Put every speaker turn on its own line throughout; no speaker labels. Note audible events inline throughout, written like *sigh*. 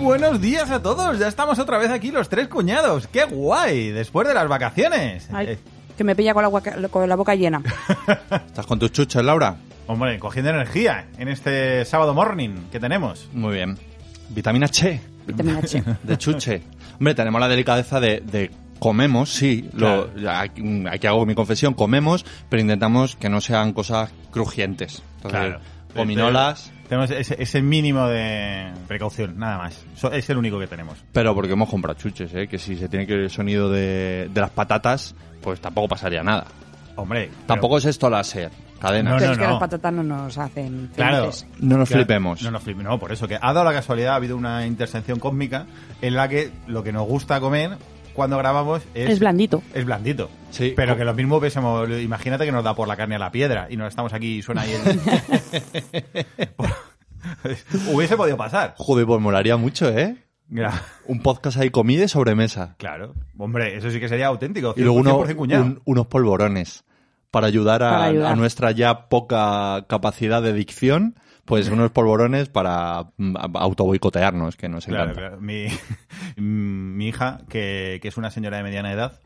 buenos días a todos. Ya estamos otra vez aquí los tres cuñados. ¡Qué guay! Después de las vacaciones.
Ay,
Eh,
que me pilla con la, guaca- con la boca llena.
¿Estás con tus chuches, Laura?
Hombre, cogiendo energía en este sábado morning que tenemos.
Muy bien. Vitamina C,
*laughs*
Vitamina H.
de chuche. Hombre, tenemos la delicadeza de, de comemos, sí. lo- aquí, aquí hago mi confesión, comemos, pero intentamos que no sean cosas crujientes. Entonces, gominolas,
Tenemos ese, ese mínimo de precaución, nada más. So- es el único que tenemos.
pero porque hemos comprado chuches, ¿eh? Que si se tiene que oír el sonido de, de las patatas, pues tampoco pasaría nada.
Hombre, pero-
Tampoco es esto láser, cadena.
No,
Pero
no,
es que
no.
las patatas no nos hacen
Claro.
felices.
No nos
Claro,
flipemos.
No nos flipemos. No, por eso que ha dado la casualidad, ha habido una intersección cósmica en la que lo que nos gusta comer cuando grabamos es.
Es blandito.
Es blandito.
Sí. Oh.
Pero que lo mismo pensemos, imagínate que nos da por la carne a la piedra y nos estamos aquí y suena ahí el...
*laughs*
Hubiese podido pasar.
Joder, pues molaría mucho, ¿eh?
Mira,
Un podcast ahí comida y sobremesa.
Claro. Hombre, eso sí que sería auténtico.
Y luego uno-
100% cuñado.
un- unos polvorones para ayudar, a,
Para ayudar.
a nuestra ya poca capacidad de dicción. Pues unos polvorones para mm, a- autoboicotearnos, que nos
Claro,
encanta.
claro. Mi, *laughs* mi hija, que, que es una señora de mediana edad,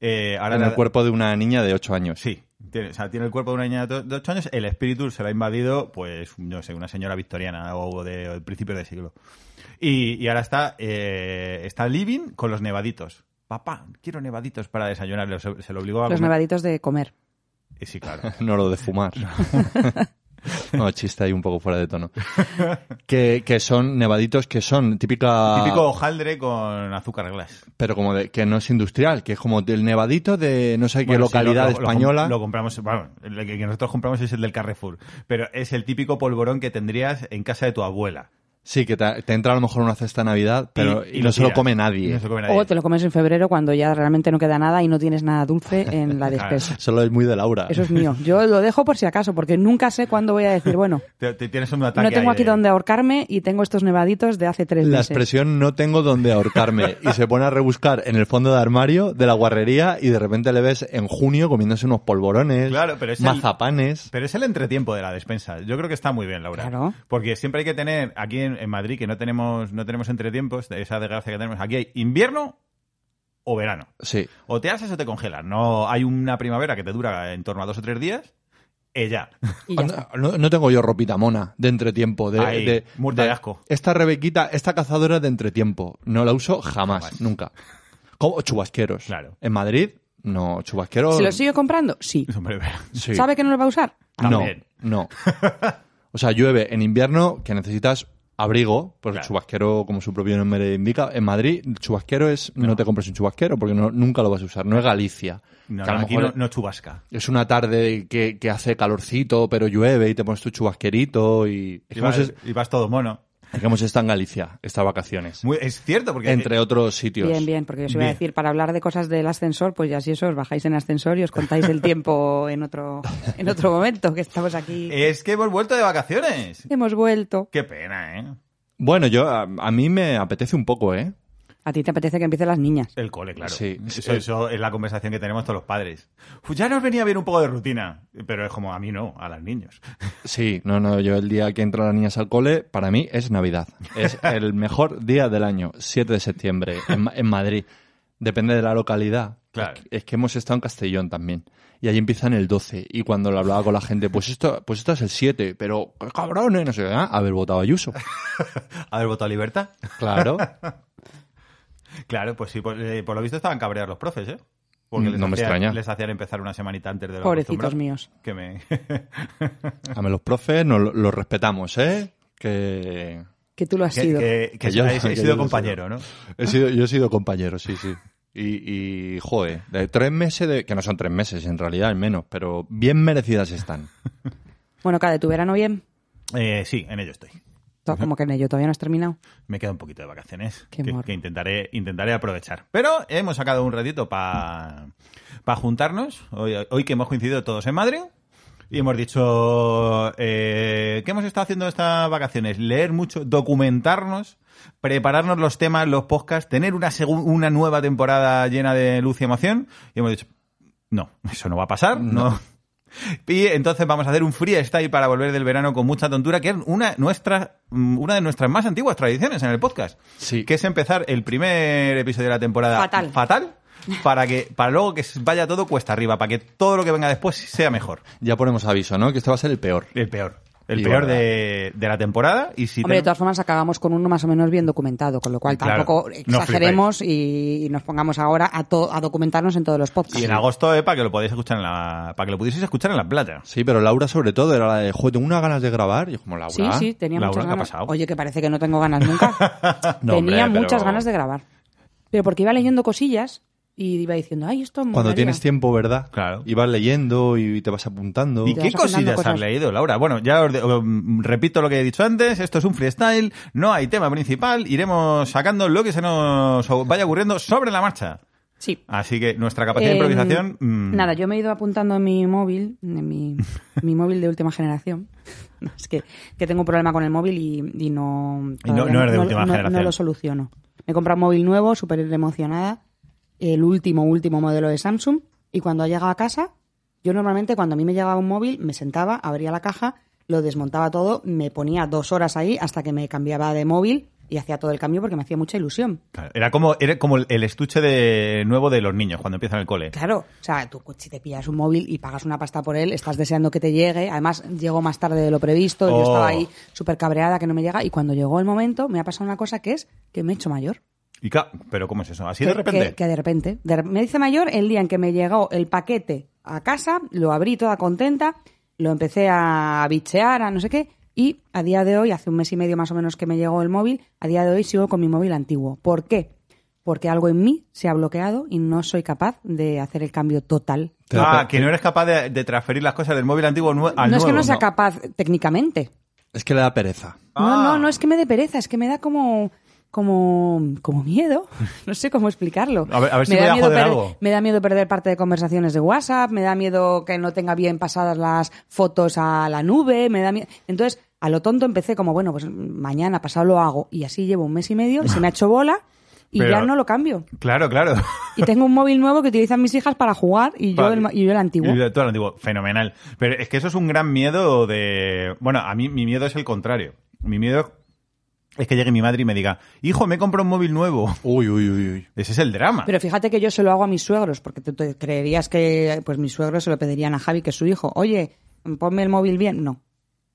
eh, ahora
En
le
el
ha-
cuerpo de una niña de 8 años.
Sí, tiene, o sea, tiene el cuerpo de una niña de 8 años, el espíritu se la ha invadido, pues, no sé, una señora victoriana o de, o de principio de siglo. Y, y ahora está, eh, está living con los nevaditos. Papá, quiero nevaditos para desayunar. Le- Se, se lo obligó a
Los
comer.
nevaditos de comer.
Y sí,
*laughs*
claro.
*laughs* No lo de fumar. *laughs* No, chiste ahí un poco fuera de tono. Que, que son nevaditos que son típica...
Típico hojaldre con azúcar glass.
Pero como de, que no es industrial, que es como del nevadito de no sé qué
Bueno, sí,
localidad
lo- lo- lo com-
española.
Lo, compramos, bueno, el que que nosotros compramos es el del Carrefour, pero es el típico polvorón que tendrías en casa de tu abuela.
Sí, que te, te entra a lo mejor una cesta de Navidad, pero y,
lo
no se lo
tiras.
come
Y
nadie.
no se lo come nadie.
O te lo comes en febrero cuando ya realmente no queda nada y no tienes nada dulce
*laughs*
en la despensa.
Solo es muy de Laura.
Eso es mío. Yo lo dejo por si acaso, porque nunca sé cuándo voy a decir, bueno,
Te- te tienes un ataque
no tengo
ahí eh.
aquí
de-
donde ahorcarme y tengo estos nevaditos de hace tres
La
meses.
expresión no tengo donde ahorcarme y se pone a rebuscar en el fondo de armario de la guarrería y de repente le ves en junio comiéndose unos polvorones,
Claro, pero es el-
mazapanes.
Pero es el entretiempo de la despensa. Yo creo que está muy bien, Laura.
Claro.
Porque siempre hay que tener, aquí en, en Madrid, que no tenemos, no tenemos entretiempos, esa desgracia que tenemos, aquí hay invierno o verano.
Sí,
O te haces o te congelas. No hay una primavera que te dura en torno a dos o tres días. Ella.
Y ya está.
Ah, No, no tengo yo ropita mona de entretiempo. De,
Ay,
de-
murta de
de-
asco.
Esta Rebequita, esta cazadora de entretiempo, no la uso jamás,
Jamás.
nunca. Como chubasqueros.
Claro.
En Madrid, no, chubasqueros.
¿Se lo sigue comprando? Sí.
*laughs* Hombre,
sí.
¿Sabe que no lo va a usar?
También.
No, no. *laughs* O sea, llueve en invierno que necesitas abrigo, porque
Claro.
el chubasquero, como su propio nombre indica, en Madrid el chubasquero es no, te compres un chubasquero porque no, nunca lo vas a usar, no es Galicia.
No,
que a
no,
lo
aquí
mejor
no, no chubasca.
es una tarde que, que hace calorcito, pero llueve y te pones tu chubasquerito y... Es
Y
que hemos,
vas,
es-
y vas todo mono.
es que hemos estado en Galicia estas vacaciones,
Muy- es cierto, porque
entre otros sitios.
Bien, bien, porque os iba a
Bien.
decir, para hablar de cosas del ascensor, pues ya si eso, os bajáis en ascensor y os contáis el
*laughs*
tiempo en otro, en otro momento, que estamos aquí.
es que hemos vuelto de vacaciones.
Hemos vuelto.
Qué pena, ¿eh?
Bueno, yo a, a mí me apetece un poco, ¿eh?
A ti te apetece que empiecen las niñas.
El cole, claro.
Sí,
eso,
sí.
eso es la conversación que tenemos todos los padres. Pues ya nos venía bien un poco de rutina, pero es como a mí no, a los niños.
Sí, no, no, yo el día que entran las niñas al cole, para mí es Navidad. Es el mejor día del año, 7 de septiembre, en, Ma- en Madrid. Depende de la localidad.
Claro.
Es que, es que hemos estado en Castellón también. Y allí empiezan el 12. Y cuando lo hablaba con la gente, pues esto, pues esto es el 7, pero qué cabrones, no sé, ¿eh? haber votado a Ayuso.
¿Haber votado libertad? *laughs*
Claro.
Claro, pues sí, por, eh, por lo visto estaban cabreados los profes, ¿eh? Porque
Mm, No me
hacían-
extraña.
Les hacían empezar una semanita antes de la
Pobrecitos míos.
Que me... *laughs*
A mí los profes nos lo- los respetamos, ¿eh? Que
Que tú lo has
que,
sido.
que- que
Que yo-
he- he
que yo
sido
lo
compañero, ¿no?
He sido, yo he sido compañero, sí, sí. Y, y joe, de tres meses, de, que no son tres meses en realidad, al menos, pero bien merecidas están.
Bueno, Cade, tu verano bien.
Eh, sí, en ello estoy.
To- Como que en ello todavía no has terminado.
Me queda un poquito de vacaciones
Qué
que,
morro.
que intentaré, intentaré aprovechar. Pero hemos sacado un ratito para juntarnos, hoy, hoy que hemos coincidido todos en Madrid, y hemos dicho, eh, ¿qué hemos estado haciendo estas vacaciones? Leer mucho, documentarnos, prepararnos los temas, los podcasts, tener una, segun- una nueva temporada llena de luz y emoción, y hemos dicho, no, eso no va a pasar, no. Y entonces vamos a hacer un freestyle para volver del verano con mucha tontura, que es una, nuestra, mm, una de nuestras más antiguas tradiciones en el podcast.
Sí.
Que es empezar el primer episodio de la temporada
Fatal.
fatal para que para luego que vaya todo cuesta arriba, para que todo lo que venga después sea mejor.
Ya ponemos aviso, ¿no? Que este va a ser el peor.
El peor. El
Y
peor
verdad.
de, de la temporada. Y si
Hombre, de
tenemos-
todas formas acabamos con uno más o menos bien documentado, con lo cual
Claro,
tampoco
no
exageremos y, y nos pongamos ahora a, to- a documentarnos en todos los podcasts.
y en agosto, eh, para que lo podáis escuchar en la, para que lo pudieseis escuchar en la playa.
Sí, pero Laura sobre todo era la de, joder, tengo unas ganas de grabar. Y yo como, Laura...
Sí, sí, tenía
Laura,
muchas
¿qué ha
ganas.
pasado?
Oye, que parece que no tengo ganas
*laughs*
nunca.
*laughs* No, hombre,
tenía
pero-
muchas ganas de grabar. Pero porque iba leyendo cosillas y iba diciendo, ay, esto me
Cuando tienes tiempo, ¿verdad?
Claro.
Y vas leyendo y te vas apuntando.
¿Y
Te
qué
vas apuntando
cosillas
cosas.
has leído, Laura? Bueno, ya os de- um, repito lo que he dicho antes, esto es un freestyle, no hay tema principal, iremos sacando lo que se nos vaya ocurriendo sobre la marcha.
Sí.
Así que nuestra capacidad de
Em,
improvisación... mm,
Nada, yo me he ido apuntando en mi móvil,
*laughs*
en mi, mi móvil de última generación. *laughs* No, es que, que tengo un problema con el móvil y, y no.
Y no-
todavía
no eres de última generación.
No lo soluciono. Me he comprado un móvil nuevo, súper emocionada. El último, último modelo de Samsung. Y cuando ha llegado a casa, yo normalmente cuando a mí me llegaba un móvil, me sentaba, abría la caja, lo desmontaba todo, me ponía dos horas ahí hasta que me cambiaba de móvil y hacía todo el cambio porque me hacía mucha ilusión.
claro, Era como, era como el- el estuche de nuevo de los niños cuando empiezan el cole.
Claro, o sea, tú pues, si te pillas un móvil y pagas una pasta por él, estás deseando que te llegue. Además, llegó más tarde de lo previsto,
Oh.
yo estaba ahí súper cabreada que no me llega. Y cuando llegó el momento, me ha pasado una cosa que es que me he hecho mayor.
Y claro, pero ¿cómo es eso? Así
que,
de repente.
Que, que de repente. de re- me hice mayor el día en que me llegó el paquete a casa, lo abrí toda contenta, lo empecé a bichear, a no sé qué. Y a día de hoy, hace un mes y medio más o menos que me llegó el móvil, a día de hoy sigo con mi móvil antiguo. ¿Por qué? Porque algo en mí se ha bloqueado y no soy capaz de hacer el cambio total
Te lo
Ah,
pe-
que no eres capaz de, de transferir las cosas del móvil antiguo nue- al nuevo.
no es que no sea capaz eh, técnicamente.
Es que le da pereza.
Ah.
No, no, no es que me dé pereza, es que me da como como como miedo. *laughs* No sé cómo explicarlo.
A ver- a ver si
me
voy
da
a
miedo
joder
perder-
algo.
Me da miedo perder parte de conversaciones de WhatsApp, me da miedo que no tenga bien pasadas las fotos a la nube, me da miedo. Entonces, a lo tonto empecé como, bueno, pues mañana, pasado lo hago. Y así llevo un mes y medio, se me ha hecho bola y
Pero-
ya no lo cambio.
Claro, claro.
Y tengo un móvil nuevo que utilizan mis hijas para jugar y yo,
Vale.
el, ma- y yo el antiguo.
Y yo- todo lo antiguo, fenomenal. Pero es que eso es un gran miedo de... Bueno, a mí mi miedo es el contrario. Mi miedo es que llegue mi madre y me diga, hijo, me he comprado un móvil nuevo. *laughs*
Uy, uy, uy, uy.
Ese es el drama.
Pero fíjate que yo se lo hago a mis suegros, porque tú te creerías que pues mis suegros se lo pedirían a Javi, que es su hijo. Oye, ponme el móvil bien. No.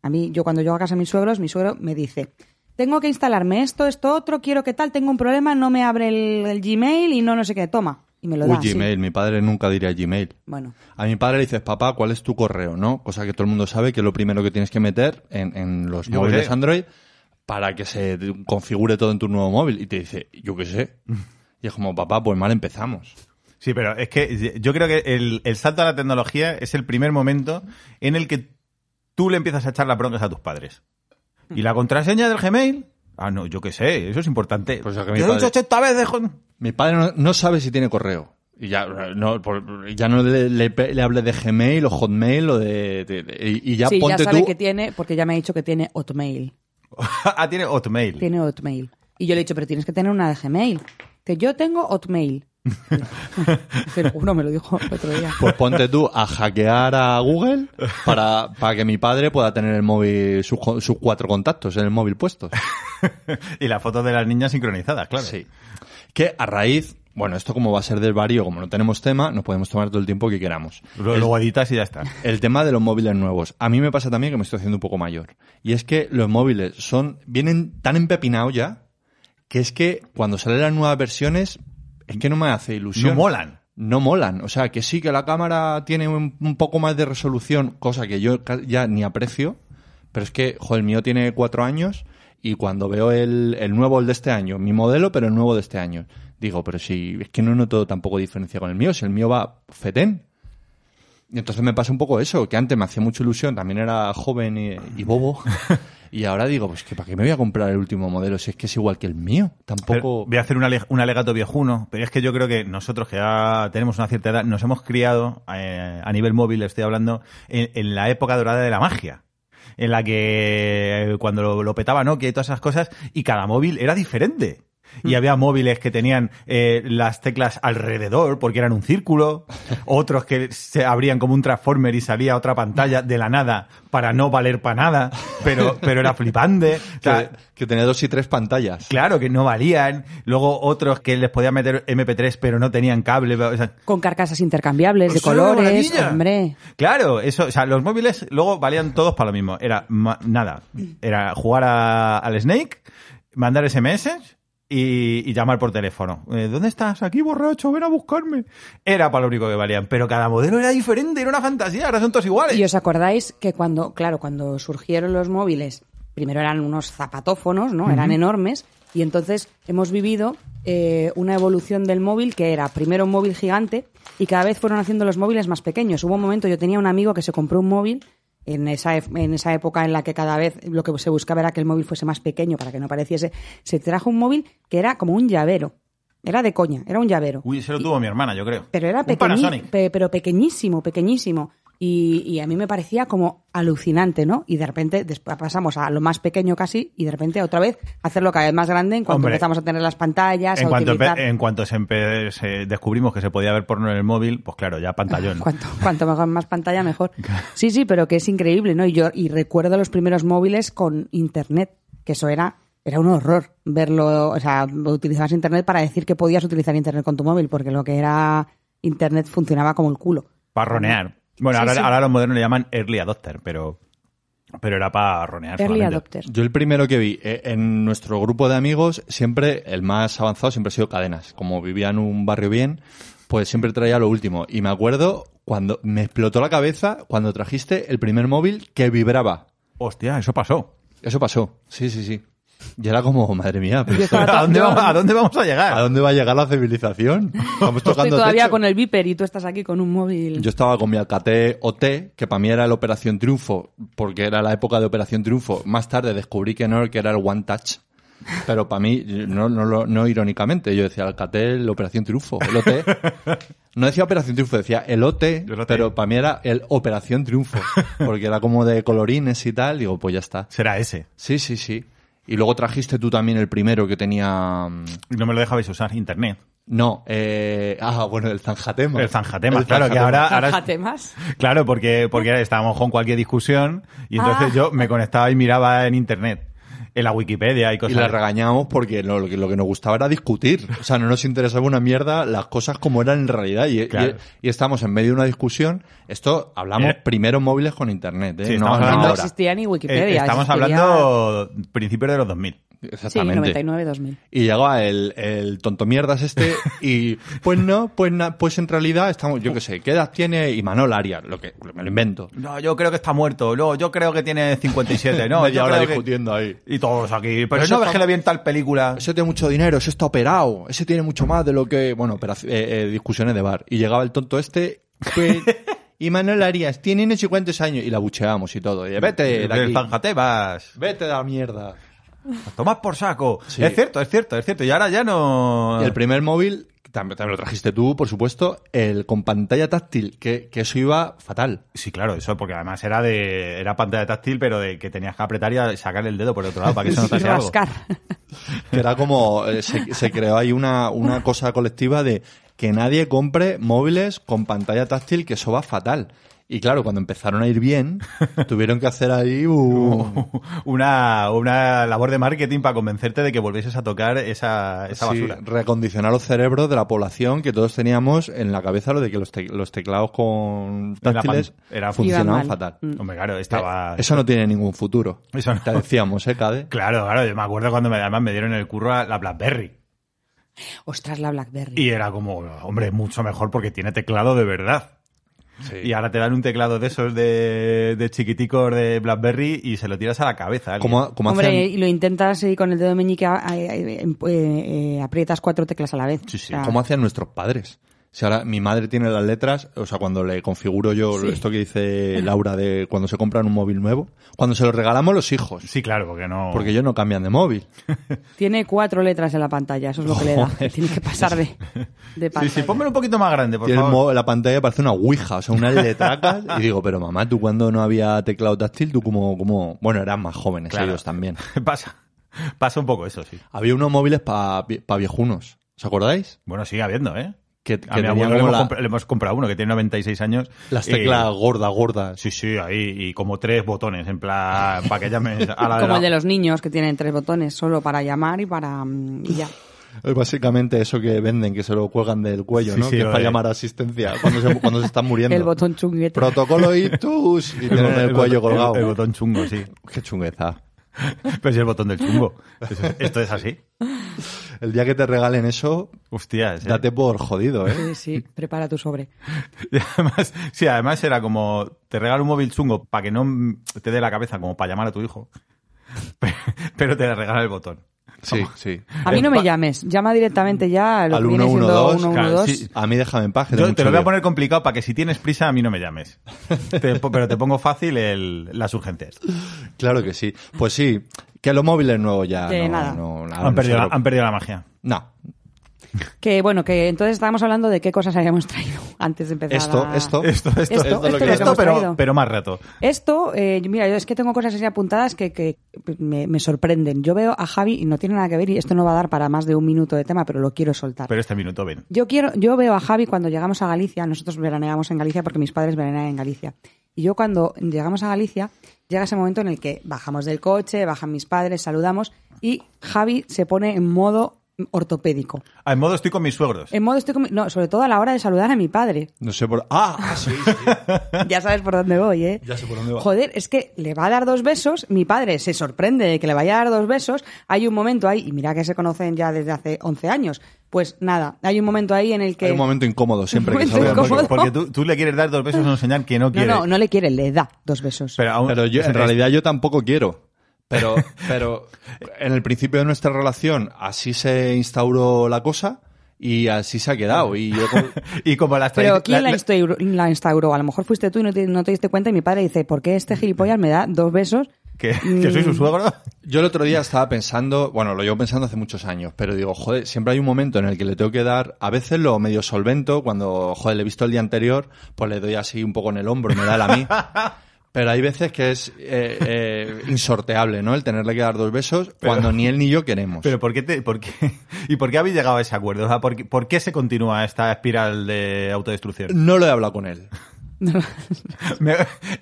A mí, yo cuando llego a casa de mis suegros, mi suegro me dice, tengo que instalarme esto, esto, otro, quiero que tal, tengo un problema, no me abre el, el Gmail y no no sé qué, toma. Y me lo
Uy,
da. así.
Gmail. Mi padre nunca diría Gmail.
Bueno,
A mi padre le dices, papá, ¿cuál es tu correo? ¿No? Cosa que todo el mundo sabe que es lo primero que tienes que meter en, en los
Yo
móviles
qué sé.
Android para que se configure todo en tu nuevo móvil. Y te dice, yo
*laughs*
qué sé. Y es como, papá, pues mal empezamos.
Sí, pero es que yo creo que el, el salto a la tecnología es el primer momento en el que tú le empiezas a echar las broncas a tus padres. ¿Y la contraseña del Gmail? Ah, no, yo qué sé, eso es importante.
Pues es que
Te
mi
lo he
padre-
dicho 80 veces, jo-
Mi padre no, no sabe si tiene correo. Y ya no, por- ya no le, le, le hable de Gmail o Hotmail o de... de- de- y, y ya
sí, ya
ponte
sabe
tú...
que tiene, porque ya me ha dicho que tiene Hotmail.
*laughs* ah, tiene Hotmail.
Tiene Hotmail. Y yo le he dicho, pero tienes que tener una de Gmail. Que yo tengo
*laughs*
Hotmail. *laughs* Pero uno me lo dijo el otro día.
Pues ponte tú a hackear a Google para, para que mi padre pueda tener el móvil, sus, co- sus cuatro contactos en el móvil puestos.
Y las fotos de las niñas sincronizadas, claro.
Sí. Que a raíz, bueno, esto como va a ser del varío, como no tenemos tema, nos podemos tomar todo el tiempo que queramos.
Luego, luego editas y ya está.
El tema de los móviles nuevos. A mí me pasa también que me estoy haciendo un poco mayor. Y es que los móviles son, vienen tan empepinados ya, que es que cuando salen las nuevas versiones, es que no me hace ilusión.
No molan.
no molan. O sea, que sí que la cámara tiene un, un poco más de resolución, cosa que yo ca- ya ni aprecio, pero es que, joder, el mío tiene cuatro años y cuando veo el, el nuevo, el de este año, mi modelo, pero el nuevo de este año, digo, pero si es que no noto tampoco diferencia con el mío, si el mío va fetén. Y entonces me pasa un poco eso, que antes me hacía mucha ilusión, también era joven y, y bobo. Y ahora digo, pues que para qué me voy a comprar el último modelo si es que es igual que el mío. Tampoco.
Pero Voy a hacer un, ale- un alegato viejuno, pero es que yo creo que nosotros que ya tenemos una cierta edad, nos hemos criado, eh, a nivel móvil estoy hablando, en, en la época dorada de la magia. En la que eh, cuando lo, lo petaba Nokia y todas esas cosas, y cada móvil era diferente. Y había móviles que tenían eh, las teclas alrededor porque eran un círculo. Otros que se abrían como un transformer y salía otra pantalla de la nada para no valer para nada. Pero, pero era flipante. O sea,
que, que tenía dos y tres pantallas.
claro que no valían. Luego otros que les podían meter MP3 pero no tenían cable. o sea,
Con carcasas intercambiables de
eso era una
colores.
maravilla.
Hombre.
Claro, eso, o sea, los móviles luego valían todos para lo mismo. Era ma- nada, era jugar a- al Snake, mandar SMS y, y llamar por teléfono. Eh, ¿Dónde estás? Aquí borracho, ven a buscarme. Era para lo único que valían, pero cada modelo era diferente, era una fantasía, ahora son todos iguales.
Y os acordáis que cuando, claro, cuando surgieron los móviles, primero eran unos zapatófonos, ¿no? Eran enormes. Y entonces hemos vivido eh, una evolución del móvil que era primero un móvil gigante y cada vez fueron haciendo los móviles más pequeños. Hubo un momento, yo tenía un amigo que se compró un móvil en esa, ef- en esa época en la que cada vez lo que se buscaba era que el móvil fuese más pequeño para que no pareciese. Se trajo un móvil que era como un llavero. Era de coña, era un llavero.
Uy, se lo tuvo mi hermana, yo creo.
Pero era
Un
pequeñi-
Panasonic.
pe- pero pequeñísimo, pequeñísimo. Y, y a mí me parecía como alucinante, ¿no? Y de repente después pasamos a lo más pequeño casi y de repente otra vez hacerlo cada vez más grande en cuanto
Hombre.
empezamos a tener las pantallas,
En
a
cuanto,
utilizar...
empe- en cuanto se empe- se descubrimos que se podía ver porno en el móvil, pues claro, ya pantallón.
Cuanto, cuanto mejor- más pantalla,
*laughs*
mejor. Sí, sí, pero que es increíble, ¿no? Y yo y recuerdo los primeros móviles con internet, que eso era era un horror verlo, o sea, utilizabas internet para decir que podías utilizar internet con tu móvil, porque lo que era internet funcionaba como el culo.
Para ronear. Bueno,
Sí,
ahora,
sí.
ahora los modernos le llaman early adopter, pero, pero era para ronear.
Early
solamente.
adopter.
Yo el primero que vi eh, en nuestro grupo de amigos, siempre el más avanzado siempre ha sido Cadenas. Como vivía en un barrio bien, pues siempre traía lo último. Y me acuerdo cuando me explotó la cabeza cuando trajiste el primer móvil que vibraba.
Hostia, eso pasó.
Eso pasó. Sí, sí, sí. Y era como, madre mía, pero
Yo
esto-
estaba *laughs*
¿A dónde,
yo-
va- a dónde vamos a llegar?
¿a dónde va a llegar la civilización? Estamos
Estoy
tocando
todavía
techo.
con el viper y tú estás aquí con un
Mm.
móvil. *laughs*
Yo estaba con mi Alcatel OT, que para mí era la Operación Triunfo, porque era la época de Operación Triunfo. Más tarde descubrí que no, que era el One Touch. Pero para mí, no, no, lo- no irónicamente, yo decía Alcatel, Operación Triunfo,
*laughs*
el OT. No decía Operación Triunfo, decía el OT,
El OT.
pero para mí era el Operación Triunfo, porque era como de colorines y tal. Digo, pues ya está.
Será ese.
Sí, sí, sí. Y luego trajiste tú también el primero que tenía... mm,
No me lo dejabais usar, internet.
No, eh... Ah, bueno, el Zanjatema.
El zanjatema,
El
claro, que
Zanjatema.
ahora... ahora- *laughs*
Fíjate más.
claro, porque, porque estábamos con cualquier discusión y entonces
Ah.
yo me conectaba y miraba en internet, en la Wikipedia y
Y
cosas. Eh,
la regañamos porque lo, lo que, lo que nos gustaba era discutir. O sea, no nos interesaba una mierda las cosas como eran en realidad. Y,
Claro.
y- y estamos en medio de una discusión. Esto hablamos
Eh.
primero móviles con internet, ¿eh?
Sí,
no,
estamos
no
hablando-
No
ahora.
existía ni
Eh,
Wikipedia.
estamos
existía-
hablando principios de los 2000.
Sí,
Exactamente.
99-2000.
y llegaba el, el tonto mierdas este y
*laughs*
pues no, pues na- pues en realidad estamos, yo qué sé, ¿qué edad tiene Imanol Arias? Lo que me lo invento.
No, yo creo que está muerto. No, yo creo que tiene 57.
*laughs*
No,
Media
yo
hora
creo que-
discutiendo ahí.
Y todos aquí. Pero,
eso
no ves
está-
que le vi en tal película.
Ese tiene mucho dinero, ese está operado, ese tiene mucho más de lo que. Bueno, operaci- eh, eh, discusiones de bar. Y llegaba el tonto este. pues, y Manuel Arias tiene no sé cuántos años. Y la bucheamos y todo. Y, Eh, Vete de
El
aquí.
zanjatemas.
Vete de la mierda.
Tomás por saco.
Sí.
Es cierto, es cierto, es cierto. Y ahora ya no.
Y el primer móvil, también, también lo trajiste tú, por supuesto, el con pantalla táctil, que, que eso iba fatal.
Sí, claro, eso, porque además era de era pantalla táctil, pero de que tenías que apretar y a- sacar el dedo por el otro lado para que
*laughs*
se
Y
notase algo.
rascar. *laughs*
Que era como. eh, se, se creó ahí una, una cosa colectiva de que nadie compre móviles con pantalla táctil, que eso va fatal. Y claro, cuando empezaron a
*laughs*
ir bien, tuvieron que hacer ahí un,
Uh, Una, una labor de marketing para convencerte de que volvieses a tocar esa, esa
Sí,
basura.
reacondicionar los cerebros de la población que todos teníamos en la cabeza lo de que los, te- los teclados con
pan-
táctiles
era-
funcionaban
Iban mal.
fatal.
Mm.
Hombre, claro, estaba.
Eh, Eso no tiene ningún futuro.
*laughs* Eso no.
Te decíamos, ¿eh, Cade?
Claro, claro, yo me acuerdo cuando me, además me dieron el curro a la Blackberry.
Ostras, la Blackberry.
Y era como, hombre, mucho mejor porque tiene teclado de verdad. Y ahora te dan un teclado de esos de, de chiquiticos de Blackberry y se lo tiras a la cabeza. a alguien.
Como, como
Hombre,
hacían-
y lo intentas y con el dedo meñique a- a- a- em- eh, eh, aprietas cuatro teclas a la vez.
Sí, sí.
O sea,
como hacían nuestros padres. Si ahora mi madre tiene las letras, o sea, cuando le configuro yo esto
*laughs*
que dice Laura de cuando se compran un móvil nuevo, cuando se lo regalamos los hijos,
Sí, claro, porque no.
porque ellos no cambian de móvil.
Tiene cuatro letras en la pantalla, eso es lo que le da.
Joder.
Tienes que pasar de, de
*laughs* Sí,
pantalla.
sí, pónmelo un poquito más grande, por
Tiene el
favor.
mo- la pantalla parece una ouija, o sea, unas letracas. y digo, pero mamá, tú cuando no había teclado táctil, tú como, como, bueno, eran más jóvenes
Claro.
ellos también.
*laughs* pasa? Pasa un poco eso, sí.
Había unos móviles para viejunos. ¿Os acordáis?
Bueno, sigue habiendo, ¿eh?
Que, que
A mi
tenían
abuelo le
como
hemos,
la-
compra- le hemos comprado uno que tiene 96 años.
las
y-
teclas gordas, gordas.
Sí, sí, ahí. Y como tres botones, en plan, para que llames a la
*laughs* Como el
la- *laughs*
de los niños que tienen tres botones solo para llamar y para mm, y ya.
Es básicamente eso que venden, que se lo cuelgan del cuello,
Sí,
¿no?
sí,
que es
lo
para
de-
llamar a asistencia cuando se, cuando se están muriendo.
El botón chunguete.
Protocolo ictus y tienen el, cuello
botón-
colgado.
El, botón chungo, sí.
Qué chungueza.
Pero si el botón del chungo. Eso- Esto es así.
El día que te regalen eso,
Hostias. ¿eh?
date por jodido, ¿eh?
Sí, sí, prepara tu sobre.
Y *laughs* además, sí, además era como te regalo un móvil chungo para que no m- te dé la cabeza como para llamar a tu hijo. *laughs* Pe- Pero te regala el botón.
*laughs* Sí, sí.
A mí no me llames, llama directamente ya a lo
Eh, Al
que viene
112,
siendo
claro,
112.
sí.
A mí déjame en paz. que tengo
Yo te lo voy
mucho
a poner complicado para que si tienes prisa a mí no me llames. Te po- pero te pongo fácil el- las
*laughs*
urgencias.
lío. Claro que sí. Pues sí, que los móviles nuevos ya
Que
no,
nada.
no- ahora no
Han perdido,
se
la,
lo-
han perdido la magia.
No.
Que bueno, que entonces estábamos hablando de qué cosas habíamos traído *laughs* antes de empezar.
Esto,
a-
esto.
Esto, esto,
Esto, esto
es lo que-
es lo
esto,
que hemos
pero,
traído.
pero más rato.
Esto, eh, mira, yo es que tengo cosas así apuntadas que, que me, me sorprenden. Yo veo a Javi y no tiene nada que ver y esto no va a dar para más de un minuto de tema, pero lo quiero soltar.
Pero este minuto ven.
Yo quiero, yo veo a Javi cuando llegamos a Galicia, nosotros veraneamos en Galicia porque mis padres veranean en Galicia. Y yo cuando llegamos a Galicia, llega ese momento en el que bajamos del coche, bajan mis padres, saludamos y Javi se pone en modo ortopédico.
Ah, en modo estoy con mis suegros.
En modo estoy con mi- no, sobre todo a la hora de saludar a mi
*laughs*
padre.
No sé por. ¡Ah! Sí, sí.
Ya sabes por dónde voy, ¿eh?
Ya sé por dónde va.
Joder, es que le va a dar dos besos, mi padre se sorprende de que le vaya a dar dos besos, hay un momento ahí, y mira que se conocen ya desde hace 11 años, pues nada, hay un momento ahí en el *laughs* que...
Hay un momento incómodo siempre
Un
que
momento
salga.
Porque-
incómodo.
Porque tú, tú le quieres dar dos besos a un señal que no
no,
quiere.
no, no le quiere, le da dos besos.
Pero, aún-
Pero yo,
*laughs* es-
en
es-
realidad yo tampoco quiero. *laughs* Pero, pero en el principio de nuestra relación así se instauró la cosa y así se ha quedado. Y yo con-
Y como las
Pero
tradiciones
¿quién la, instauró, la instauró? A lo mejor fuiste tú y no te, no te diste cuenta y mi padre dice, ¿por qué este gilipollas me da dos besos? Mm,
que, que soy su suegro.
Yo el otro día estaba pensando, bueno, lo llevo pensando hace muchos años, pero digo, joder, siempre hay un momento en el que le tengo que dar, a veces lo medio solvento, cuando, joder, le he visto el día anterior, pues le doy así un poco en el hombro, me da la mí. *laughs* Pero hay veces que es eh, eh, insorteable, ¿no? El tenerle que dar dos besos cuando ni él ni yo queremos.
Pero ¿por qué, te, por qué- *laughs* ¿y por qué habéis llegado a ese acuerdo? O sea, ¿por, qué, por qué se continúa esta espiral de
Mm.
autodestrucción?
No lo he hablado con él.
Me-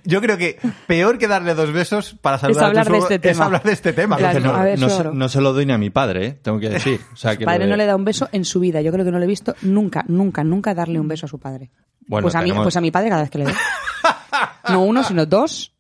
yo creo que peor que darle dos besos para saludar a tu
hablar de
suegro
este
es
tema.
hablar de este tema.
Claro,
porque
No,
A ver,
no se,
suegro.
no se lo doy ni a mi padre, ¿eh? tengo que decir. O sea, que
padre
lo de-
no le da un beso en su vida. Yo creo que no le he visto nunca, nunca, nunca darle un beso a su padre.
Bueno,
pues, a mí,
tenemos-
pues a mi padre cada vez que le doy. No uno, sino dos.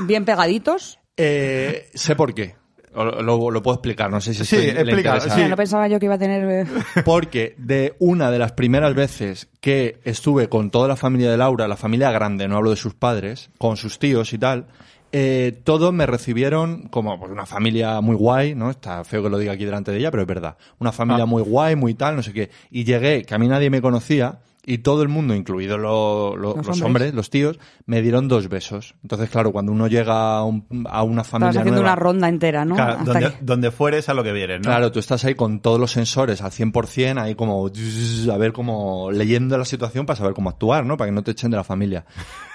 Bien pegaditos.
Eh, sé por qué. O Lo, lo- lo puedo explicar, no sé si
Sí,
estoy- le
explícalo,
interesa.
sí.
Mira, no pensaba yo que iba a tener... eh,
*laughs* Porque de una de las primeras veces que estuve con toda la familia de Laura, la familia grande, no hablo de sus padres, con sus tíos y tal, eh, todos me recibieron como pues, una familia muy guay, ¿no? Está feo que lo diga aquí delante de ella, pero es verdad. Una familia
Ah.
muy guay, muy tal, no sé qué. Y llegué, que a mí nadie me conocía, y todo el mundo, incluidos lo-
Los
lo- los,
hombres.
hombres, los tíos, me dieron dos besos. Entonces, claro, cuando uno llega a, un- a una familia
Estabas haciendo
nueva-
una ronda entera, ¿no?
Claro,
Hasta
donde,
que-
donde fueres a lo que vieres, ¿no?
Claro, tú estás ahí con todos los sensores al 100%, ahí como zzzz, a ver como leyendo la situación para saber cómo actuar, ¿no? Para que no te echen de la familia.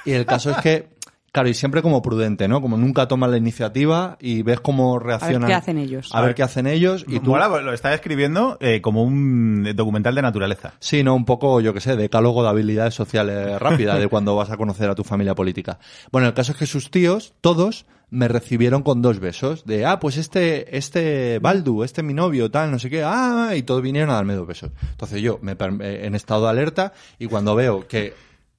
Y el caso es que, claro, y siempre como prudente, ¿no? Como nunca tomas la iniciativa y ves cómo reaccionan.
qué hacen ellos.
A ver qué hacen ellos y tú
Mola, lo estás escribiendo eh, como un documental de naturaleza.
Sí, no, un poco, yo qué sé, decálogo de
*laughs*
habilidades sociales rápidas de cuando vas a conocer a tu familia política. Bueno, el caso es que sus tíos, todos, me recibieron con dos besos. De, ah, pues este, este Baldu, este mi novio, tal, no sé qué, ah, y todos vinieron a darme dos besos. Entonces yo, me, per- eh, en estado de alerta, y cuando veo que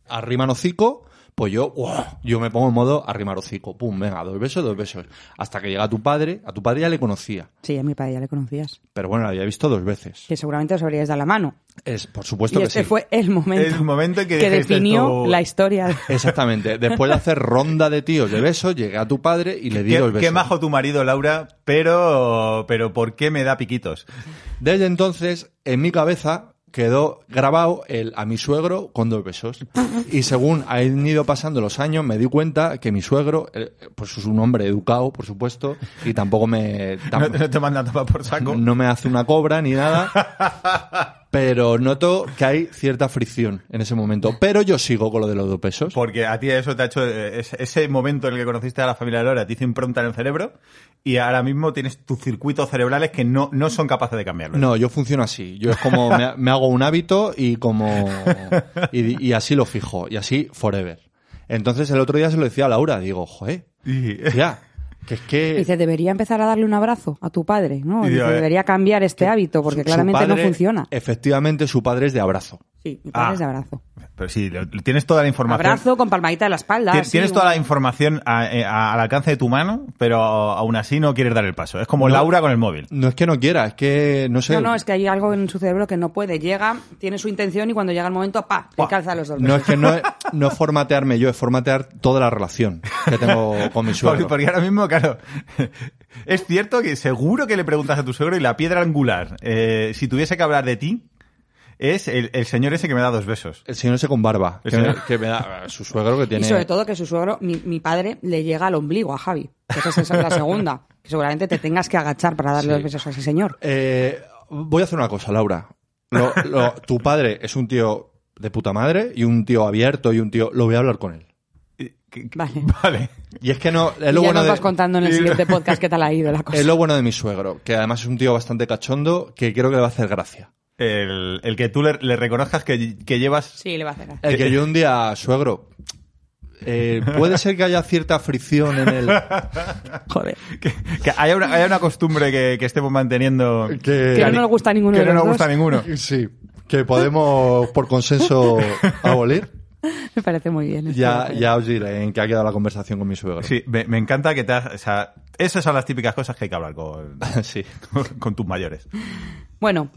arriman hocico, pues yo, ¡guau! yo me pongo en modo arrimar hocico. Pum, venga, dos besos, dos besos. Hasta que llega tu padre, a tu padre ya le conocía.
Sí, a mi padre ya le conocías.
Pero bueno, lo había visto dos veces.
Que seguramente os habríais dado la mano.
Es, por
Y
supuesto que
este
sí.
fue el momento,
El momento en que
que
dijiste
definió
tú-
la historia.
Exactamente. Después de hacer ronda de tíos de besos, llegué a tu padre y le di
Qué,
dos besos.
qué majo tu marido, Laura, pero, pero ¿por qué me da piquitos?
Desde entonces, en mi cabeza quedó grabado el a mi suegro con dos besos. Y según han ido pasando los años, me di cuenta que mi suegro, eh, pues es un hombre educado, por supuesto, y tampoco me...
*laughs* No,
tam-
no te mandan a tomar por saco. *laughs*
no me hace una cobra ni nada. Pero noto que hay cierta fricción en ese momento. Pero yo sigo con lo de los dos pesos.
Porque a ti eso te ha hecho. eh, ese- Ese momento en el que conociste a la familia Lora te hizo impronta en el cerebro y ahora mismo tienes tus circuitos cerebrales que no, no son capaces de cambiarlo.
No, yo funciono así. Yo es como me, ha- me hago un hábito y como y, y así lo fijo y así forever. Entonces el otro día se lo decía a Laura, digo, joder,
Y- *laughs*
ya, que es que
Dice, debería empezar a darle un abrazo a tu padre, ¿no?
Y
Dice,
digo, eh,
debería cambiar este hábito porque
su- su
claramente no
padre- eh,
funciona.
Efectivamente, su padre es de abrazo.
Sí, mi padre
Ah.
es de abrazo.
Pero sí, lo- tienes toda la información.
Abrazo con palmadita en la espalda.
Tien-
así,
Tienes
un-
toda la información a- eh, a- al alcance de tu mano, pero aún así no quieres dar el paso. Es como Laura con el móvil.
No es que no quiera, es que no sé.
No, no, es que hay algo en su cerebro que no puede. Llega, tiene su intención y cuando llega el momento, pa, le calza los dos.
No es que no es, no es formatearme yo, es formatear toda la relación que tengo
*laughs*
con mi
Porque,
suegro.
porque ahora mismo, claro, *laughs* es cierto que seguro que le preguntas a tu suegro y la piedra angular, eh, si tuviese que hablar de ti, es el, el señor ese que me da dos besos.
El señor ese con barba,
El
que me,
señor-
que me da su suegro que tiene.
Y sobre todo que su suegro, mi, mi padre, le llega al ombligo a Javi. Esa es la segunda. Que seguramente te tengas que agachar para darle los besos a ese señor.
Eh, voy a hacer una cosa, Laura. Lo- lo- tu padre es un tío de puta madre y un tío abierto y un tío. Lo voy a hablar con él.
Eh, que- *laughs* que-
Vale.
Vale.
Y es que no. Es
Y
lo,
ya
bueno
nos vas
de,
contando en el
y-
siguiente podcast qué tal ha ido la cosa.
*laughs* es lo bueno de mi suegro, que además es un tío bastante cachondo que creo que le va a hacer gracia.
El, el que tú le, le reconozcas que, que llevas...
Sí, le va a hacer. gracia.
El que yo un día, suegro. eh, puede ser que haya cierta fricción en el.
Joder.
Que, que haya, una, haya una costumbre que, que estemos manteniendo...
Que-
Que no nos gusta a ninguno
Que
de
no
los
nos gusta a
dos. *laughs*
ninguno.
Sí. Que podemos, por consenso, abolir.
Me parece muy bien. eh. estoy de
Ya,
acuerdo.
ya os diré en qué ha quedado la conversación con mi suegro.
Sí, me, me encanta que te has- o sea, esas son las típicas cosas que hay que hablar con,
*laughs*
*laughs*
sí.
con tus mayores.
Bueno,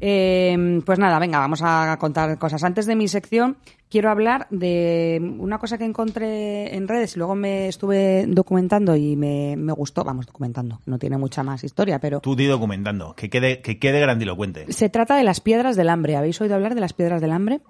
eh, pues nada, venga, vamos a contar cosas. Antes de mi sección, quiero hablar de una cosa que encontré en redes y luego me estuve documentando y me, me gustó. Vamos, documentando, no tiene mucha más historia, pero.
Tú di documentando, que quede, que quede grandilocuente.
Se trata de las piedras del hambre. ¿Habéis oído hablar de las piedras del hambre?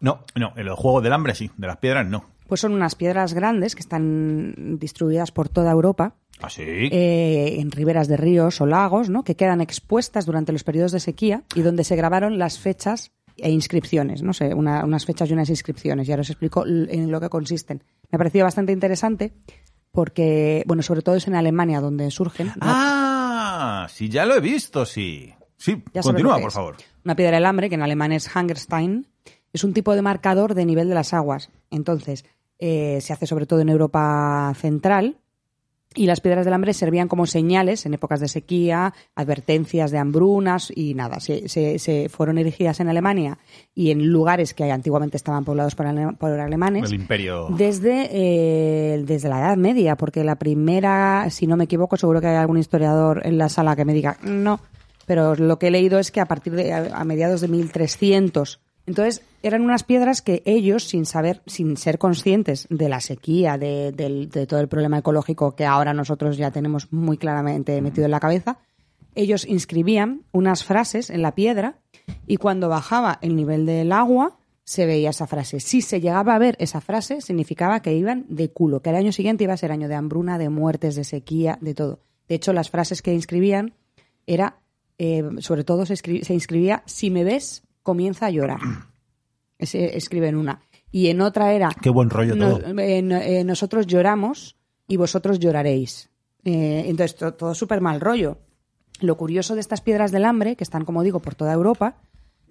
No,
No, en los juegos del hambre sí, de las piedras no.
Pues son unas piedras grandes que están distribuidas por toda Europa.
¿Ah, sí?
eh, en riberas de ríos o lagos, ¿no? que quedan expuestas durante los periodos de sequía y donde se grabaron las fechas e inscripciones, no sé, una- unas fechas y unas inscripciones. Y ahora os explico l- en lo que consisten. Me ha parecido bastante interesante porque, bueno, sobre todo es en Alemania donde surgen. ¿no?
Ah, sí, ya lo he visto, sí. Sí,
Ya sabes lo
continúa,
que
por
es.
favor.
Una piedra del hambre, que en alemán es Hungerstein, es un tipo de marcador de nivel de las aguas. Entonces, eh, se hace sobre todo en Europa central. Y las piedras del hambre servían como señales en épocas de sequía, advertencias de hambrunas y nada. Se, se- se fueron erigidas en Alemania y en lugares que antiguamente estaban poblados por, ale- por alemanes.
El imperio.
Desde, eh, desde la Edad Media, porque la primera, si no me equivoco, seguro que hay algún historiador en la sala que me diga no, pero lo que he leído es que a partir de a, a mediados de 1300. Entonces, eran unas piedras que ellos, sin saber, sin ser conscientes de la sequía, de, del- de todo el problema ecológico que ahora nosotros ya tenemos muy claramente metido en la cabeza, ellos inscribían unas frases en la piedra y cuando bajaba el nivel del agua se veía esa frase. Si se llegaba a ver esa frase, significaba que iban de culo, que el año siguiente iba a ser año de hambruna, de muertes, de sequía, de todo. De hecho, las frases que inscribían era, eh, sobre todo se, escri- se inscribía, si me ves, comienza a llorar. Se escribe en una. Y en otra era,
Qué buen rollo
no-
todo.
eh, no- eh, nosotros lloramos y vosotros lloraréis. Eh, entonces, to- todo súper mal rollo. Lo curioso de estas piedras del hambre, que están, como digo, por toda Europa,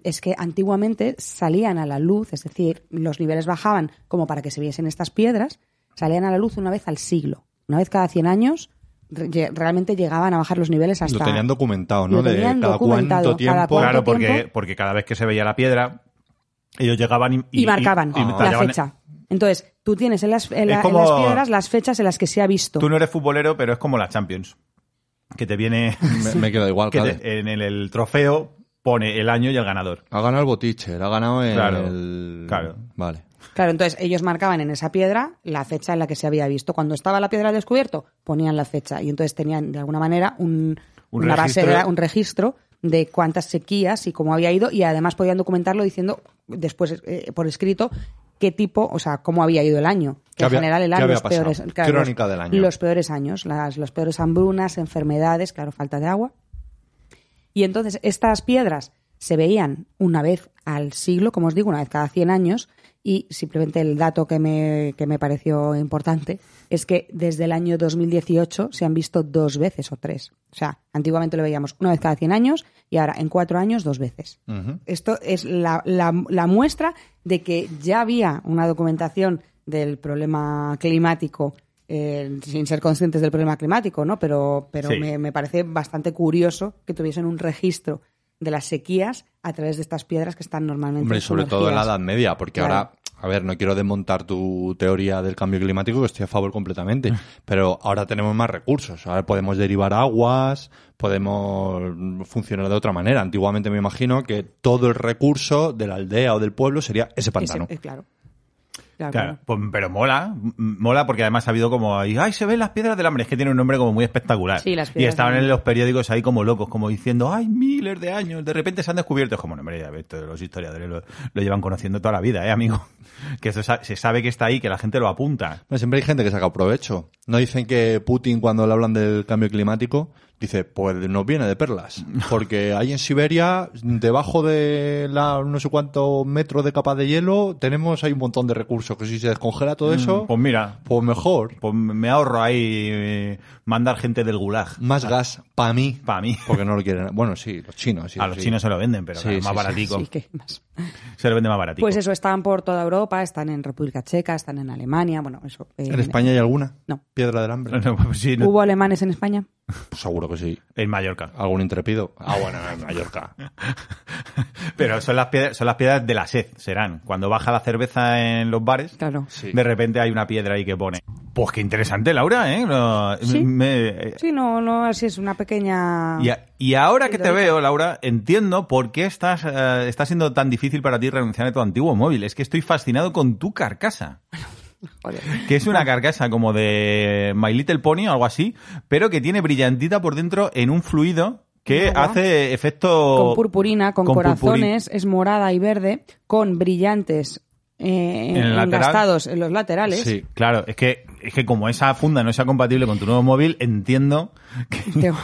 es que antiguamente salían a la luz, es decir, los niveles bajaban como para que se viesen estas piedras, salían a la luz una vez al siglo. Una vez cada 100 años, re- lle- realmente llegaban a bajar los niveles hasta...
lo tenían documentado, ¿no?
Lo tenían
de cada
documentado,
cuánto tiempo.
cada cuánto-
Claro, porque,
tiempo?
porque cada vez que se veía la piedra, ellos llegaban y,
y, marcaban
y
la
tallaban-
fecha. Entonces, tú tienes en las, en la- en
como-
las piedras las fechas en las que se ha visto.
Tú no eres futbolero, pero es como la Champions. Que te viene. *laughs*
Me, me queda igual,
que
claro.
te- en el, el trofeo pone el año y el ganador.
Ha ganado el Boticher, ha ganado el.
Claro,
el-
claro.
Vale.
Claro, entonces ellos marcaban en esa piedra la fecha en la que se había visto. Cuando estaba la piedra al descubierto, ponían la fecha. Y entonces tenían, de alguna manera, un,
Un
una base de
registro.
da- un registro de cuántas sequías y cómo había ido. Y además podían documentarlo diciendo después, eh, por escrito, qué tipo, o sea, cómo había ido el año. Que
¿Qué
en
había-
general
qué
eran
había
los
pasado?
peores,
Crónica
los-
del año.
los peores años, las, las peores hambrunas, enfermedades, claro, falta de agua. Y entonces estas piedras se veían una vez al siglo, como os digo, una vez cada 100 años. Y simplemente el dato que me, que me pareció importante es que desde el año 2018 se han visto dos veces o tres. O sea, antiguamente lo veíamos una vez cada 100 años y ahora en cuatro años dos veces.
Ujú.
Esto es la, la- la muestra de que ya había una documentación del problema climático, eh, sin ser conscientes del problema climático, ¿no? Pero, pero
Sí.
me, me parece bastante curioso que tuviesen un registro de las sequías a través de estas piedras que están normalmente.
Hombre, sobre todo en la
sumergidas.
Edad Media, porque
Claro.
ahora, a ver, no quiero desmontar tu teoría del cambio climático, que estoy a favor *laughs* completamente, pero ahora tenemos más recursos, ahora podemos derivar aguas, podemos funcionar de otra manera. Antiguamente me imagino que todo el recurso de la aldea o del pueblo sería ese pantano.
Ese- eh, claro.
Claro,
Claro, claro.
pues, pero mola, m- mola porque además ha habido como ahí, ay, se ven las piedras del hambre, es que tiene un nombre como muy espectacular.
Sí, las
y
piedras
estaban
del
en
hambre.
los periódicos ahí como locos, como diciendo, ay, miles de años, de repente se han descubierto. Es como, no, hombre, ya ves, todos los historiadores lo, lo llevan conociendo toda la vida, ¿eh, amigo? *laughs* Que eso sa- se sabe que está ahí, que la gente lo apunta.
Bueno, siempre hay gente que saca provecho. No dicen que Putin, cuando le hablan del cambio climático, dice, pues nos viene
*laughs*
de perlas. Porque ahí en Siberia, debajo de la no sé cuántos metros de capa de hielo, tenemos ahí un montón de recursos. Que si se descongela todo eso,
Pues mira,
pues mejor.
pues me ahorro ahí eh, mandar gente del gulag.
Más gas para mí.
Para mí.
Porque no lo quieren. Bueno, sí, los chinos. Pues sí,
a los
sí.
chinos se lo venden, pero
Sí,
claro,
sí,
más
sí.
baratico.
Sí, que más.
Se lo vende más baratico.
Pues eso, están por toda Europa, están en República Checa, están en Alemania, bueno, eso. eh,
¿En España hay alguna?
No.
¿Piedra del hambre?
*laughs* No, pues sí, no.
¿Hubo alemanes en España?
Pues seguro que sí.
En Mallorca.
¿Algún intrepido? Ah, bueno, en
*laughs*
Mallorca.
Pero son las, piedras, son las piedras de la sed, serán. Cuando baja la cerveza en los bares,
Claro.
Sí.
de repente hay una piedra ahí que pone. Pues qué interesante, Laura, ¿eh? No,
Sí.
me- eh,
Sí, no, no, así es una pequeña.
y, a- y ahora que
lo
te
digo.
veo, Laura, entiendo por qué estás, eh, está siendo tan difícil para ti renunciar a tu antiguo móvil. Es que estoy fascinado con tu carcasa.
Joder.
Que es una carcasa como de My Little Pony o algo así, pero que tiene brillantita por dentro en un fluido que
Agua.
hace efecto...
Con purpurina, con,
purpurina.
corazones, es morada y verde, con brillantes eh,
En el lateral.
engastados en los laterales.
Sí.
Claro, es que, es que como esa funda no sea compatible con tu nuevo móvil, entiendo que...
*laughs* Tengo,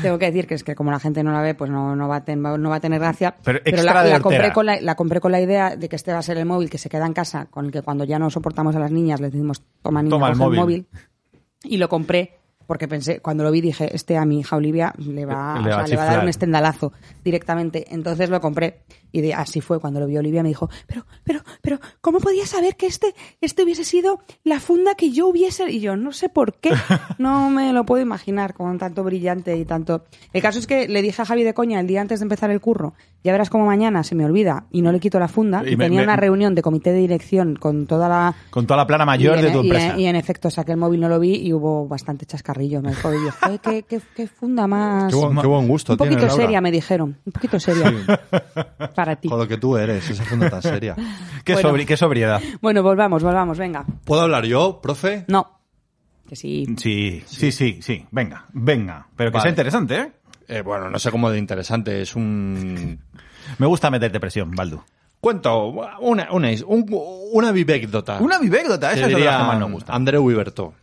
tengo que decir que es que como la gente no la ve, pues no, no, va, a ten- no va a tener gracia.
Pero
la,
extra de
la
hortera.
compré con la, la compré con la idea de que este va a ser el móvil que se queda en casa, con el que cuando ya no soportamos a las niñas les decimos, toma niña,
Toma el
coge
móvil".
Y lo compré porque pensé, cuando lo vi dije, este a mi hija Olivia le
Le
va,
va a
o sea, le va a
chiflar.
dar un estendalazo directamente. Entonces lo compré y de- así fue cuando lo vio Olivia me dijo, pero, pero, pero, ¿cómo podía saber que este, este hubiese sido la funda que yo hubiese? Y yo no sé por qué, no me lo puedo imaginar con tanto brillante y tanto. El caso es que le dije a Javi de coña el día antes de empezar el curro, ya verás cómo mañana se me olvida y no le quito la funda.
Y
Y,
me-
tenía
me-
una reunión de comité de dirección con toda la
Con toda la plana mayor
y
de
en- e-
tu
y en-
empresa.
Y en, efecto, saqué el móvil, no lo vi y hubo bastante chascarrillo. Me dijo, oye, joder, qué, qué- qué funda más.
Qué buen, qué buen gusto
un poquito
tienes, Laura.
seria, me dijeron. Un poquito seria. *laughs* Para ti.
Con lo que tú eres, esa funda
*laughs*
tan seria.
qué,
bueno.
sobri- qué sobriedad.
Bueno, volvamos, volvamos, venga.
¿Puedo hablar yo, profe?
No. Que sí.
Sí, sí, sí, sí. Venga, venga. Pero que
Vale.
sea interesante, ¿eh?
Eh, bueno, no sé cómo de interesante, es un
Me gusta meterte presión, Baldu.
cuento, una, una, his- un- una vivécdota.
Ah. Una vivécdota,
que
esa es de las
diría
que más nos gusta.
Andreu Iberto.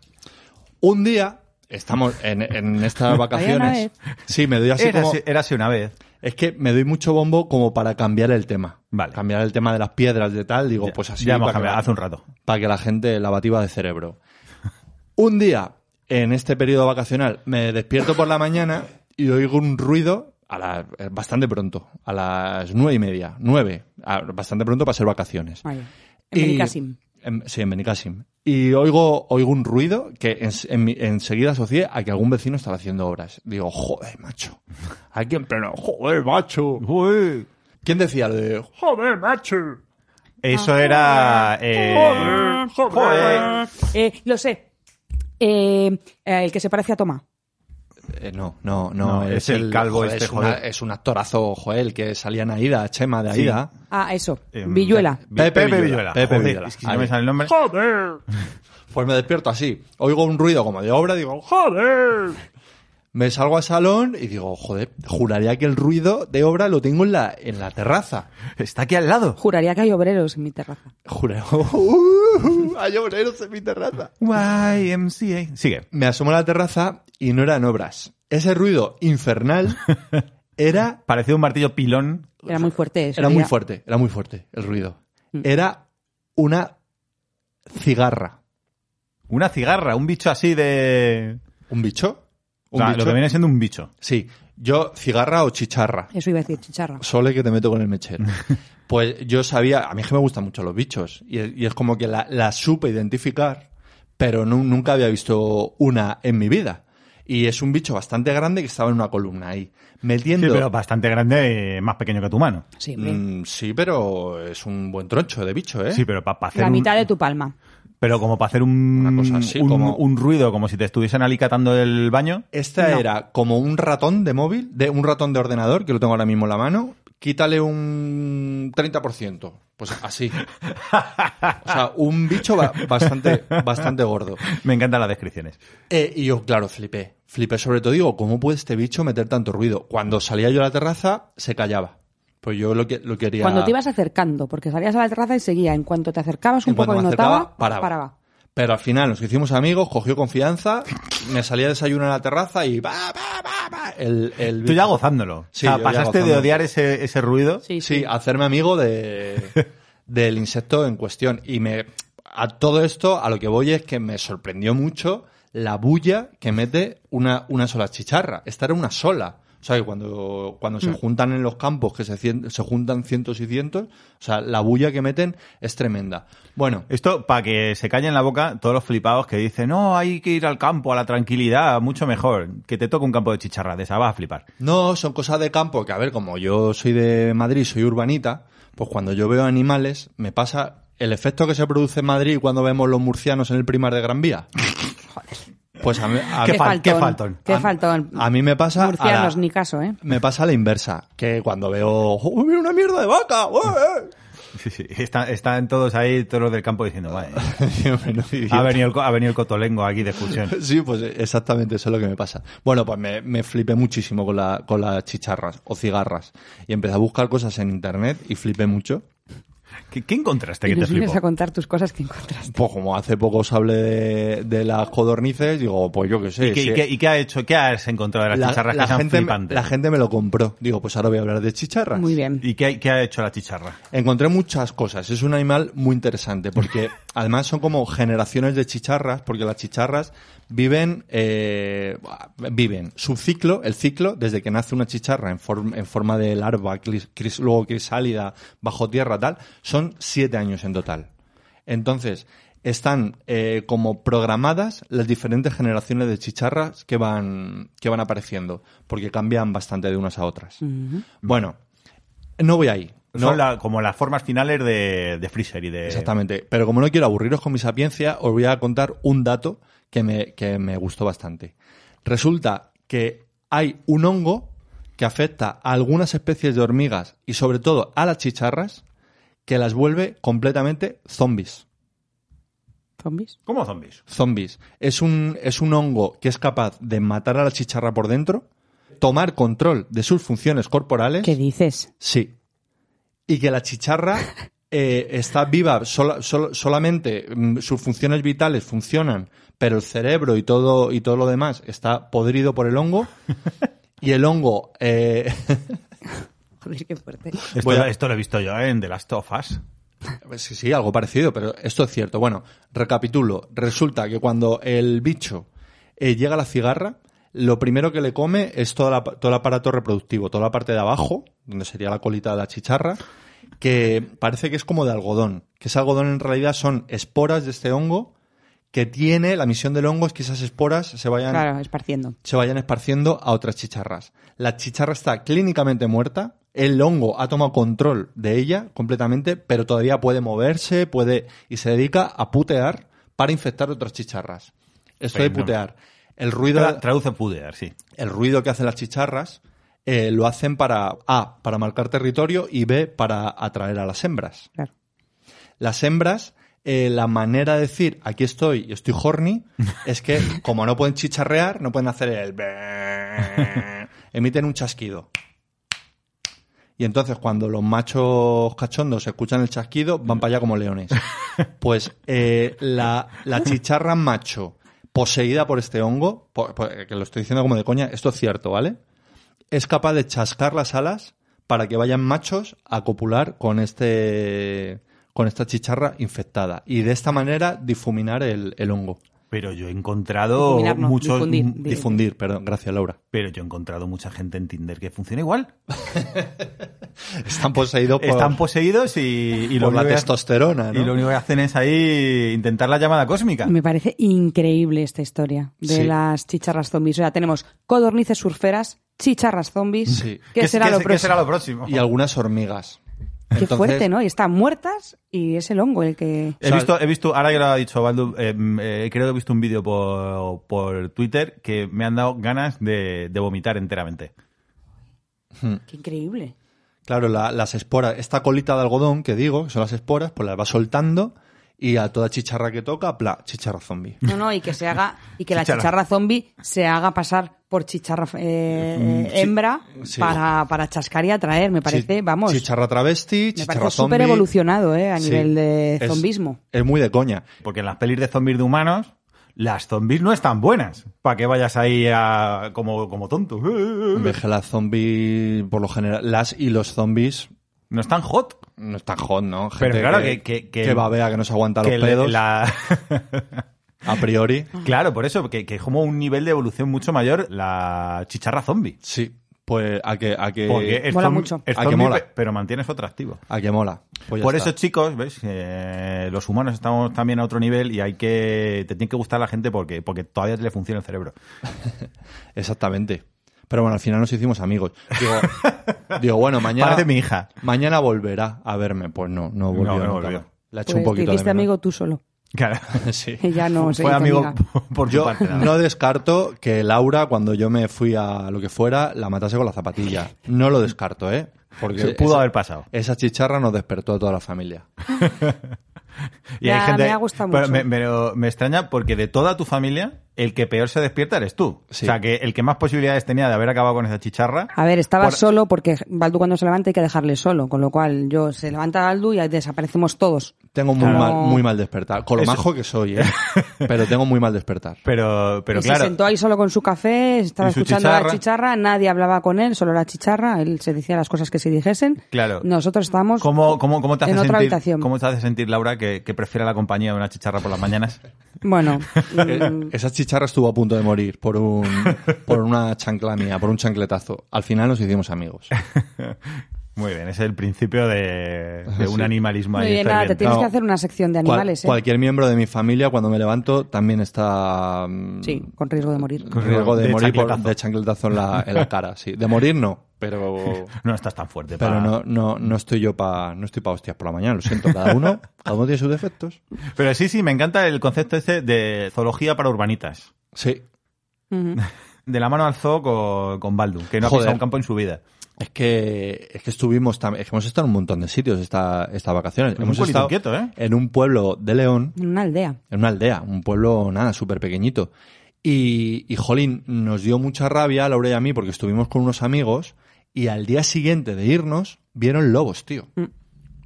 Un día, estamos en, en estas vacaciones. Sí, me doy así
Era
como...
así- era así una vez.
Es que me doy mucho bombo como para cambiar el tema.
Vale.
Cambiar el tema de las piedras, de tal, digo,
Ya-
pues así.
ya hemos
para que-
cambiado, hace un rato.
para que la gente la bativa de cerebro. Un día, en este periodo vacacional, me despierto por la mañana y oigo un ruido a la- eh, bastante pronto, a las nueve y media, nueve, a- bastante pronto para ser vacaciones.
Vaya.
Y-
Benicassim.
en- sí, en Benicassim. Y oigo, oigo un ruido que ens- en mi- enseguida asocié a que algún vecino estaba haciendo obras. Digo, joder, macho. Aquí en pleno, joder, macho.
Uy.
¿Quién decía lo de, joder, macho?
Eso
Ah.
era... eh,
Joder, joder.
Eh, lo sé. Eh, eh, el que se parece a Toma.
Eh, no, no, no,
No, es el calvo este,
es, una-
joder.
es un actorazo, Joel, que salía en Aida, Chema de
Sí.
Aida.
Ah, eso.
eh,
Villuela.
Pepe,
Pepe
Villuela.
Villuela. Pepe
Joder,
Villuela.
es que no
Ahí.
me sale el nombre.
Pues me despierto así, oigo un ruido como de obra, digo, joder. Me salgo al salón y digo, joder, juraría que el ruido de obra lo tengo en la, en la terraza.
Está aquí al lado.
Juraría que hay obreros en mi terraza.
Juraría, *laughs* "Uh, hay obreros en mi terraza.
YMCA. Sigue.
Me asomo a la terraza *laughs* y no eran obras. Ese ruido infernal era
Parecía un martillo pilón
Era muy fuerte eso.
Era muy
ya.
fuerte, era muy fuerte el ruido. Era una cigarra.
Una cigarra, un bicho así de...
¿Un bicho?
O
¿Un
sea, lo
bicho?
que viene siendo un bicho.
Sí, yo cigarra o chicharra.
Eso iba a decir, chicharra.
Sole que te meto con
*laughs*
el mechero. Pues yo sabía, a mí es que me gustan mucho los bichos y es, y es como que la, la supe identificar, pero nu- nunca había visto una en mi vida. Y es un bicho bastante grande que estaba en una columna ahí,
Sí,
metiendo...
pero bastante grande, eh, más pequeño que tu mano.
Sí, hombre.
Mm, sí, pero es un buen troncho de bicho, ¿eh?
Sí, pero para hacer
La
un-
mitad de tu palma.
Pero como para hacer un,
Una cosa así,
un,
como-
un ruido, como si te estuviesen alicatando el baño.
Esta
No.
era como un ratón de móvil, de un ratón de ordenador, que lo tengo ahora mismo en la mano, quítale un 30%. Pues así. O sea, un bicho ba- bastante, bastante gordo.
Me encantan las descripciones.
Eh, y yo, claro, flipé. Flipé sobre todo, digo, ¿cómo puede este bicho meter tanto ruido? Cuando salía yo a la terraza, se callaba. Pues yo lo, que, lo quería...
Cuando te ibas acercando, porque salías a la terraza y seguía. En cuanto te acercabas un
En cuanto
poco y
me
notaba,
acercaba, paraba. Pero al final nos hicimos amigos, cogió confianza, me salía a desayunar a la terraza y... va, va, va, va, El, el
Tú ya gozándolo.
Sí,
o sea,
yo ya
pasaste de
gozándolo.
odiar ese, ese ruido.
Sí, sí.
Sí, hacerme amigo de, del insecto en cuestión. Y me a todo esto, a lo que voy es que me sorprendió mucho la bulla que mete una, una sola chicharra. Esta era una sola. O sea, que cuando, cuando se juntan en los campos, que se, cien- se juntan cientos y cientos, o sea, la bulla que meten es tremenda. Bueno,
Esto para que se calle en la boca todos los flipados que dicen, no, hay que ir al campo, a la tranquilidad, mucho mejor. Que te toque un campo de chicharra, de esa vas a flipar.
No, son cosas de campo que, a ver, como yo soy de Madrid, soy urbanita, pues cuando yo veo animales, me pasa el efecto que se produce en Madrid cuando vemos los murcianos en el primar de Gran
*laughs*
Vía. Pues a mí, a,
Qué
Qué
fal-
faltón.
qué faltón.
Qué
a-
faltón.
a mí me pasa a
Murcianos,
la-
ni caso, ¿eh?
me pasa la inversa, que cuando veo "Oh, mira una mierda de vaca, ¡Oh, *laughs* eh".
Sí, sí. Está- están todos ahí, todos los del campo diciendo, vale,
Digo, "Menudo idiota".
ha venido, el, co- ha venido el cotolengo aquí de excursión.
Sí, pues exactamente eso es lo que me pasa. Bueno, pues me, me flipé muchísimo con, la, con las chicharras o cigarras y empecé a buscar cosas en internet y flipé mucho.
¿Qué, qué encontraste
Y
que te
nos vienes a
flipó?
contar tus cosas que encontraste.
Pues como hace poco os hablé de, de las codornices, digo, pues yo qué sé.
¿Y qué,
sí.
y qué- y qué ha hecho? ¿Qué has encontrado de las
La-
chicharras
la
que sean
gente,
flipantes?
la gente me lo compró. Digo, pues ahora voy a hablar de chicharras.
*laughs*
Muy bien.
¿Y qué, qué ha hecho la chicharra?
Encontré muchas cosas. Es un animal muy interesante porque además son como generaciones de chicharras, porque las chicharras viven, eh, viven su ciclo, el ciclo, desde que nace una chicharra en, form- en forma de larva, cris- cris- luego crisálida, bajo tierra, tal, son siete años en total. Entonces, están eh, como programadas las diferentes generaciones de chicharras que van, que van apareciendo, porque cambian bastante de unas a otras.
Mm.
Bueno, no voy ahí. No,
Son la- como las formas finales de, de Freezer y de...
Exactamente. Pero como no quiero aburriros con mi sapiencia, os voy a contar un dato que me, que me gustó bastante. Resulta que hay un hongo que afecta a algunas especies de hormigas y sobre todo a las chicharras que las vuelve completamente zombies.
¿Zombies?
¿Cómo zombies?
Zombies. Es un, es un hongo que es capaz de matar a la chicharra por dentro, tomar control de sus funciones corporales.
¿Qué dices?
Sí. Y que la chicharra eh, está viva, sola- sol- solamente mm, sus funciones vitales funcionan, pero el cerebro y todo, y todo lo demás está podrido por el hongo. Y el hongo, eh,
Joder, qué fuerte.
Esto,
Voy a-
esto lo he visto yo ¿eh? en The Last of Us.
*laughs* sí, sí, algo parecido, pero esto es cierto. Bueno, recapitulo. Resulta que cuando el bicho eh, llega a la cigarra, lo primero que le come es toda la- todo el aparato reproductivo, toda la parte de abajo, donde sería la colita de la chicharra, que parece que es como de algodón. Que ese algodón en realidad son esporas de este hongo que tiene, la misión del hongo es que esas esporas se vayan
Claro, esparciendo.
se vayan esparciendo a otras chicharras. La chicharra está clínicamente muerta, el hongo ha tomado control de ella completamente, pero todavía puede moverse, puede y se dedica a putear para infectar otras chicharras. Esto de
Fenómeno.
putear. El ruido,
Tra- traduce pudear, sí.
el ruido que hacen las chicharras eh, lo hacen para A, para marcar territorio y B, para atraer a las hembras
Claro.
las hembras, eh, la manera de decir aquí estoy y estoy horny, es que como no pueden chicharrear, no pueden hacer el... be- emiten un chasquido. Y entonces cuando los machos cachondos escuchan el chasquido, van para allá como leones. Pues eh, la, la chicharra macho poseída por este hongo, po- po- que lo estoy diciendo como de coña, esto es cierto, ¿vale? Es capaz de chascar las alas para que vayan machos a copular con este con esta chicharra infectada y de esta manera difuminar el, el hongo.
Pero yo he encontrado
Difuminarnos,
muchos.
difundir,
m-
di-
difu-
Difundir, perdón, gracias Laura.
Pero yo he encontrado mucha gente en Tinder que funciona igual.
Están poseídos por,
Están poseídos y, y
por
lo
la
único que-
testosterona, ¿no?
Y lo único que hacen es ahí intentar la llamada cósmica.
Me parece increíble esta historia de
Sí.
las chicharras zombies. O sea, tenemos codornices surferas, chicharras zombies.
Sí.
¿Qué, será lo próximo?
será lo próximo?
Y algunas hormigas.
Qué
Entonces,
fuerte, ¿no? Y están muertas y es el hongo el que...
He visto, he visto, ahora que lo ha dicho Baldu, eh, eh, creo que he visto un vídeo por, por Twitter que me han dado ganas de, de vomitar enteramente.
Qué increíble.
Claro, la- las esporas, esta colita de algodón que digo, que son las esporas, pues las va soltando y a toda chicharra que toca, pla, chicharra zombie.
No, no, y que se haga... Y que la
Chicharra.
chicharra zombie se haga pasar por chicharra eh,
Mm, sí.
hembra
Sí.
para, para chascar y atraer. Me parece, vamos,
Chicharra
Este
travesti,
me
chicharra
parece
zombie.
súper evolucionado, ¿eh? A
Sí.
nivel de
Es-
zombismo.
es muy de coña.
Porque en las pelis de zombies de humanos, las zombies no están buenas. Para que vayas ahí a, como, como tonto.
Ves que las zombies, por lo general, las y los zombies
No están hot.
no están hot, ¿no?
Pero claro que- que- que-
babea, que no se aguanta
Que
los
le-
pedos,
la-
a priori.
claro, por eso, que, que es como un nivel de evolución mucho mayor la chicharra zombie.
Sí, pues a que, a que,
Porque es
Mola
zombi-
mucho.
es
Ah, que
zombie,
mola.
pe- pero mantiene su atractivo.
a que mola. Pues ya
Por
está.
eso, chicos, ¿ves? Eh, los humanos estamos también a otro nivel y hay que. Te tiene que gustar la gente porque, porque todavía te le funciona el cerebro.
Exactamente. Pero bueno, al final nos hicimos amigos.
*laughs*
Digo, digo, bueno, mañana,
Parece mi hija.
mañana volverá a verme. Pues no, no volvió.
No, no
nunca
volvió.
más. La eché
Pues
un poquito
te
de
hiciste
menos.
amigo tú solo. *laughs*
Claro.
*laughs* Sí.
Ella no se
Fue
hizo
amigo
amiga.
por- *laughs* por su
Yo
parte. nada.
no descarto que Laura, cuando yo me fui a lo que fuera, la matase con la zapatilla. No lo descarto, ¿eh? Porque
Se pudo
esa-
haber pasado.
Esa chicharra nos despertó a toda la familia.
Y hay
Ya,
gente-
me ha gustado
pero
mucho.
Me, pero me extraña porque de toda tu familia, el que peor se despierta eres tú.
Sí.
O sea, que el que más posibilidades tenía de haber acabado con esa chicharra.
A ver, estaba
Por-
solo porque Baldu cuando se levanta hay que dejarle solo, con lo cual yo se levanta Baldu y ahí desaparecemos todos.
Tengo muy,
Claro.
mal, muy mal despertar. Con lo
Eso.
majo que soy, ¿eh? Pero tengo muy mal despertar.
Pero, pero
y
claro.
se sentó ahí solo con su café, estaba
Y su
escuchando
chicharra.
la chicharra, nadie hablaba con él, solo la chicharra, él se decía las cosas que se dijesen.
Claro.
Nosotros estábamos
¿Cómo, cómo, cómo te hace
en otra
sentir,
habitación.
¿Cómo te hace sentir, Laura, que, que prefiera la compañía de una chicharra por las mañanas? *laughs*
Bueno,
Eh,
mm,
Esa chicharra estuvo a punto de morir por un por una chancla mía, por un chancletazo. Al final nos hicimos amigos.
Muy bien, ese es el principio de, de un
Ah, Sí.
animalismo
muy
ahí
bien, nada, te
ferviente.
tienes
No.
que hacer una sección de
Cual-
animales, ¿eh?
Cualquier miembro de mi familia, cuando me levanto, también está mm,
Sí, con riesgo
*laughs*
de morir.
con riesgo de,
De
morir por-
chancletazo.
de chancletazo en la, en la cara. Sí, de morir no, pero
No estás tan fuerte.
pero
pa-
no, no, no estoy yo para no estoy para hostias por la mañana. Lo siento, cada uno cada uno tiene sus defectos.
Pero sí, sí, me encanta el concepto este de zoología para urbanitas.
Sí,
Ujú.
De la mano al zoo con, con Baldu, que no ha
Joder.
pisado un campo en su vida.
Es que, es que estuvimos tam- es que hemos estado en un montón de sitios esta, esta vacaciones.
Un
hemos
pueblito
estado
quieto, ¿eh?
en un pueblo de León,
En una aldea.
en una aldea, un pueblo nada, súper pequeñito. Y, y jolín, nos dio mucha rabia, Laura y a mí, porque estuvimos con unos amigos y al día siguiente de irnos vieron lobos, tío.
Mm.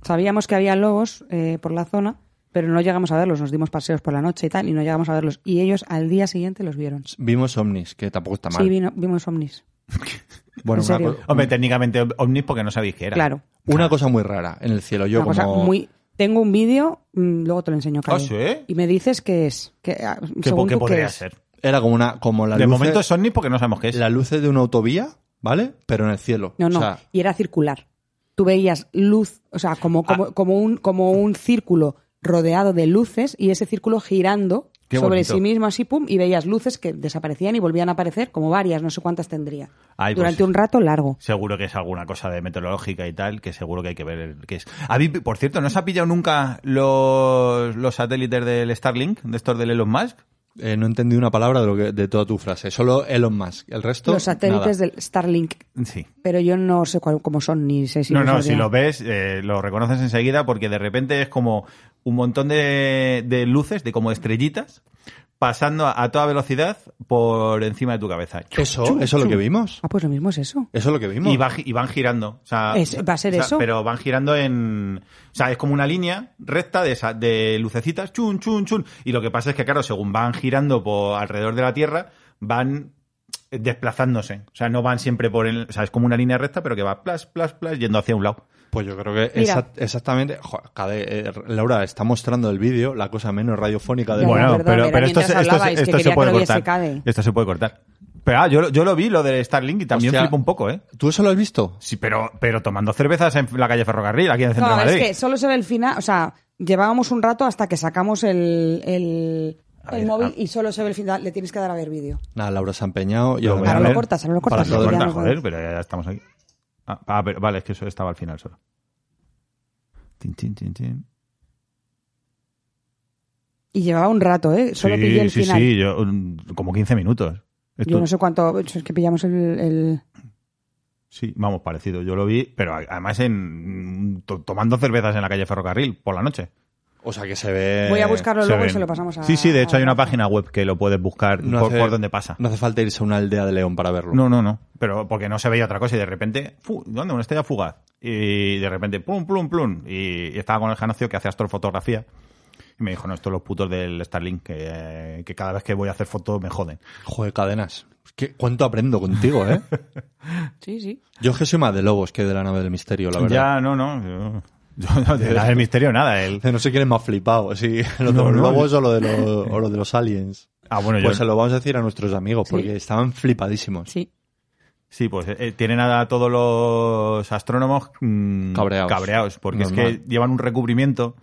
Sabíamos que había lobos eh, por la zona, pero no llegamos a verlos, nos dimos paseos por la noche y tal, y no llegamos a verlos. Y ellos al día siguiente los vieron.
Vimos ovnis, que tampoco está mal.
Sí, vino- vimos ovnis.
bueno,
¿en
una,
serio?
co-
Hombre, técnicamente ovnis porque no sabéis qué era.
Claro.
una cosa muy rara en el cielo. Yo
Una cosa
como
muy. Tengo un vídeo, mm, luego te lo enseño, Cayo.
Ah, ¿sí?
Y me dices que es. Que, ah,
¿Qué,
según
po- qué
tú,
podría
es.
ser?
era como una como la
de
luces-
momento es ovnis porque no sabemos qué es.
las luces de una autovía, ¿vale? Pero en el cielo.
No, no.
O sea,
y era circular. Tú veías luz, o sea, como, como,
Ah.
como, un, como un círculo rodeado de luces y ese círculo girando
Qué
sobre
bonito.
sí mismo así, pum, y veías luces que desaparecían y volvían a aparecer, como varias, no sé cuántas tendría.
Ay, pues
durante
sí.
un rato largo.
Seguro que es alguna cosa de meteorológica y tal, que seguro que hay que ver el- qué es. ¿Habéis- por cierto, ¿no se ha pillado nunca los, los satélites del Starlink, de estos del Elon Musk?
Eh, no entendí una palabra de, lo que, de toda tu frase. Solo Elon Musk. El resto.
Los satélites del Starlink.
Sí.
Pero yo no sé cuál- cómo son, ni sé si...
no,
los
no,
habría-
si lo ves, eh, lo reconoces enseguida porque de repente es como un montón de, de luces, de como estrellitas, pasando a, a toda velocidad por encima de tu cabeza.
de. Eso, eso es lo que vimos.
Ah, pues lo mismo es eso.
Eso es lo que vimos.
Y, va gi- y van girando. O sea,
Es- va a ser
o sea,
eso.
Pero van girando en. O sea, es como una línea recta de, esa- de lucecitas, chun, chun, chun. Y lo que pasa es que, claro, según van girando por alrededor de la Tierra, van desplazándose. O sea, no van siempre por el. O sea, es como una línea recta, pero que va plas, plas, plas, yendo hacia un lado.
Pues yo creo que
Mira.
exact- exactamente. jo, cada- eh, Laura está mostrando el vídeo, la cosa menos radiofónica de.
Ya,
bueno,
la verdad,
pero,
Vera,
pero esto,
mientras
se- esto se-
hablabais que
esto se
quería
puede
que lo viese,
cortar.
Cade.
Esto se puede cortar. Pero ah, yo, lo- yo lo vi, lo del Starlink, y también
Hostia.
flipo un poco, ¿eh?
¿Tú eso lo has visto?
Sí, pero, pero tomando cervezas en la calle Ferrocarril, aquí en el centro
No,
de
es
Madrid.
que solo se ve el final, o sea, llevábamos un rato hasta que sacamos el, el,
A
el
ver, ah.
móvil
a-
y solo se ve el final, le tienes que dar a ver vídeo.
Nada, Laura se ha empeñado. y
Lo
ahora
voy a
Ahora
me-
lo
ver.
cortas, ahora lo
Para
cortas.
todo
y
corta,
ya
Corta,
nos
joder,
vamos.
pero ya estamos aquí. Ah, ah, pero- vale, es que eso estaba al final solo. Tin, tin, tin, tin.
Y llevaba un rato, ¿eh? Solo
sí,
pillé el
sí,
final.
sí, yo, un- como 15 minutos. Esto-
Yo no sé cuánto, es que pillamos el... el-
Sí, vamos, parecido. Yo lo vi, pero a- además en to- tomando cervezas en la calle Ferrocarril por la noche.
O sea que se ve.
Voy a buscarlo luego
ven.
y se lo pasamos a...
Sí, sí, de hecho
a
hay una
Rafa.
página web que lo puedes buscar
No
por,
hace-
por donde pasa.
No hace falta irse a una aldea de León para verlo.
No, no, no. Pero porque no se veía otra cosa y de repente, fu, ¿dónde? Una estrella fugaz. Y de repente, plum, plum, plum. Y, y estaba con el Janacio que hace astrofotografía. Y me dijo, no, estos los putos del Starlink, que, que cada vez que voy a hacer fotos me joden.
Joder, cadenas. ¿Qué, ¿Cuánto aprendo
*laughs*
contigo, eh?
Sí, sí.
Yo es que soy más de lobos que de la nave del misterio, la verdad.
Ya, no, no. Yo, *laughs* yo no, de la del misterio nada. El,
No sé quién es más flipado, si *laughs* lo de
No,
los
no.
lobos o lo de, lo- o lo de los aliens.
ah, bueno,
Pues
yo,
se lo vamos a decir a nuestros amigos,
Sí.
porque estaban flipadísimos.
Sí.
Sí, pues eh, tienen a todos los astrónomos mm,
Cabreados.
porque es
Normal.
que llevan un recubrimiento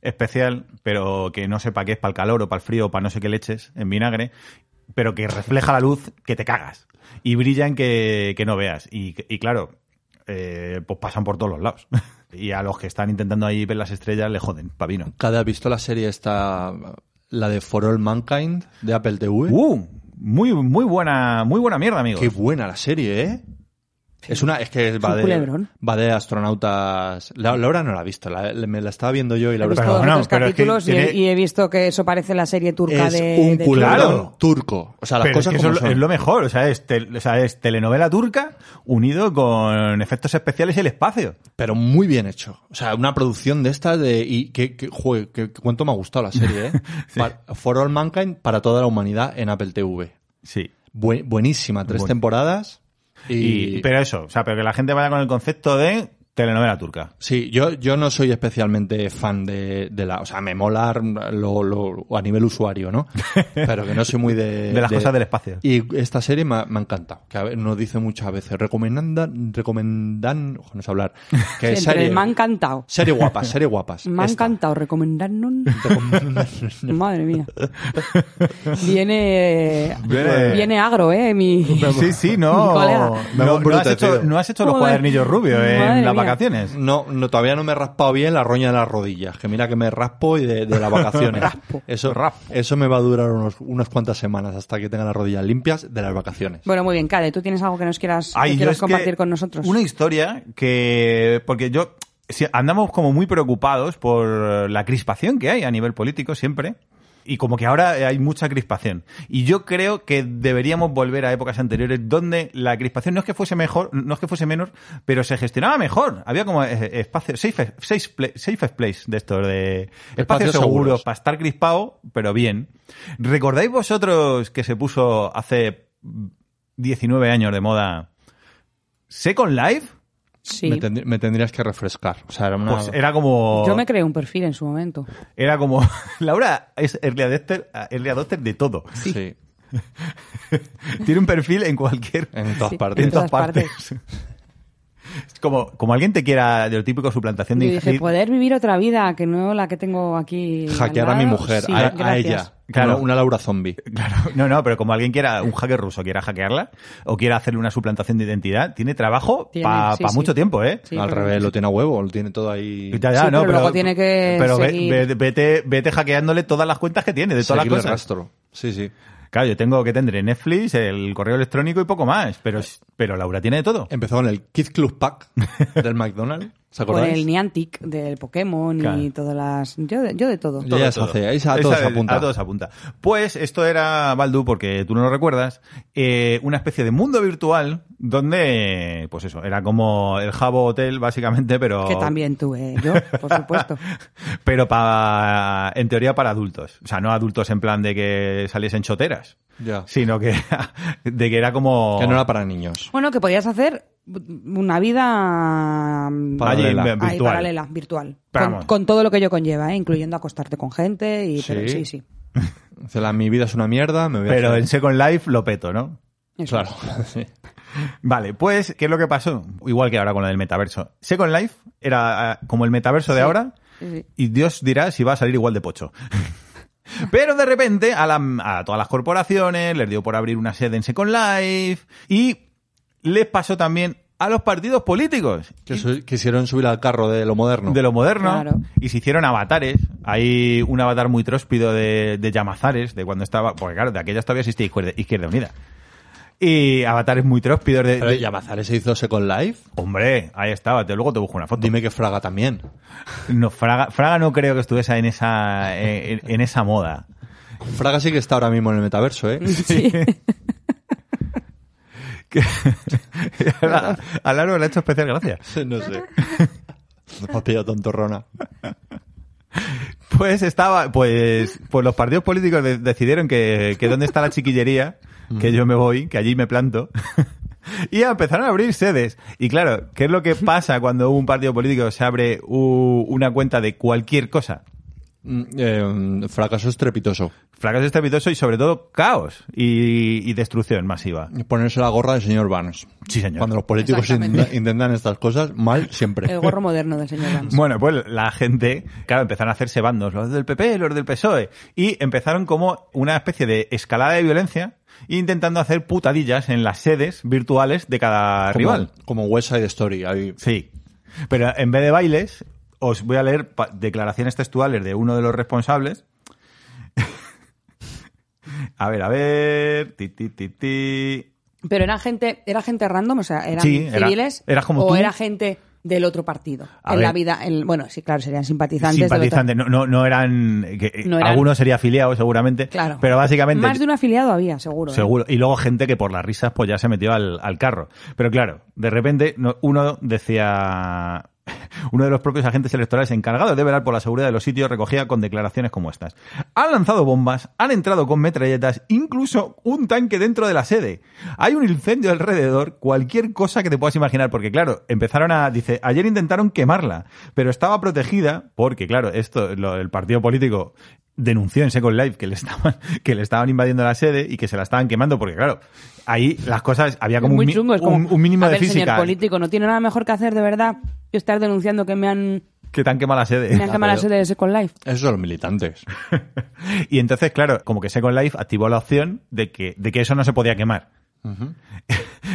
especial, pero que no sé para qué es, para el calor o para el frío o para no sé qué leches en vinagre, pero que refleja la luz que te cagas y brillan que, que no veas. Y, y claro, eh, pues pasan por todos los lados. *laughs* y a los que están intentando ahí ver las estrellas le joden, pavino.
Cada has visto la serie esta, la de For All Mankind de Apple TV.
¡Uh! Muy, muy buena, muy buena mierda, amigos.
Qué buena la serie, ¿eh? Es una, es que va
un
de,
culebrón.
va de astronautas. La- Laura no la ha visto, la- me la estaba viendo yo y
He
Laura
visto
Pero
dos o
bueno,
tres
pero es que
capítulos y, he,
tiene-
y he visto que eso parece la serie turca
es
de...
un
de-
culebrón
Claro.
turco. O sea, las
Pero
cosas
es que
como
eso es lo-
son.
es lo mejor, o sea, es, tel- o sea, es telenovela turca unido con efectos especiales y el espacio.
pero muy bien hecho. O sea, una producción de esta de... Y que, que, jue- que- que cuánto me ha gustado la serie, *laughs* ¿eh? Pa- For All Mankind, para toda la humanidad en Apple TV.
Sí.
Bue- buenísima, tres
Bueno.
temporadas.
Y,
Y,
pero eso, o sea, pero que la gente vaya con el concepto de telenovela turca.
Sí, yo, yo no soy especialmente fan de, de la... O sea, me mola lo, lo- a nivel usuario,
*laughs*
¿no? Pero que no soy muy de...
De las cosas del espacio.
Y esta serie me ha, me ha encantado. Que a ver, nos dice muchas veces, recomendan... recomendan ojo, no sé hablar.
Sí,
Que
*laughs* entre
serie,
el me ha encantado.
serie guapas, serie guapas.
Me ha
Esta.
encantado,
*laughs*
recomendarnos. Madre mía. Viene,
Viene-
viene, agro, eh, mi,
Sí, sí, *laughs*
mi
no.
colega.
No, no has,
embrutecido.
hecho, no has hecho los
Joder.
cuadernillos rubios en
Madre
las
mía.
vacaciones.
No, no, todavía no me he raspado bien la roña de las rodillas. Que mira que me raspo y de, de
*laughs*
las vacaciones.
Raspo.
Eso, eso me va a durar unos, unas cuantas semanas hasta que tenga las rodillas limpias de las vacaciones.
Bueno, muy bien, Cade, tú tienes algo que nos quieras, que
Ay, yo
quieras
es que
compartir con nosotros.
Una historia que. Porque yo. si andamos como muy preocupados por la crispación que hay a nivel político siempre. Y como que ahora hay mucha crispación. Y yo creo que deberíamos volver a épocas anteriores donde la crispación no es que fuese mejor, no es que fuese menor, pero se gestionaba mejor. Había como eh, espacios, safe, safe, pla- safe place de estos, de espacios,
Espacios
seguros,
seguros.
para estar crispado, pero bien. ¿Recordáis vosotros que se puso hace 19 años de moda Second Life,
Sí.
Me, tendr- me tendrías que refrescar. O sea, era una-
pues era como.
Yo me creé un perfil en su momento.
Era como. *laughs* Laura es early adopter, early adopter de todo.
sí.
Tiene un perfil en cualquier.
en todas
Sí.
partes.
En todas
*laughs* Es como, como alguien te quiera de lo típico suplantación de
Yo dije,
ingeniería.
poder vivir otra vida que no la que tengo aquí. al
*laughs* Hackear a mi
lado.
mujer,
Sí,
a, a
gracias.
ella.
Claro.
Una, una Laura zombie.
Claro, *laughs*
"Pues-".
no, no, pero como alguien quiera, un hacker ruso quiera hackearla o quiera hacerle una suplantación de identidad, tiene trabajo
Tiene,
para
sí, sí.
mucho tiempo, ¿eh?
Sí,
Al
pero-
revés, lo tiene a huevo, lo tiene todo ahí.
Ya, ya,
Sí,
no,
pero luego tiene que
pero ve-
seguir.
ve- vete, vete hackeándole todas las cuentas que tiene, de todas
Seguirle
las cosas.
rastro. Sí, sí.
Claro, yo tengo que tendré Netflix, el correo electrónico y poco más, pero, pero Laura tiene de todo.
Empezó con el Kid
*laughs*
Club Pack del McDonald's. ¿Se
Con
acordáis?
el Niantic del Pokémon
Claro.
y todas las. Yo de, yo de todo.
Ya se hace, ahí a
Esa
todos
de-
apunta.
a todos apunta. Pues esto era, Baldu, porque tú no lo recuerdas, eh, una especie de mundo virtual donde, pues eso, era como el Jabo Hotel, básicamente, pero...
Que también tuve yo, por
*laughs*
supuesto.
Pero para, en teoría para adultos. O sea, no adultos en plan de que saliesen choteras,
Ya.
sino que, *laughs* de que era como...
Que no era para niños.
Bueno, que podías hacer una vida mm,
Para-
allí,
paralela.
en-
ahí,
virtual.
paralela, virtual.
Pero
Con,
vamos.
con todo lo que ello conlleva, ¿eh? incluyendo acostarte con gente y pero sí,
Sí.
sí.
Dice, la- mi vida es una mierda, me voy a
Pero
hacer-
en Second Life lo peto, ¿no?
Eso
Claro. sí.
Vale, pues, ¿qué es lo que pasó? Igual que ahora con el metaverso. Second Life era ah, como el metaverso de ahora,
Sí, sí.
y Dios dirá si va a salir igual de pocho. Pero de repente a, la- a todas las corporaciones les dio por abrir una sede en Second Life y les pasó también a los partidos políticos
Que su- quisieron subir al carro de lo moderno.
de lo moderno
Claro.
y se hicieron avatares. Hay un avatar muy tróspido de, de Llamazares, de cuando estaba, porque claro, de aquellas todavía existía Izquierda, Izquierda Unida. Y avatares muy tróspidos de...
Pero
de-
Llamazares se hizo Second Life.
Hombre, ahí estaba, te, luego te busco una foto.
Dime que Fraga también.
No, Fraga, Fraga no creo que estuviese en esa, en- en esa *laughs* moda.
Fraga sí que está ahora mismo en el *laughs*
*laughs*
metaverso, ¿eh?
Sí.
Que- a, la- a Laro le ha hecho especial gracia.
no *laughs* sé. Me has pillado tontorrona.
Pues estaba, pues, pues los partidos políticos de- decidieron que, que dónde está la chiquillería, que yo me voy, que allí me planto. *laughs* Y empezaron a abrir sedes. Y claro, ¿qué es lo que pasa cuando un partido político se abre u- una cuenta de cualquier cosa?
Mm, eh, fracaso estrepitoso.
Fracaso estrepitoso y sobre todo caos y, y destrucción masiva.
Ponerse la gorra del señor Barnes.
Sí, señor.
Cuando los políticos
Exactamente.
intenta- intentan estas cosas, mal siempre.
El gorro moderno del señor Vance.
Bueno, pues la gente, claro, empezaron a hacerse bandos, los del PP, los del PSOE, E, y empezaron como una especie de escalada de violencia, intentando hacer putadillas en las sedes virtuales de cada
Como-
rival.
Como West Side Story. ahí.
Sí. Pero en vez de bailes, os voy a leer pa- declaraciones textuales de uno de los responsables. *laughs* a ver, a ver. Ti, ti, ti, ti.
Pero era gente, era gente random, o sea, eran
Sí, era-
civiles
era como
o
tú.
era gente del otro partido.
A
en
ver.
la vida, en- bueno, sí, claro, serían simpatizantes. del otro-
Simpatizantes, no, no, no eran, que-
No eran-
Algunos serían afiliados, seguramente.
Claro.
Pero básicamente.
Más de un afiliado había, seguro. ¿eh?
Seguro. Y luego gente que por las risas pues ya se metió al, al carro. Pero claro, de repente no- uno decía... *laughs* Uno de los propios agentes electorales encargados de velar por la seguridad de los sitios recogía con declaraciones como estas. Han lanzado bombas, han entrado con metralletas, incluso un tanque dentro de la sede. Hay un incendio alrededor, cualquier cosa que te puedas imaginar, porque claro, empezaron a... Dice, ayer intentaron quemarla, pero estaba protegida porque, claro, esto, lo- el partido político denunció en Second Life que le estaban *laughs* que le estaban invadiendo la sede y que se la estaban quemando porque claro ahí las cosas había como
muy
un, mi-
chungo, es como,
un, un mínimo
a
de
ver,
física ¿eh?
señor político, no tiene nada mejor que hacer de verdad que estar denunciando que me han,
que tan quemado la *laughs* sede
me han quemado la sede de Second Life.
Esos son los militantes.
y entonces claro como que Second Life activó la opción de que de que eso no se podía quemar *laughs*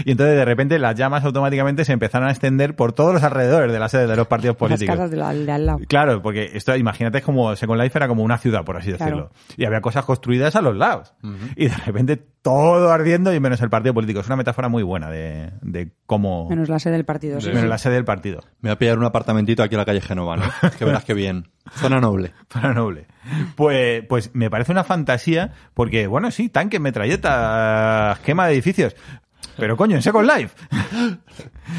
y entonces de repente las llamas automáticamente se empezaron a extender por todos los alrededores de la sede de los partidos
Las
políticos
casas de, la- de al lado.
Claro, porque esto, imagínate, es como Second Life era como una ciudad, por así decirlo.
Claro.
Y había cosas construidas a los lados. Y de repente todo ardiendo y menos el partido político. Es una metáfora muy buena de, de cómo.
Menos la sede del partido. sí,
menos
sí.
la sede del partido. *laughs*
Me voy a pillar un apartamentito aquí en la calle Genova, ¿no? *laughs* Que verás que bien. Zona noble.
Para noble. Pues, pues me parece una fantasía, porque, bueno, sí, tanques, metralletas, quema de edificios. Pero coño, en Second Life. *laughs*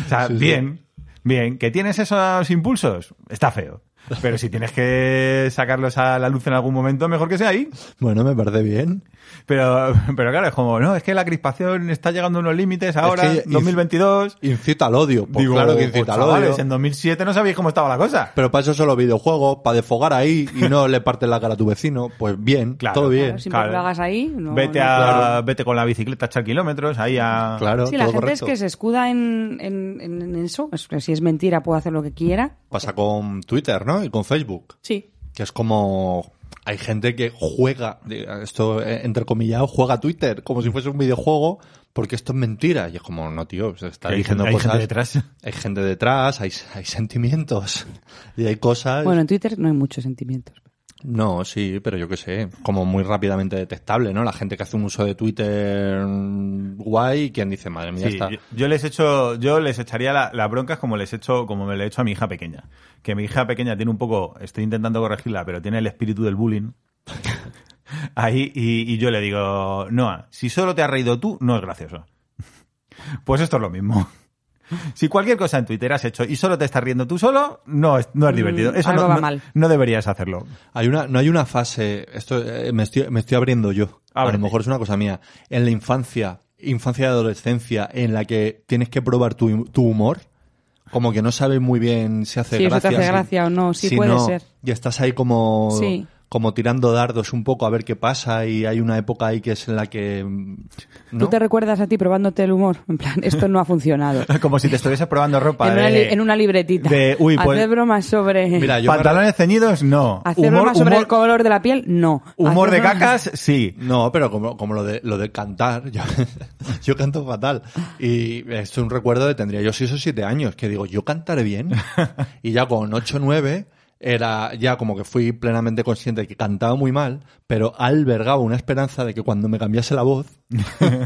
o sea,
Sí, sí.
bien, bien. ¿Que tienes esos impulsos? Está feo. Pero si tienes que sacarlos a la luz en algún momento, mejor que sea ahí.
Bueno, me parece bien.
Pero, *laughs* pero claro, es como, no, es que la crispación está llegando a unos límites ahora,
que-
2022.
Incita al odio. Pues
Digo,
claro que
pues,
incita al
chavales,
odio.
en 2007 no sabéis cómo estaba la cosa.
Pero para eso solo videojuegos, para desfogar ahí y no le partes la cara a tu vecino. Pues bien,
Claro.
todo
Claro,
bien.
siempre
claro.
que lo hagas ahí, no-
vete,
no-
a,
claro.
vete con la bicicleta a echar kilómetros, ahí a...
Claro,
Sí, la
todo
gente
correcto.
es que se escuda en, en- en- en eso. Es que si es mentira, puede hacer lo que quiera.
Pasa con Twitter, ¿no? Y con Facebook.
Sí.
Que es como... Hay gente que juega, de- esto eh, entrecomillado, juega a Twitter como si fuese un videojuego porque esto es mentira. Y es como, no, tío, se está
Hay
diciendo
gente- hay
cosas...
gente detrás.
Hay gente detrás, hay, hay sentimientos *laughs* y hay cosas...
Bueno, en Twitter no hay muchos sentimientos.
No, sí, pero yo qué sé, como muy rápidamente detectable, ¿no? La gente que hace un uso de Twitter mm, guay y quien dice, madre mía,
Sí,
está...
yo, yo les echo, yo les echaría la- las broncas como les echo, como me le he hecho a mi hija pequeña. Que mi hija pequeña tiene un poco, estoy intentando corregirla, pero tiene el espíritu del
*laughs*
bullying. Ahí, y, y yo le digo, Noah, si solo te has reído tú, no es gracioso. *laughs* Pues esto es lo mismo. *laughs* Si cualquier cosa en Twitter has hecho y solo te estás riendo tú solo, no es, no es divertido. Eso
Mm, algo
no,
va
no-
mal.
no deberías hacerlo. *laughs*
Hay una, no hay una fase, esto eh, me, estoy, me estoy abriendo yo. A
Ábrete.
lo mejor es una cosa mía. En la infancia, infancia y adolescencia, en la que tienes que probar tu, tu humor, como que no sabes muy bien si hace
Sí, eso
gracia.
te hace
si-
gracia o no, sí
si
puede
no,
ser.
Y estás ahí como,
Sí.
como tirando dardos un poco a ver qué pasa y hay una época ahí que es en la que... mm, ¿no?
Tú te recuerdas a ti probándote el humor. En plan, *laughs* esto no
*laughs*
ha funcionado.
Como si te estuvieses probando ropa
en, una li-
de,
en una libretita.
de- uy, pues-
Hacer bromas sobre.
Mira, yo me re-
pantalones ceñidos, no.
*laughs* hacer
humor,
bromas sobre
humor-
el color de la piel, Ah, no.
humor de
Hacer bromas-
cacas, sí.
No, pero como, como lo, de, lo de cantar, *laughs* yo, yo canto fatal. Y esto es un recuerdo de tendría yo 6 o 7 años, que digo, yo cantaré bien. Y ya con 8 o 9 era ya como que fui plenamente consciente de que cantaba muy mal, pero albergaba una esperanza de que cuando me cambiase la voz,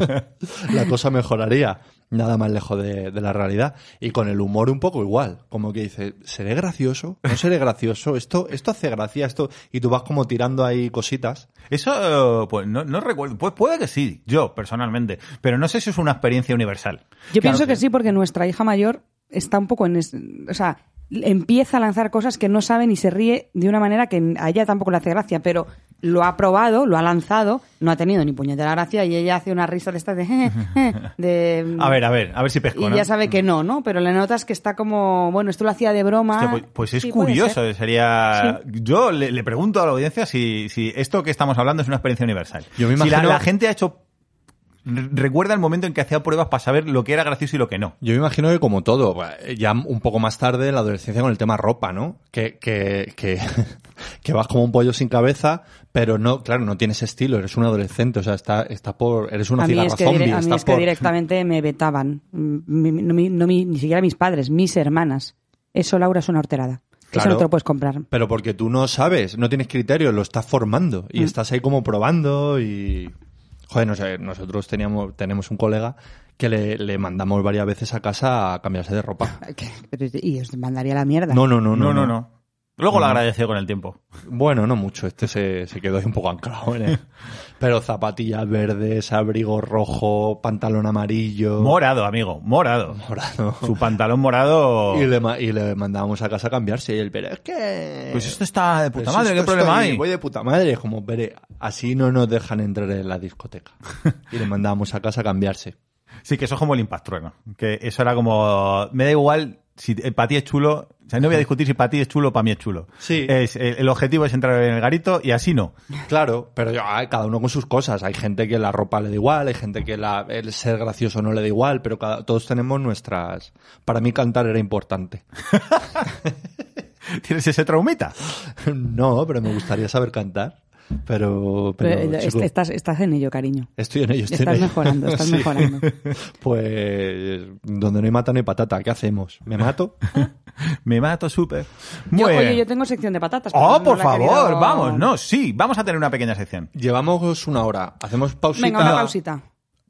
*laughs* la cosa mejoraría. Nada más lejos de, de la realidad. Y con el humor un poco igual. Como que dices, ¿seré gracioso? ¿No seré gracioso? Esto, esto hace gracia, esto. Y tú vas como tirando ahí cositas.
Eso, eh, pues no, no recuerdo. Pues puede que sí, yo personalmente. Pero no sé si es una experiencia universal.
Yo pienso que sí, porque nuestra hija mayor está un poco en. es- o sea, empieza a lanzar cosas que no sabe ni se ríe de una manera que a ella tampoco le hace gracia, pero lo ha probado, lo ha lanzado, no ha tenido ni puñetera gracia y ella hace una risa de estas de. "Je, je", de
A ver, a ver, a ver si pesco.
Y
¿no?
ya sabe que no, ¿no? Pero le notas que está como. Bueno, esto lo hacía de broma.
Hostia, pues, pues es
Sí, puede ser.
curioso, sería... Yo le, le pregunto a la audiencia si, si esto que estamos hablando es una experiencia universal.
Yo me
Si la-
imagino-
la, gente ha hecho... re- Recuerda el momento en que hacía pruebas para saber lo que era gracioso y lo que no.
Yo me imagino que como todo, ya un poco más tarde en la adolescencia con el tema ropa, ¿no? Que, que, que, *laughs* que vas como un pollo sin cabeza, pero no, claro, no tienes estilo, eres un adolescente, o sea, está, está por, eres una
a mí
cigarra
es que,
zombie,
dire- a mí
está
es que
por-
directamente me vetaban. Mm, mi- mi- no, mi- no mi- ni siquiera mis padres, mis hermanas. Eso, Laura, es una horterada. Eso
Claro.
no te lo puedes comprar.
Pero porque tú no sabes, no tienes criterio, lo estás formando
Mm.
y estás ahí como probando y... Joder, no sé, nosotros teníamos, tenemos un colega que le, le mandamos varias veces a casa a cambiarse de *laughs* ropa.
¿Qué? Pero- y os mandaría a la mierda.
No, no, no, no.
No, no, no. Luego lo
No.
agradeció con el tiempo.
Bueno, no mucho. Este se, se quedó ahí un poco anclado. ¿eh?
*laughs*
Pero zapatillas verdes, abrigo rojo, pantalón amarillo.
Morado, amigo, morado.
morado.
Su pantalón morado...
Y le, ma- y le mandábamos a casa a cambiarse. Y él, pero es que.
Pues esto está de puta
pues
madre, ¿qué
esto
problema
estoy-
hay?
Voy de puta madre. Es Como, "Pere, así no nos dejan entrar en
*laughs*
la discoteca. Y le mandábamos a casa a cambiarse.
Sí, que eso es como el impactrueno. Que eso era como. Me da igual si para ti es chulo. O sea, no voy a discutir si para ti es chulo o para mí es chulo.
Sí.
Es, el, el objetivo es entrar en el garito y así
*laughs*
no.
Claro, pero yo, ah, cada uno con sus cosas. Hay gente que la ropa le da igual, hay gente que la, el ser gracioso no le da igual, pero cada- todos tenemos nuestras. Para mí cantar era importante.
Tienes ese traumita.
*laughs* No, pero me gustaría saber cantar. Pero, pero,
Pero, eh,
chico,
est- estás, estás en ello, cariño.
estoy en ello. estoy en
Estás
ello.
mejorando,
*laughs*
estás mejorando.
Pues donde no hay mata no hay patata. ¿Qué hacemos? ¿Me mato?
Me mato súper. Muy
Yo,
bien.
oye, yo tengo sección de patatas. pero
Oh,
no
por
la he
favor,
querido-
vamos, no, sí, vamos a tener una pequeña sección.
Llevamos una hora. Hacemos pausita.
Venga, una pausita.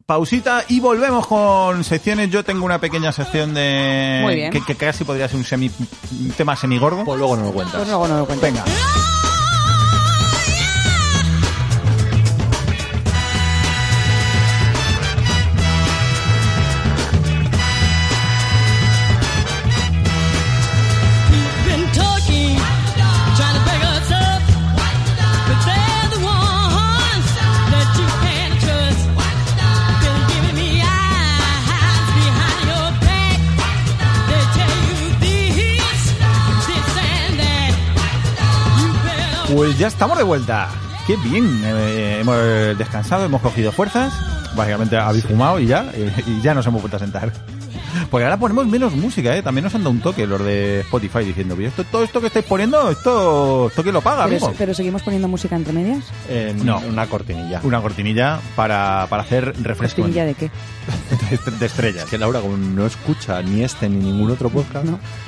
Pausita y volvemos con secciones. Yo tengo una pequeña sección de.
Muy bien.
Que, que casi podría ser un, semi, un tema semigordo.
Pues luego no lo cuentas.
Pues luego no lo cuento.
Venga.
Been talking, trying to bring us up, but they're the ones that you can't trust. Been giving me eyes behind your back. They tell you this, this and that. You better
Pues ya estamos de vuelta. Qué bien, eh, hemos descansado, hemos cogido fuerzas. Básicamente habéis fumado y ya, eh, y ya nos hemos vuelto a sentar. Porque ahora ponemos menos música, ¿eh? También nos han dado un toque los de Spotify diciendo, "Pero esto, todo esto que estáis poniendo, esto, esto quién lo paga,
Pero,
amigo.
se- pero seguimos poniendo música entre medias.
Eh,
No.
Una cortinilla.
Una cortinilla para, para hacer refresco
¿Cortinilla
de,
de qué?
de estrellas.
Es que Laura, como no escucha ni este ni ningún otro podcast,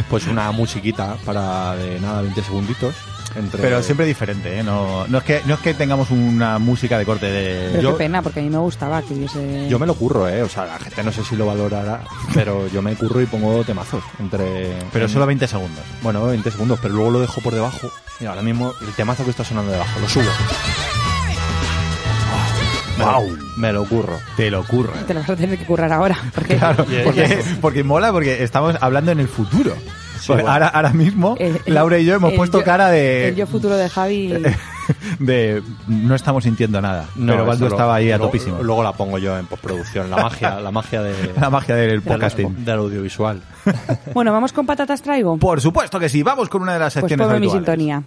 pues una musiquita para de nada, 20 segunditos. Entre...
Pero siempre diferente, ¿eh? No, no, es que, no es que tengamos una música de corte de...
Pero
Yo-
qué pena, porque a mí me gustaba que hubiese...
Yo me lo curro, ¿eh? O sea, la gente no sé si lo valorará, pero yo me curro y pongo temazos entre...
Pero solo 20 segundos.
Bueno, 20 segundos, pero luego lo dejo por debajo. Mira, ahora mismo el temazo que está sonando debajo, lo subo. Ah, me lo- me lo curro.
Te lo *laughs* curro.
Te lo vas a tener que currar
*laughs*
ahora. Porque
Claro,
Y- y
porque,
eso.
porque mola, porque estamos hablando en el futuro. Porque
bueno.
ahora, ahora mismo,
el- el-
Laura y yo hemos
el
puesto
Eh, yo-
cara
El yo
de,
futuro de Javi.
*laughs* de. No estamos sintiendo nada.
No,
pero Baldu
eso lo-
estaba ahí a
luego-
topísimo.
Luego la pongo yo en postproducción, la magia, la magia *laughs* de
la magia del
del-
podcasting.
del audiovisual.
Bueno, vamos con patatas traigo.
Por supuesto que sí, vamos con una de las
Pues
secciones
ponme mi
habituales.
sintonía.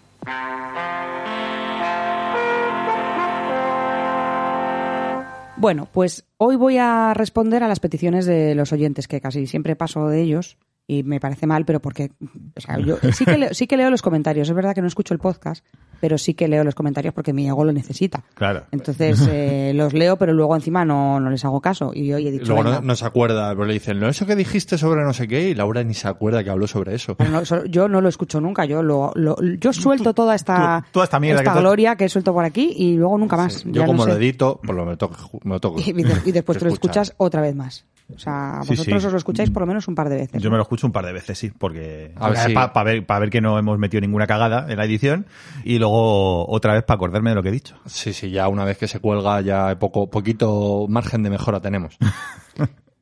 Bueno, pues hoy voy a responder a las peticiones de los oyentes, que casi siempre paso de ellos y me parece mal, pero porque o sea, yo sí que, leo, sí que leo los comentarios. Es verdad que no escucho el podcast, pero sí que leo los comentarios porque mi ego lo necesita.
Claro.
*laughs*
Entonces eh, los leo, pero luego encima no, no les hago caso. Y hoy he
Y
dicho.
Luego
"Venga".
no, no se acuerda, pero le dicen, no, eso que dijiste sobre no sé qué, y Laura ni se acuerda que habló sobre eso.
Bueno, Pues no, so- yo no lo escucho nunca, yo lo, lo- yo suelto toda esta,
tú- toda esta mierda que tú-
gloria que he suelto por aquí y luego nunca más.
Sí.
ya
Yo
lo
como
sé.
lo edito, por lo menos me lo toco- me lo toco.
*laughs* y, de- y después
Se
te lo
escucha.
escuchas otra vez más. O sea,
Sí,
vosotros
sí.
os lo escucháis por lo menos un par de veces.
Yo me lo escucho un par de veces, sí, porque
A ver si-
para ver, pa ver que no hemos metido ninguna cagada en la edición y luego otra vez para acordarme de lo que he dicho.
Sí, sí, ya una vez que se cuelga, ya hay poco, poquito margen de mejora *laughs* tenemos.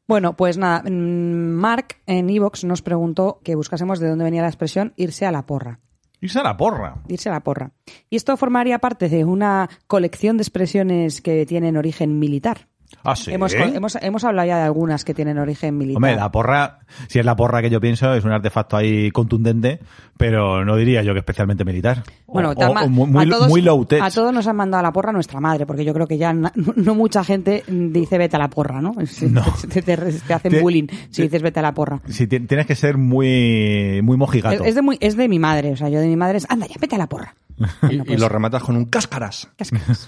Bueno, pues nada, mm, Mark en Evox nos preguntó que buscásemos de dónde venía la expresión irse a la porra.
Irse a la porra.
Irse a la porra. Y esto formaría parte de una colección de expresiones que tienen origen militar.
Ah, sí.
Hemos, co- hemos, hemos hablado ya de algunas que tienen origen militar.
Hombre, la porra, si es la porra que yo pienso, es un artefacto ahí contundente, pero no diría yo que especialmente militar.
Bueno,
O-
te ama-
o muy, muy-
a, todos,
muy low tech.
a todos nos han mandado a la porra nuestra madre, porque yo creo que ya na- *laughs* no mucha gente dice vete a la porra, ¿no?
No.
*laughs* Te, te- te hacen
Te-
bullying si
te-
dices vete a la porra.
Si ti- tienes que ser muy, muy
Es,
mojigato.
es de muy- es de mi madre, o sea, yo de mi madre es anda ya vete a
*laughs*
la porra.
Y,
Bueno,
y
pues,
lo rematas con un cáscaras.
cascas.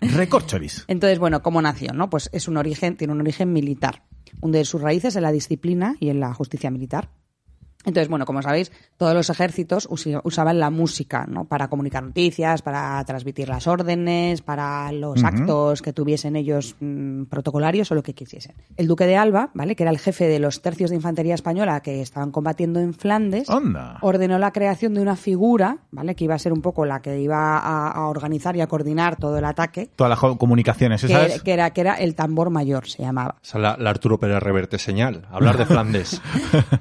Recorcholis.
Entonces, bueno, como nación, ¿no? Pues es un origen, tiene un origen militar, hunde sus raíces en la disciplina y en la justicia militar. Entonces, bueno, como sabéis, todos los ejércitos usi- usaban la música, ¿no? Para comunicar noticias, para transmitir las órdenes, para los actos que tuviesen ellos mm, protocolarios o lo que quisiesen. El duque de Alba, ¿vale? Que era el jefe de los tercios de infantería española que estaban combatiendo en Flandes,
Anda.
ordenó la creación de una figura, ¿vale? Que iba a ser un poco la que iba a- a organizar y a coordinar todo el ataque,
Todas las jo- comunicaciones
que,
esas.
que era, que era el tambor mayor, se llamaba.
O sea, la, la Arturo Pérez Reverte señal. Hablar de Flandes.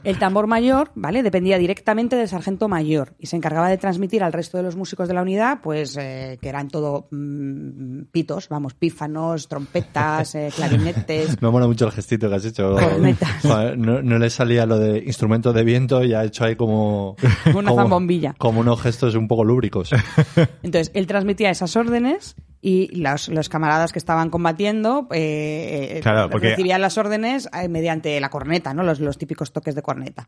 El tambor mayor, ¿vale? Dependía directamente del sargento mayor y se encargaba de transmitir al resto de los músicos de la unidad, pues eh, que eran todo mm, pitos, vamos, pífanos, trompetas, eh, clarinetes.
*laughs* Me mola mucho el gestito que has hecho.
Cornetas.
*laughs* Joder, no, no le salía lo de instrumentos de viento y ha hecho ahí como...
*laughs* Una
como-
zambombilla.
Como unos gestos un poco lúbricos.
Entonces, él transmitía esas órdenes y los, los camaradas que estaban combatiendo eh, eh,
Claro, porque-
recibían las órdenes eh, mediante la corneta, ¿no? Los, los típicos toques de corneta.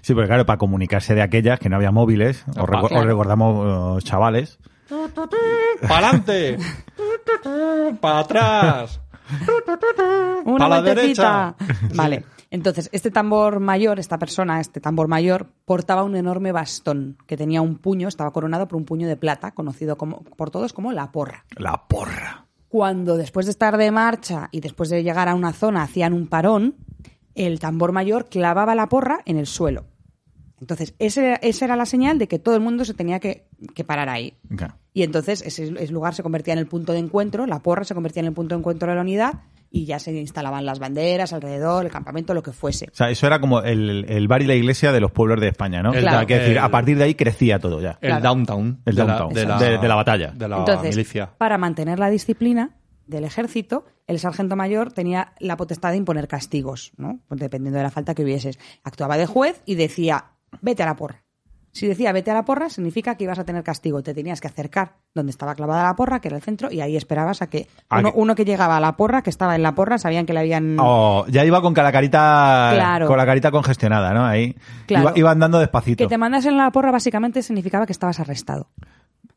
Sí, porque claro, para comunicarse de aquellas que no había móviles, os, recu- os
claro.
recordamos eh, chavales.
*laughs* ¡Pa'lante! ¡Para atrás!
Una
Pa' la
vueltecita.
derecha. *laughs*
Vale. Entonces, este tambor mayor, esta persona, este tambor mayor, portaba un enorme bastón que tenía un puño, estaba coronado por un puño de plata, conocido como, por todos como la porra.
La porra.
Cuando después de estar de marcha y después de llegar a una zona hacían un parón, el tambor mayor clavaba la porra en el suelo. Entonces, ese- esa era la señal de que todo el mundo se tenía que- que parar ahí.
Venga.
Y entonces ese, ese lugar se convertía en el punto de encuentro, la porra se convertía en el punto de encuentro de la unidad y ya se instalaban las banderas alrededor, el campamento, lo que fuese.
O sea, eso era como el, el bar y la iglesia de los pueblos de España, ¿no?
El
O sea,
Claro.
que decir,
el-
a partir de ahí crecía todo ya.
El
Claro.
downtown.
El
de la-
downtown.
De la,
De- de la batalla.
De la
entonces,
milicia.
para mantener la disciplina del ejército, el sargento mayor tenía la potestad de imponer castigos, ¿no? Pues dependiendo de la falta que hubieses. Actuaba de juez y decía, vete a la porra. Si decía vete a la porra, significa que ibas a tener castigo. Te tenías que acercar donde estaba clavada la porra, que era el centro, y ahí esperabas a que
Ah,
A
uno,
que-
uno que llegaba a la porra, que estaba en la porra, sabían que le habían...
Oh, ya iba con la carita
Claro.
con la carita congestionada, ¿no? Ahí
Claro.
iba, iba andando despacito.
Que te mandasen la porra básicamente significaba que estabas arrestado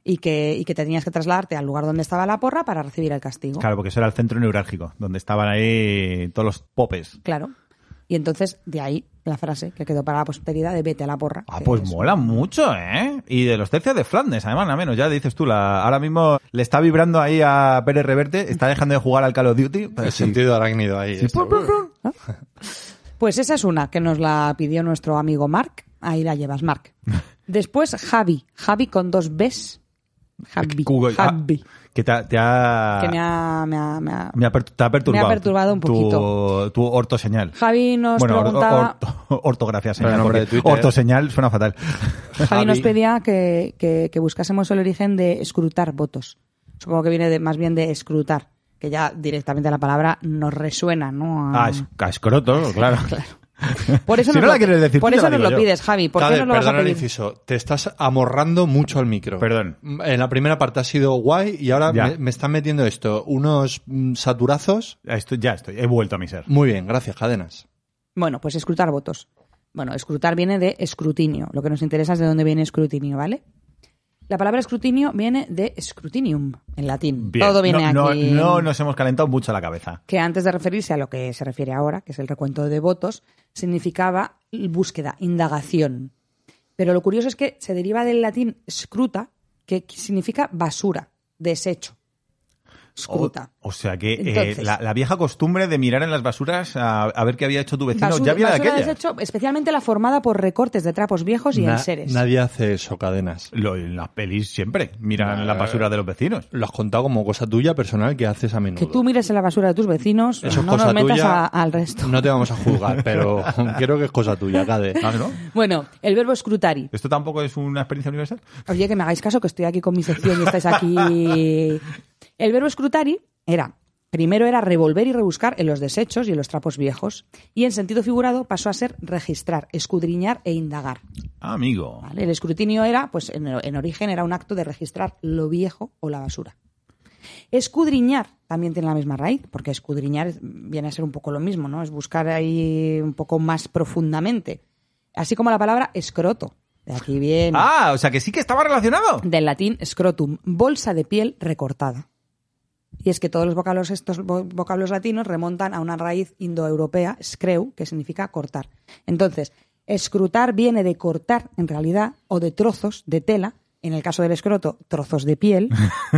y que, y que tenías que trasladarte al lugar donde estaba la porra para recibir el castigo.
Claro, porque eso era el centro neurálgico, donde estaban ahí todos los popes.
Claro. Y entonces de ahí la frase que quedó para la posteridad de vete a la porra.
Ah,
que
pues
es-
mola mucho, ¿eh? Y de los tercios de Flandes, además, nada menos, ya dices tú, la, ahora mismo le está vibrando ahí a Pérez Reverte, está dejando de jugar al Call of Duty. pero
El
sí.
sentido arácnido ahí.
Sí,
este.
pum, pum, pum.
Pues esa es una que nos la pidió nuestro amigo Mark. Ahí la
*laughs*
llevas, Mark. Después Javi. Javi con dos Bs. Javi.
Google. Ah,
Javi.
que te, ha- te ha...
que me ha- me ha- me ha-
me ha per- te ha perturbado.
Me ha perturbado un
tu-
poquito.
Tu, ortoseñal.
Javi nos
bueno, or-
preguntaba...
orto- ortografía
Pero
señal.
el nombre
porque
de Twitter-
Ortoseñal suena fatal.
Javi nos
Javi.
pedía que, que- que buscásemos el origen de escrutar votos. Supongo que viene de- más bien de escrutar, que ya directamente la palabra nos resuena, ¿no? A-
Ah, es- a escroto, claro. *laughs*
Por eso
si
nos
no
lo-
la quieres decir
por
tú, te
eso
la
nos
digo
lo
yo.
pides, Javi. ¿Por qué
Cade,
nos lo vas a
perdona el
pedir?
inciso. Te estás amorrando mucho al micro.
Perdón.
Mm, En la primera parte ha sido guay y ahora
Ya.
me, me están metiendo esto. Unos mm, saturazos.
Ya estoy- ya estoy, he vuelto a mi ser.
Muy bien, gracias, Cadenas.
Bueno, pues escrutar votos. Bueno, escrutar viene de escrutinio. Lo que nos interesa es de dónde viene escrutinio, ¿vale? La palabra escrutinio viene de scrutinium, en latín.
Bien.
Todo viene
no, No,
aquí.
no nos hemos calentado mucho la cabeza.
que antes de referirse a lo que se refiere ahora, que es el recuento de votos, significaba búsqueda, indagación. Pero lo curioso es que se deriva del latín scruta, que significa basura, desecho. Scruta.
Oh,
O, o sea que eh,
Entonces.
la, la vieja costumbre de mirar en las basuras a, a ver qué había hecho tu vecino
Basu-
ya había de
basura,
aquella.
desecho, especialmente la formada por recortes de trapos viejos y
Na-
enseres.
nadie hace eso, Cadenas.
Lo- en las pelis siempre miran
eh.
en las basuras de los vecinos.
Lo has contado como cosa tuya personal que haces a menudo.
que tú mires en la basura de tus vecinos,
Eso es
no nos
cosa
metas a-
tuya.
al resto. *laughs*
No te vamos a juzgar, pero creo que es cosa tuya, Cade.
Ah, ¿no?
Bueno, el verbo scrutari.
¿Esto tampoco es una experiencia universal?
Oye, que me hagáis caso, que estoy aquí con mi sección y estáis aquí. El verbo escrutari era, primero era revolver y rebuscar en los desechos y en los trapos viejos, y en sentido figurado pasó a ser registrar, escudriñar e indagar.
Ah, amigo.
¿vale? El escrutinio era, pues en, en origen era un acto de registrar lo viejo o la basura. Escudriñar también tiene la misma raíz, porque escudriñar es- viene a ser un poco lo mismo, ¿no? Es buscar ahí un poco más profundamente. Así como la palabra escroto. De aquí viene
Ah, o sea que sí que estaba relacionado.
del latín scrotum, bolsa de piel recortada. Y es que todos los vocablos, estos vo- vocablos latinos remontan a una raíz indoeuropea, screu, que significa cortar. Entonces, escrutar viene de cortar, en realidad, o de trozos de tela, en el caso del escroto, trozos de
*laughs*
piel,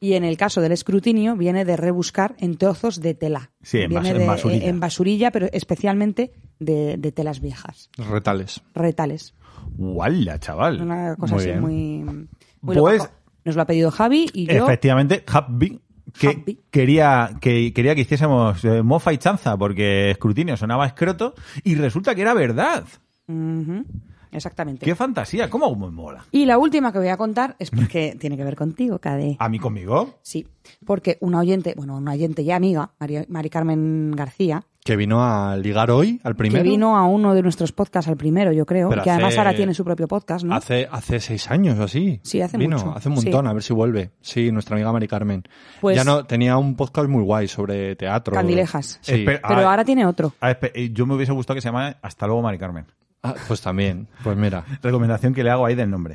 y en el caso del escrutinio viene de rebuscar en trozos de tela.
Sí, en bas-
Viene
en
de-
basurilla.
en basurilla, pero especialmente de, de telas viejas,
Retales.
retales.
¡Guala, chaval!
Una cosa
Muy
así
bien.
muy. muy
Pues-
loca. Nos lo ha pedido Javi y yo.
Efectivamente, Happy. Que
Happy.
quería que quería que hiciésemos eh, mofa y chanza porque escrutinio sonaba escroto y resulta que era verdad.
Ujú, Exactamente.
Qué fantasía, cómo me mola.
Y la última que voy a contar es porque tiene que ver contigo, Cade.
Ah.
A mí conmigo.
Sí, porque una oyente, bueno, una oyente ya amiga, María- Mari Carmen García,
Que vino a ligar hoy, al primero.
que vino a uno de nuestros podcasts, al primero, yo creo,
Pero
que además
hace-
ahora tiene su propio podcast, ¿no?
Hace, hace seis años o así.
Sí, hace
Vino,
mucho.
hace un montón,
Sí.
a ver si vuelve. Sí, nuestra amiga Mari Carmen.
Pues-
ya no, tenía un podcast muy guay sobre teatro.
Candilejas.
Sí.
Espera-
Pero
Ah,
ahora tiene otro.
ah, espe- eh, yo me hubiese gustado que se llamara Hasta luego, Mari Carmen.
Ah, pues también, pues mira.
Recomendación que le hago ahí del
*laughs*
nombre.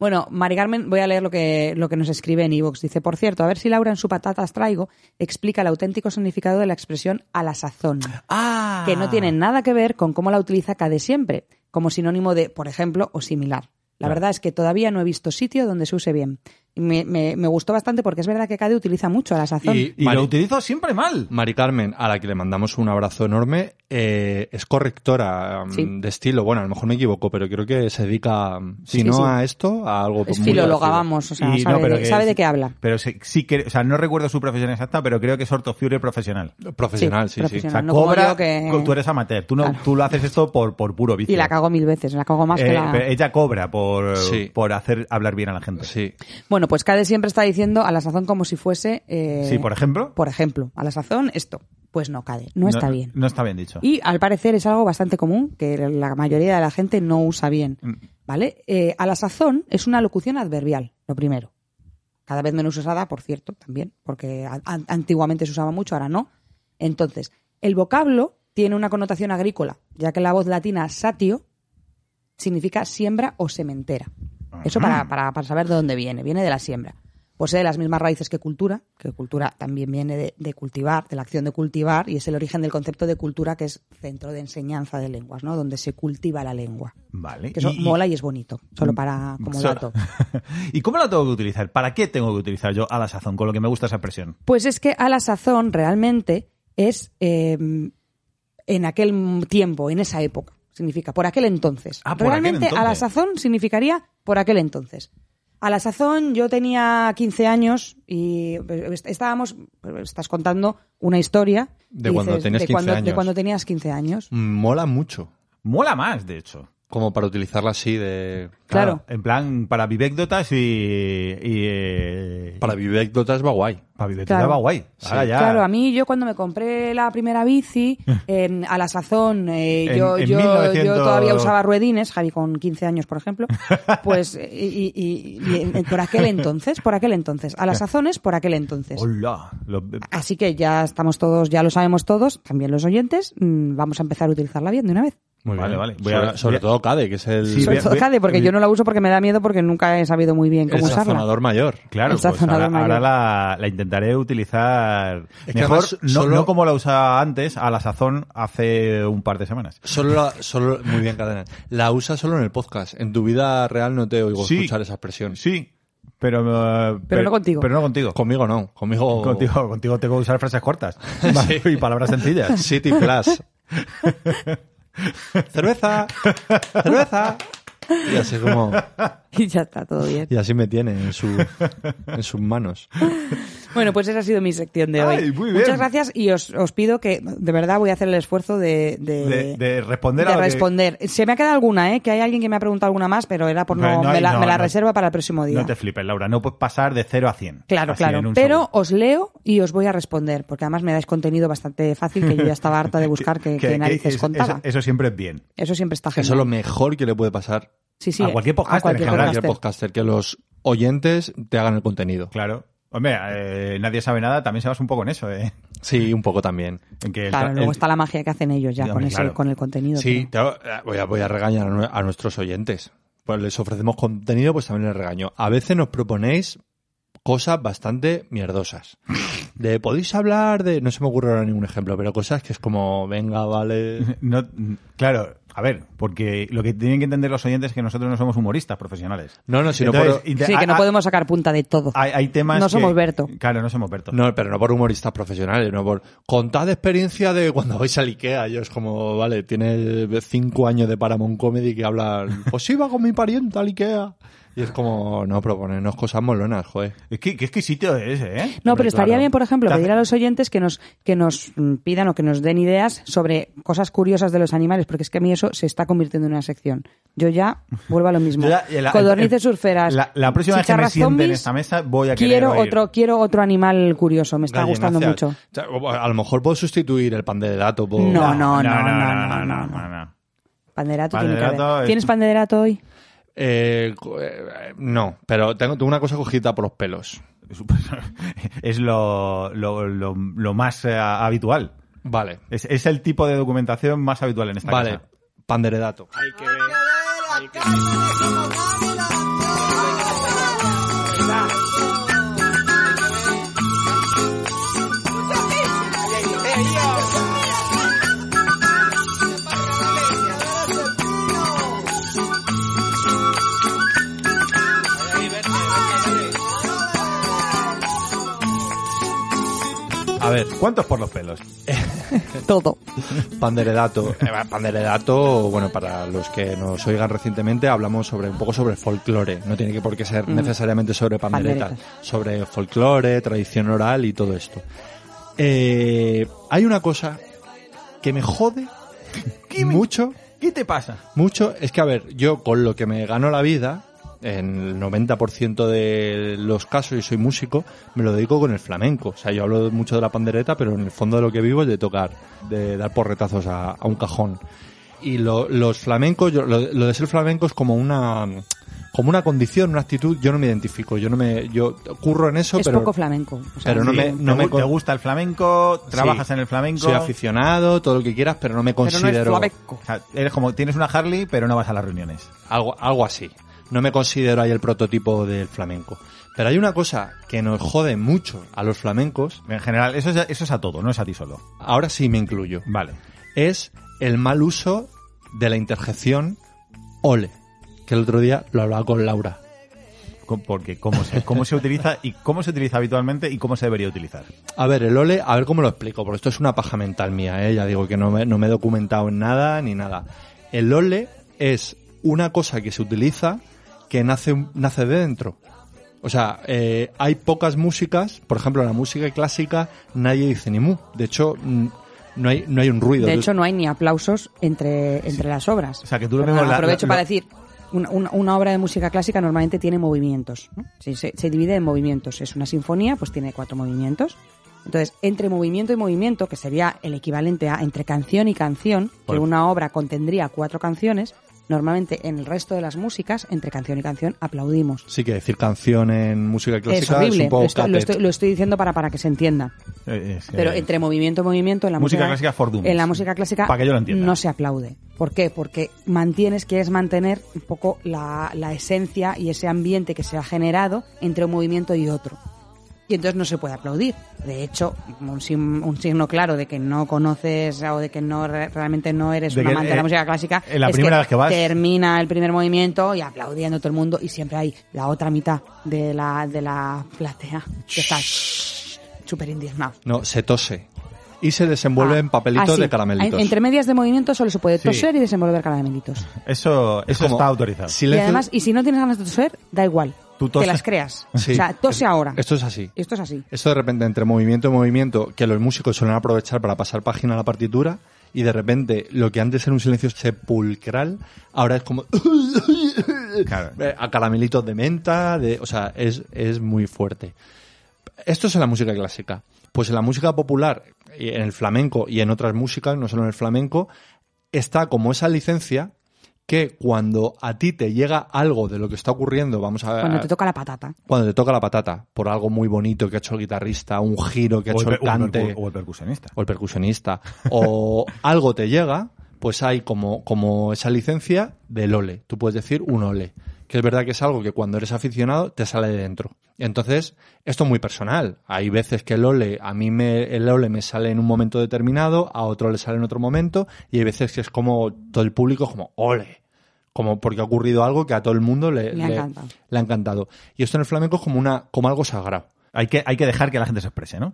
Bueno, Mari Carmen, voy a leer lo que, lo que nos escribe en Evox. Dice, por cierto, a ver si Laura en su patatas traigo explica el auténtico significado de la expresión a la sazón.
¡Ah!
que no tienen nada que ver con cómo la utiliza Cade siempre, como sinónimo de, por ejemplo, o similar. La verdad es que todavía no he visto sitio donde se use bien. Y Me, me- me gustó bastante porque es verdad que Cade utiliza mucho a la sazón.
Y
Mari-
lo utilizo siempre mal.
Mari Carmen, a la que le mandamos un abrazo enorme, eh, es correctora um,
Sí.
de estilo. Bueno, a lo mejor me equivoco, pero creo que se dedica, um, si
Sí,
no
sí.
a esto, a algo
es
pues muy
filóloga,
parecido.
vamos, o sea,
pues, Y no,
sabe,
pero
de,
que
sabe de
sí-
qué habla.
Pero sí, sí que, o sea, no recuerdo su profesión exacta, pero creo que es ortofiure profesional.
Profesional, sí, sí.
O sea,
No como
cobra,
yo que-
co- tú eres amateur, tú, no,
Claro.
tú lo haces esto por, por puro vicio.
Y la cago mil veces, la cago más
Eh,
que la...
pero Ella cobra por,
Sí.
por hacer hablar bien a la gente.
Sí.
Bueno, pues Cade siempre está diciendo a la sazón como si fuese... eh,
Sí, por ejemplo.
por ejemplo, a la sazón esto. Pues no, Cade, no, está bien.
No está bien dicho.
Y al parecer es algo bastante común que la mayoría de la gente no usa bien. ¿Vale? Eh, a la sazón es una locución adverbial, lo primero. Cada vez menos usada, por cierto, también, porque a- an- antiguamente se usaba mucho, ahora no. Entonces, el vocablo tiene una connotación agrícola, ya que la voz latina satio significa siembra o sementera. Eso para, para- para saber de dónde viene, viene de la siembra. Posee las mismas raíces que cultura, que cultura también viene de, de cultivar, de la acción de cultivar, y es el origen del concepto de cultura, que es centro de enseñanza de lenguas, ¿no? Donde se cultiva la lengua.
Vale.
Que eso
Y- y-
mola y es bonito, solo para como
So-
dato.
¿Y cómo la tengo que utilizar? ¿Para qué tengo que utilizar yo a la sazón? Con lo que me gusta esa expresión.
Pues es que a la sazón realmente es eh, en aquel tiempo, en esa época, significa por aquel entonces.
Ah, por aquel
realmente a la
entonces.
sazón significaría por aquel entonces. A la sazón yo tenía 15 años y pues, estábamos, pues, estás contando una historia.
De
y
cuando tenías
de cuando-
15
De
años.
cuando tenías 15 años.
Mm, Mola mucho.
Mola más, de hecho.
Como para utilizarla así de...
Claro.
En plan, para vivécdotas y. y, eh,
Para vivir anécdotas va guay.
para vivécdotas
Claro.
va guay. Ahora ya.
Claro, a mí yo cuando me compré la
*laughs*
primera bici, em, a la sazón, eh,
En-
yo,
en
yo,
1900.
yo todavía usaba ruedines, Javi con 15 años,
*laughs*
por ejemplo, pues eh, y, y- y- y en- por aquel entonces, por aquel entonces, a las sazones, por aquel entonces.
Hola. Lo-
Así que ya estamos todos, ya lo sabemos todos, también los oyentes, mm, vamos a empezar a utilizarla bien de una vez.
Muy
Vale, vale. Voy
sobre
a-
sobre
voy a-
todo Cade, que es el,
Sí,
Sobre
ve-
todo
ve-
Cade, porque
ve-
yo no la uso porque me da miedo porque nunca he sabido muy bien
el
cómo usarla.
sazonador mayor.
Claro,
El
pues
sazonador
ahora,
mayor.
ahora la, la intentaré utilizar
Es que
mejor,
además
no,
solo-
no como la usaba antes, a la sazón hace un par de semanas.
Solo, la- solo, muy bien, Cadena. La usas solo en el podcast. En tu vida real no te oigo
Sí.
escuchar esa expresión.
Sí, pero, eh,
no contigo.
Pero no contigo.
Conmigo no. Conmigo.
Contigo, contigo tengo que usar frases *laughs* cortas y palabras sencillas.
*laughs* City *laughs* Plus. cerveza, cerveza. Y así como,
*laughs* Y ya está todo bien.
y así me tiene en, su, en sus manos.
Bueno, pues esa ha sido mi sección de hoy.
Ay, muy bien.
Muchas gracias y os, os pido que, de verdad, voy a hacer el esfuerzo de, de,
De, de responder
de
a lo que-
responder. Se me ha quedado alguna, ¿eh? que hay alguien que me ha preguntado alguna más, pero era por no,
Pero no hay-
me la,
no,
me la
no.
reserva para el próximo día.
No te flipes, Laura. No puedes pasar de 0 a 100.
Claro,
Así en
claro.
un
Pero
segundo.
os leo y os voy a responder, porque además me dais contenido bastante fácil que yo ya
*laughs*
estaba harta de buscar que, que narices
es-
contaba.
eso, eso siempre es bien.
eso siempre está
Eso es
genial.
lo mejor que le puede pasar
Sí, sí,
a cualquier podcaster en
a
general,
cualquier podcaster, que los oyentes te hagan el contenido.
Claro. Hombre, eh, nadie sabe nada. También se basa un poco en eso, ¿eh?
Sí, un poco también.
En que el
Claro,
tra-
luego
el-
está la magia que hacen ellos ya
Dígame,
con, ese,
claro.
con el contenido.
Sí, te hago- eh, voy a, voy a regañar a, nue- a nuestros oyentes. Pues les ofrecemos contenido, pues también les regaño. A veces nos proponéis cosas bastante mierdosas. De podéis hablar de. No se me ocurre ahora ningún ejemplo, pero cosas que es como, venga, vale.
no- claro, a ver, porque lo que tienen que entender los oyentes es que nosotros no somos humoristas profesionales.
No, no, sino
Entonces,
por-
pero-
inte-
Sí, que no
hay-
podemos sacar punta de todo.
Hay, hay temas.
No
que-
somos Berto.
Claro, no somos Berto.
No, pero no por humoristas profesionales, no por. Contad experiencia de cuando vais al Ikea. Yo es como, vale, tiene cinco años de Paramount Comedy que hablan. Pues iba con mi parienta al Ikea. Y es como, no, proponernos cosas molonas, joder.
Es que, que exquisito es, ¿eh?
No,
Hombre,
pero estaría
claro.
bien, por ejemplo,
Te
pedir
hace-
a los oyentes que nos, que nos mm, pidan o que nos den ideas sobre cosas curiosas de los animales, porque es que a mí eso se está convirtiendo en una sección. Yo ya vuelvo a lo
*laughs*
mismo.
Yo ya- y la-
Codornices
el-
surferas.
La, la próxima vez que me
chicharras
sienten en
zombies,
esta mesa voy a querer
Quiero
oír.
otro, quiero otro animal curioso, me está gustando mucho.
Gallinaceas. O sea, A lo mejor puedo sustituir el pan de dato por.
No, no, no,
no,
no, no, no, no. Panderato, tiene que haber.
Panderato es-
¿Tienes panderato hoy?
Eh, co- eh, no, pero tengo, tengo una cosa cogida por los pelos.
*laughs* Es lo, lo, lo, lo más eh, habitual.
Vale,
Es, es el tipo de documentación más habitual en esta
vale.
casa.
Pan de dato. A ver,
¿Cuántos por los pelos?
Todo.
Panderedato. Eh, Panderedato, bueno, para los que nos oigan recientemente, hablamos sobre un poco sobre folclore. No tiene que por qué ser
Mm.
necesariamente sobre panderetas,
Panderetas.
sobre folclore, tradición oral y todo esto. Eh, hay una cosa que me
*laughs*
jode mucho,
¿Qué te pasa?
mucho. Es que, a ver, yo con lo que me gano la vida, en el 90% de los casos, y soy músico, me lo dedico con el flamenco. O sea, yo hablo mucho de la pandereta, pero en el fondo de lo que vivo es de tocar, de dar porretazos a, a un cajón. Y lo- los flamencos, yo- lo, lo de ser flamenco es como una como una condición, una actitud, yo no me identifico, yo no me, yo curro en eso,
es
pero
poco flamenco. o sea,
pero no
Sí,
me-
¿te
no me
gu-
con-
¿Te gusta el flamenco? ¿Trabajas
Sí.
en el flamenco?
soy aficionado, todo lo que quieras, pero no me
pero no es
considero
flamenco.
O sea, eres como, tienes una Harley, pero no vas a las reuniones.
algo, algo así. No me considero ahí el prototipo del flamenco. Pero hay una cosa que nos jode mucho a los flamencos,
En general, eso es, eso es a todo, no es a ti solo.
ahora sí me incluyo,
Vale.
es el mal uso de la interjección ole, que el otro día lo hablaba con Laura.
Co- Porque cómo se, cómo se utiliza y cómo se utiliza habitualmente y cómo se debería utilizar.
A ver, el ole, a ver cómo lo explico, porque esto es una paja mental mía, ¿eh? ya digo que no me, no me he documentado en nada ni nada. El ole es una cosa que se utiliza que nace, nace de dentro. O sea, eh, hay pocas músicas, por ejemplo, la música clásica nadie dice ni mu. De hecho, mm, no hay, no hay un ruido.
De
Tú-
hecho, no hay ni aplausos entre, entre las obras.
O sea, que tú lo
Pero
mismo
nada,
la-
aprovecho
la-
para
lo-
decir, una, una- una obra de música clásica normalmente tiene movimientos. ¿no? Sí, se, se divide en movimientos. Es una sinfonía, pues tiene cuatro movimientos. Entonces, entre movimiento y movimiento, que sería el equivalente a entre canción y canción, que
Bueno.
una obra contendría cuatro canciones, normalmente en el resto de las músicas, entre canción y canción, aplaudimos.
Sí que decir canción en música clásica
Es horrible,
un poco
lo estoy, lo
catet.
estoy- lo estoy diciendo para, para que se entienda.
Eh, es,
Pero
eh,
entre movimiento y movimiento en la
música
música,
clásica for dummies.
en la música clásica
Pa' que yo lo entienda.
no se aplaude. ¿Por qué? Porque mantienes, quieres mantener un poco la, la esencia y ese ambiente que se ha generado entre un movimiento y otro. Y entonces no se puede aplaudir. De hecho, un, sim- un signo claro de que no conoces o de que no re- realmente no eres
De
un
que,
amante de
eh,
la música clásica
en la primera vez que vas.
termina el primer movimiento y aplaudiendo todo el mundo y siempre hay la otra mitad de la, de la platea que está súper indignado.
No, se tose. Y se desenvuelve
Ah,
en papelitos
así.
de caramelitos.
En- Entre medias de movimiento solo se puede
Sí.
toser y desenvolver caramelitos.
Eso, eso
como-
está autorizado.
Y
Silencio-
además, y si no tienes ganas de toser, da igual.
Tú
te
tose.
las creas.
*laughs* Sí.
O sea, tose
Es-
ahora.
Esto es así.
Esto es así.
Esto de repente entre movimiento y movimiento, que los músicos suelen aprovechar para pasar página a la partitura, y de repente lo que antes era un silencio sepulcral, ahora es como *laughs*
Claro.
eh, a caramelitos de menta, de, o sea, es, es muy fuerte. Esto es en la música clásica. Pues en la música popular, y en el flamenco y en otras músicas, no solo en el flamenco, está como esa licencia que cuando a ti te llega algo de lo que está ocurriendo, vamos a
Cuando te toca la patata.
cuando te toca la patata por algo muy bonito que ha hecho el guitarrista, un giro que ha
O
hecho
el,
el
per- o el
cante
percu- o el percusionista.
o el percusionista o algo te llega, pues hay como, como esa licencia del ole. Tú puedes decir un ole, que es verdad que es algo que cuando eres aficionado te sale de dentro. Entonces, esto es muy personal. Hay veces que el ole, a mí me, el ole me sale en un momento determinado, a otro le sale en otro momento, y hay veces que es como todo el público es como ole. Como porque ha ocurrido algo que a todo el mundo le,
Le ha encantado.
le ha encantado. Y esto en el flamenco es como una, como algo sagrado.
Hay que, hay que dejar que la gente se exprese, ¿no?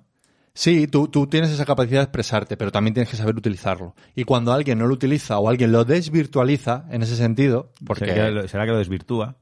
Sí, tú, tú tienes esa capacidad de expresarte, pero también tienes que saber utilizarlo. Y cuando alguien no lo utiliza o alguien lo desvirtualiza, en ese sentido, porque...
Será que lo- será que lo desvirtúa.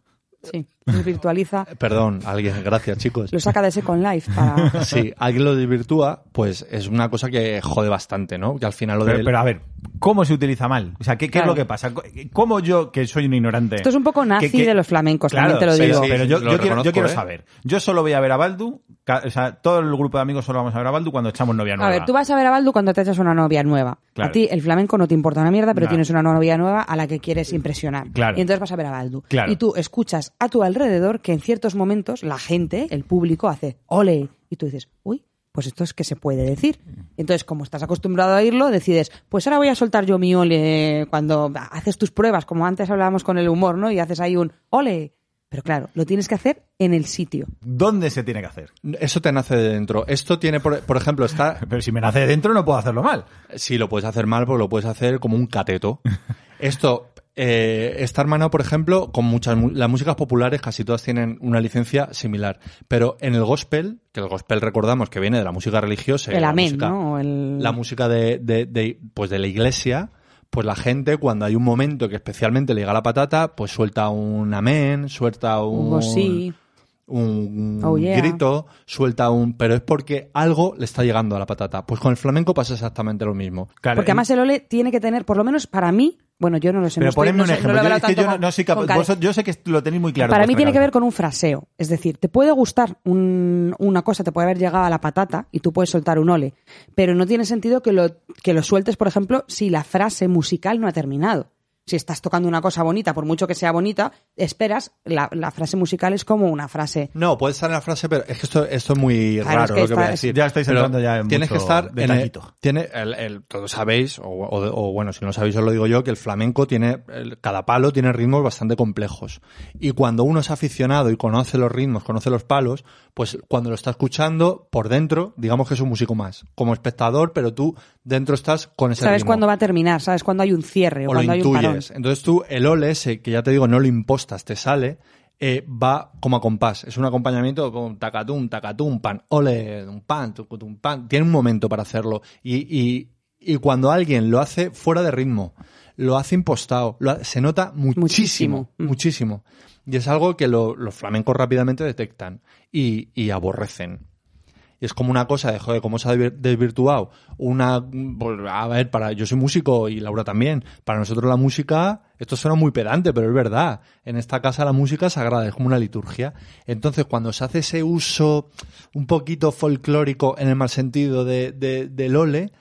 Sí.
*laughs*
Virtualiza.
Perdón, alguien, gracias chicos.
Lo saca de Second Life para...
Sí, alguien lo desvirtúa, pues es una cosa que jode bastante, ¿no? Que al final lo
Pero,
del-
pero a ver, ¿cómo se utiliza mal? O sea, ¿qué, qué es
Claro.
lo que pasa? ¿Cómo yo, que soy un ignorante?
Esto es un poco nazi
que- que-
de los flamencos,
Claro,
también te lo
sí,
digo.
sí, pero yo,
lo
yo quiero, yo
reconozco,
quiero
¿eh?
saber. Yo solo voy a ver a Baldu, ca- o sea, todo el grupo de amigos solo vamos a ver a Baldu cuando echamos novia
A
nueva.
ver, tú vas a ver a Baldu cuando te echas una novia nueva.
Claro.
A ti el flamenco no te importa una mierda, pero
Nada.
tienes una novia nueva a la que quieres impresionar.
Claro.
Y entonces vas a ver a Baldu.
Claro.
Y tú escuchas a tu alrededor que en ciertos momentos la gente, el público, hace ole. Y tú dices, uy, pues esto es que se puede decir. Entonces, como estás acostumbrado a oírlo, decides, pues ahora voy a soltar yo mi ole cuando haces tus pruebas, como antes hablábamos con el humor, ¿no? Y haces ahí un ole. Pero claro, lo tienes que hacer en el sitio.
¿Dónde se tiene que hacer?
Eso te nace de dentro. Esto tiene, por, por ejemplo, está...
Pero si me nace de dentro no puedo hacerlo mal.
Sí, lo puedes hacer mal, porque lo puedes hacer como un cateto. Esto eh, está hermanado, por ejemplo, con muchas mu- las músicas populares, casi todas tienen una licencia similar. Pero en el gospel, que el gospel recordamos que viene de la música religiosa, y
El
la
amén,
música-
¿no? O el-
la música de, de- de, pues de la iglesia, pues la gente cuando hay un momento que especialmente le llega la patata, pues suelta un amén, suelta un,
Un sí.
un
Oh, yeah.
grito, suelta un... Pero es porque algo le está llegando a la patata. Pues con el flamenco pasa exactamente lo mismo.
Claro,
Porque
y-
además el ole tiene que tener, por lo menos para mí, bueno, yo no lo sé. no
pero
estoy-
ponedme
no
un
sé, no lo he
ejemplo. yo,
hablado
es que
tanto
yo no,
con-
no soy
con
capaz.
Cade.
vosotros- yo sé que lo tenéis muy claro.
para
en
mí
vuestra
tiene que ver
cabeza.
con un fraseo. Es decir, te puede gustar un- una cosa, te puede haber llegado a la patata y tú puedes soltar un ole. Pero no tiene sentido que lo, que lo sueltes, por ejemplo, si la frase musical no ha terminado. Si estás tocando una cosa bonita, por mucho que sea bonita, esperas, la, la frase musical es como una frase.
No, puede estar en la frase, pero es que esto, esto es muy
Claro,
raro
es que
lo que voy a
está-
decir.
Ya estáis
Pero
entrando ya en
Tienes que
mucho
estar en el-
detallito.
tiene el, el- todos sabéis, o, o- o bueno, si no lo sabéis os lo digo yo, que el flamenco tiene, el- cada palo tiene ritmos bastante complejos. Y cuando uno es aficionado y conoce los ritmos, conoce los palos, pues cuando lo está escuchando por dentro, digamos que es un músico más, como espectador, pero tú dentro estás con ese
Sabes
ritmo
cuándo va a terminar, sabes cuándo hay un cierre o,
o
cuándo
lo
hay un parón.
intuyes. Entonces tú, el ole ese, que ya te digo, no lo impostas, te sale, eh, va como a compás. Es un acompañamiento con tacatum, tacatum, pan, ole, un pan, tucutum, pan. Tiene un momento para hacerlo. Y, y y cuando alguien lo hace fuera de ritmo, lo hace impostado, lo ha- se nota muchísimo,
Muchísimo. Mm.
muchísimo. Y es algo que lo- los flamencos rápidamente detectan y, y aborrecen. Y es como una cosa de, joder, cómo se ha desvir- desvirtuado. Una, pues, a ver, para, yo soy músico y Laura también. Para nosotros la música, esto suena muy pedante, pero es verdad. En esta casa la música es sagrada, es como una liturgia. Entonces, cuando se hace ese uso un poquito folclórico en el mal sentido de, de- del ole,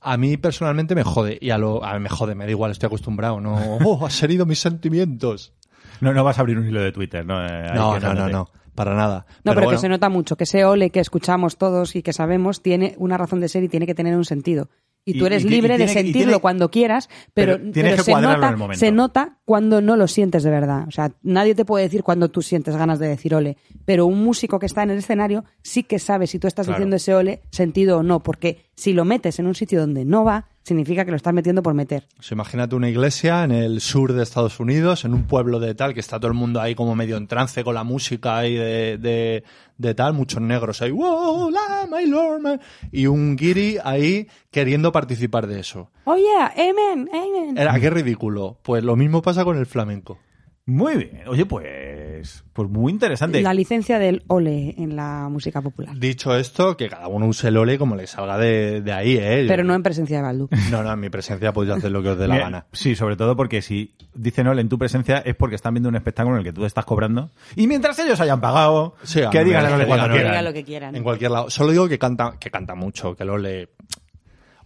a mí personalmente me jode. Y a lo, a mí me jode, me da igual, estoy acostumbrado. No, *laughs* oh, has herido mis sentimientos.
No, no vas a abrir un hilo de Twitter, ¿no? Eh, ahí
No, no, no,
quejándote.
no, para nada.
No, pero,
bueno.
que se nota mucho, que ese ole que escuchamos todos y que sabemos tiene una razón de ser y tiene que tener un sentido. Y,
Y-
tú eres
y ti- y
libre de
tiene- y
sentirlo
tiene-
cuando quieras, pero,
pero tienes
pero
que
se,
cuadrarlo
nota,
en el momento.
se nota cuando no lo sientes de verdad. O sea, nadie te puede decir cuando tú sientes ganas de decir ole, pero un músico que está en el escenario sí que sabe si tú estás
Claro.
diciendo ese ole sentido o no, porque si lo metes en un sitio donde no va, significa que lo estás metiendo por meter.
Pues imagínate una iglesia en el sur de Estados Unidos, en un pueblo de tal, que está todo el mundo ahí como medio en trance con la música y de, de- de tal, muchos negros ahí, wow, la, my lord, my-", y un guiri ahí queriendo participar de eso.
Oye, Oh, amen, amen.
Era, qué ridículo. Pues lo mismo pasa con el flamenco.
Muy bien. Oye, pues. Pues muy interesante.
La licencia del ole en la música popular,
Dicho esto, que cada uno use el ole como le salga de, de ahí, ¿eh?
pero no en presencia de Baldu.
No, no, en mi presencia podéis hacer lo que os dé la
Mira,
gana.
Sí, sobre todo porque si dicen ole en tu presencia es porque están viendo un espectáculo en el que tú estás cobrando. Y mientras ellos hayan pagado,
Sí, a
que
mí me
digan
da
el ole
igual,
cuando
que digan
quieran.
lo que quieran.
En cualquier lado. Solo digo que canta, que canta mucho, que lo le...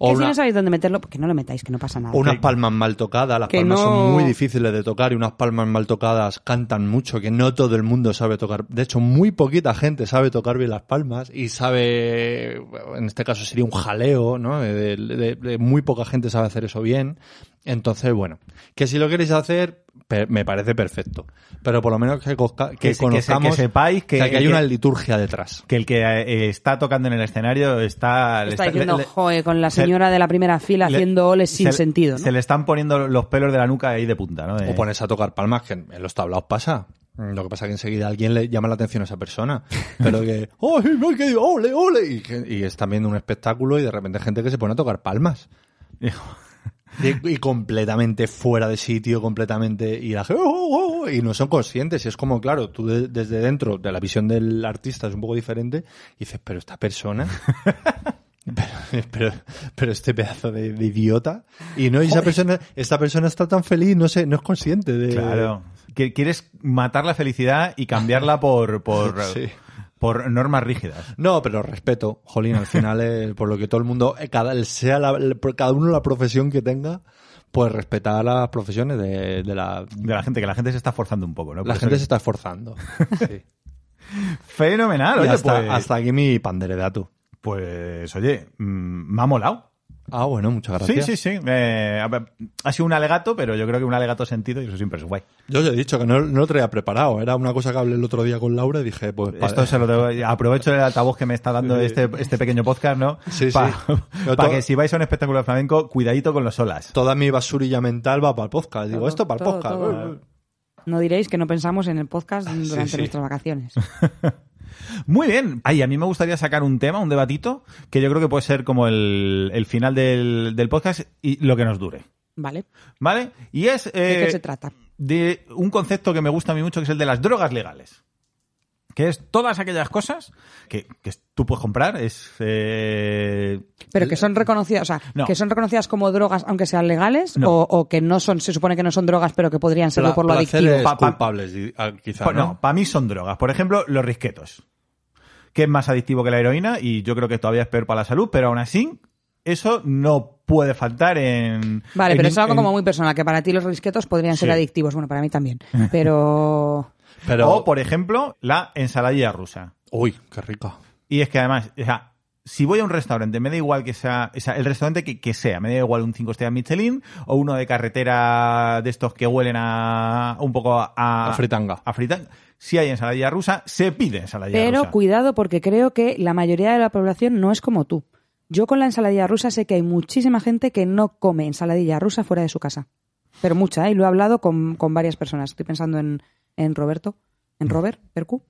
Que si
una-
no sabéis dónde meterlo, porque no lo metáis, que no pasa nada.
O unas palmas mal tocadas, las
Que
palmas
no-
son muy difíciles de tocar y unas palmas mal tocadas cantan mucho, que no todo el mundo sabe tocar. De hecho, muy poquita gente sabe tocar bien las palmas y sabe, en este caso sería un jaleo, ¿no? De- de- de- de muy poca gente sabe hacer eso bien. Entonces, bueno, que si lo queréis hacer, pe- me parece perfecto. Pero por lo menos que, cosca-
Que
que
se- que se-
conozcamos
que sepáis que-
aquí hay
que-
una liturgia detrás.
Que el que eh, está tocando en el escenario está... le
Está
le-
diciendo,
le-
joe, con la
se-
señora de la primera fila
le-
haciendo oles sin
se-
sentido, ¿no?
Se le están poniendo los pelos de la nuca ahí de punta, ¿no? Eh,
O pones a tocar palmas, que en los tablaos pasa. Lo que pasa es que enseguida alguien le llama la atención a esa persona. Pero que, *laughs* ¡ay, ay, que- ole, ole! Y, que- y están viendo un espectáculo y de repente gente que se pone a tocar palmas. Y, y completamente fuera de sitio, completamente. Y la gente, "Oh, oh, oh", y no son conscientes. Y es como, claro, tú de- desde dentro de la visión del artista es un poco diferente. Y dices, pero esta persona. *laughs* Pero, pero, pero este pedazo de, de idiota. Y no, y esa persona, esta persona está tan feliz, no sé, no es consciente de.
Claro. Que- Quieres matar la felicidad y cambiarla por, por,
*laughs* Sí.
por normas rígidas.
No, pero respeto, Jolín, al *laughs* final, eh, por lo que todo el mundo, eh, cada, el- sea la- el- por cada uno la profesión que tenga, pues respetar las profesiones de, de la...
De la gente, que la gente se está forzando un poco, ¿no? Por
La
eso
gente
que-
se está esforzando. *laughs* Sí.
Fenomenal,
Y
oye,
hasta,
pues,
hasta aquí mi panderedato.
pues, oye, mm, me ha molado.
Ah, bueno, muchas
Sí,
gracias.
sí, sí. Eh, a ver, ha sido un alegato, pero yo creo que un alegato sentido y eso siempre es guay.
Yo os he dicho que no, no lo traía preparado. Era una cosa que hablé el otro día con Laura y dije, pues... vale.
Esto se lo tengo- aprovecho el altavoz que me está dando este, este pequeño podcast, ¿no?
Sí, sí.
Para *laughs*
Pero to-
que si vais a un espectáculo de flamenco, cuidadito con los olas.
Toda mi basurilla mental va para el podcast. Digo,
Todo,
esto para el
todo,
podcast.
todo. No diréis que no pensamos en el podcast durante
sí.
*laughs*
nuestras vacaciones.
Muy bien. Ay, a mí me gustaría sacar un tema, un debatito, que yo creo que puede ser como el, el final del, del podcast y lo que nos dure.
¿Vale?
¿Vale? Y es eh,
¿De qué se trata?
de un concepto que me gusta a mí mucho, que es el de las drogas legales. Que es todas aquellas cosas que, que tú puedes comprar, es... eh,
Pero que son reconocidas, o sea,
No.
que son reconocidas como drogas aunque sean legales
No.
o, o que no son, se supone que no son drogas pero que podrían serlo
Pla-
por lo
placeres
adictivo.
Pa- pa-
culpables, di- ah, quizá,
pa-
¿no?
no, para mí son drogas. Por ejemplo, los risquetos, que es más adictivo que la heroína y yo creo que todavía es peor para la salud, pero aún así eso no puede faltar en...
Vale,
en
pero
nin-
es algo
en-
como muy personal, que para ti los risquetos podrían ser
Sí.
adictivos, bueno, para
*laughs*
mí también, pero...
Pero...
O, por ejemplo, la ensaladilla rusa.
Uy, qué rica.
Y es que además, o sea, si voy a un restaurante, me da igual que sea, o sea, el restaurante que, que sea, me da igual un 5 estrellas Michelin o uno de carretera de estos que huelen a un poco a,
A fritanga.
A fritanga. Si hay ensaladilla rusa, se pide ensaladilla
Pero
rusa.
cuidado porque creo que la mayoría de la población no es como tú. Yo con la ensaladilla rusa sé que hay muchísima gente que no come ensaladilla rusa fuera de su casa. Pero mucha, ¿eh? Y lo he hablado con, con varias personas. Estoy pensando en, en Roberto, en Robert, Percu.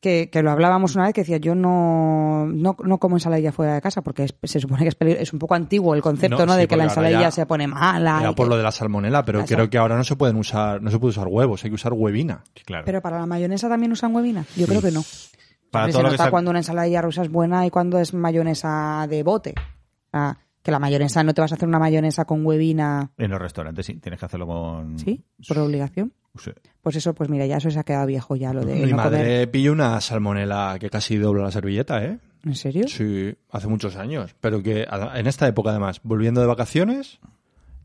que, que lo hablábamos una vez, que decía, yo no, no, no como ensaladilla fuera de casa, porque es- se supone que es, peli- es un poco antiguo el concepto, ¿no?
sí,
de que la
porque ahora
ensaladilla
ya-
se pone mala.
Era
y
por
que-
lo de la salmonela, pero
eh, La
creo
sal-
que ahora no se pueden usar, no se puede usar huevos, hay que usar huevina.
Claro.
Pero para la mayonesa también usan huevina. Yo creo que no.
Para todo
Hombre, se
lo que
nota
sea-
cuando una ensaladilla rusa es buena y cuando es mayonesa de bote. Ah, que la mayonesa, no te vas a hacer una mayonesa con huevina,
En los restaurantes, sí. Tienes que hacerlo con...
¿sí? Por obligación.
Sí.
Pues eso, pues mira, ya eso se ha quedado viejo ya, lo de
Mi
no
madre
comer.
pilló una salmonela que casi dobla la servilleta, ¿eh?
¿En serio?
Sí, hace muchos años. Pero que a- en esta época, además, volviendo de vacaciones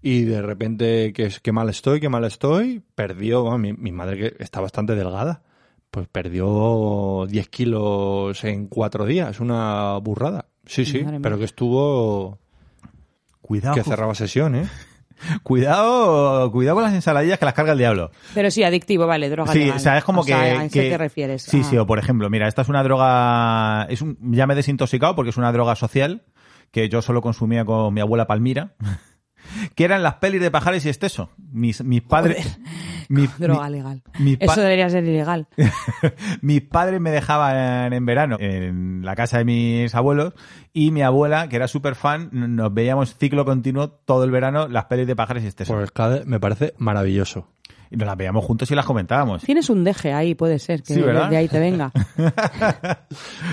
y de repente, que es que mal estoy, que mal estoy, perdió, bueno, mi, mi madre que está bastante delgada, pues perdió 10 kilos en cuatro días, una burrada. Sí, sí,
Madre mía.
pero que estuvo,
Cuidado,
que
cu-
cerraba
*laughs*
sesión, ¿eh?
cuidado, cuidado con las ensaladillas que las carga el diablo.
Pero sí, adictivo, vale, droga
Sí,
legal.
o sea, es como
O
que,
sea, ¿A
que-
qué te refieres?
Sí,
Ah.
sí, o por ejemplo, mira, esta es una droga, es un, ya me he desintoxicado porque es una droga social que yo solo consumía con mi abuela Palmira, *laughs* que eran las pelis de pajares y exceso. Mis, mis padres... *laughs* mi-
*laughs* Droga
mi-
legal.
mi pa-
Eso debería ser
*laughs*
ilegal.
mis padres me dejaban en verano en la casa de mis abuelos y mi abuela, que era súper fan, n- nos veíamos ciclo continuo todo el verano las pelis de pájaros y este
Por el CADE Pues me parece maravilloso.
Y nos las veíamos juntos y las comentábamos.
Tienes un deje ahí, puede ser, que
Sí, ¿verdad?
de ahí te venga.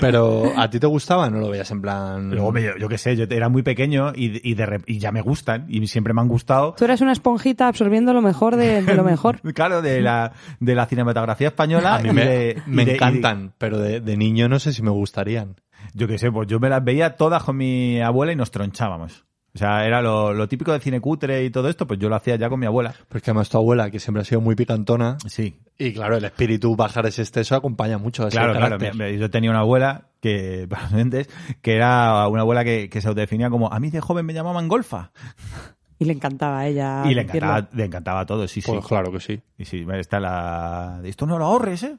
Pero a ti te gustaba, no lo veías en plan...
Luego, me- yo, yo qué sé, yo era muy pequeño y, y, de rep- y ya me gustan y siempre me han gustado.
Tú eres una esponjita absorbiendo lo mejor de, de lo mejor.
Claro, de la, de la cinematografía española.
A mí
y
me,
de- y
me
de- y de-
encantan, pero de, de niño no sé si me gustarían.
yo qué sé, pues yo me las veía todas con mi abuela y nos tronchábamos. O sea, era lo, lo típico de cine cutre y todo esto, pues yo lo hacía ya con mi abuela.
Porque además tu abuela, que siempre ha sido muy picantona,
Sí,
Y claro, el espíritu bajar ese exceso acompaña mucho a ese
Claro, claro.
carácter.
me- me- Yo tenía una abuela que, *laughs* para los oyentes, que era una abuela que, que se autodefinía como, a mí de joven me llamaban golfa.
Y le encantaba a ella.
Y le
decirlo.
encantaba, le encantaba todo, sí, sí.
Ah, Pues claro que sí.
Y sí, está la... de, Esto no lo ahorres, ¿eh?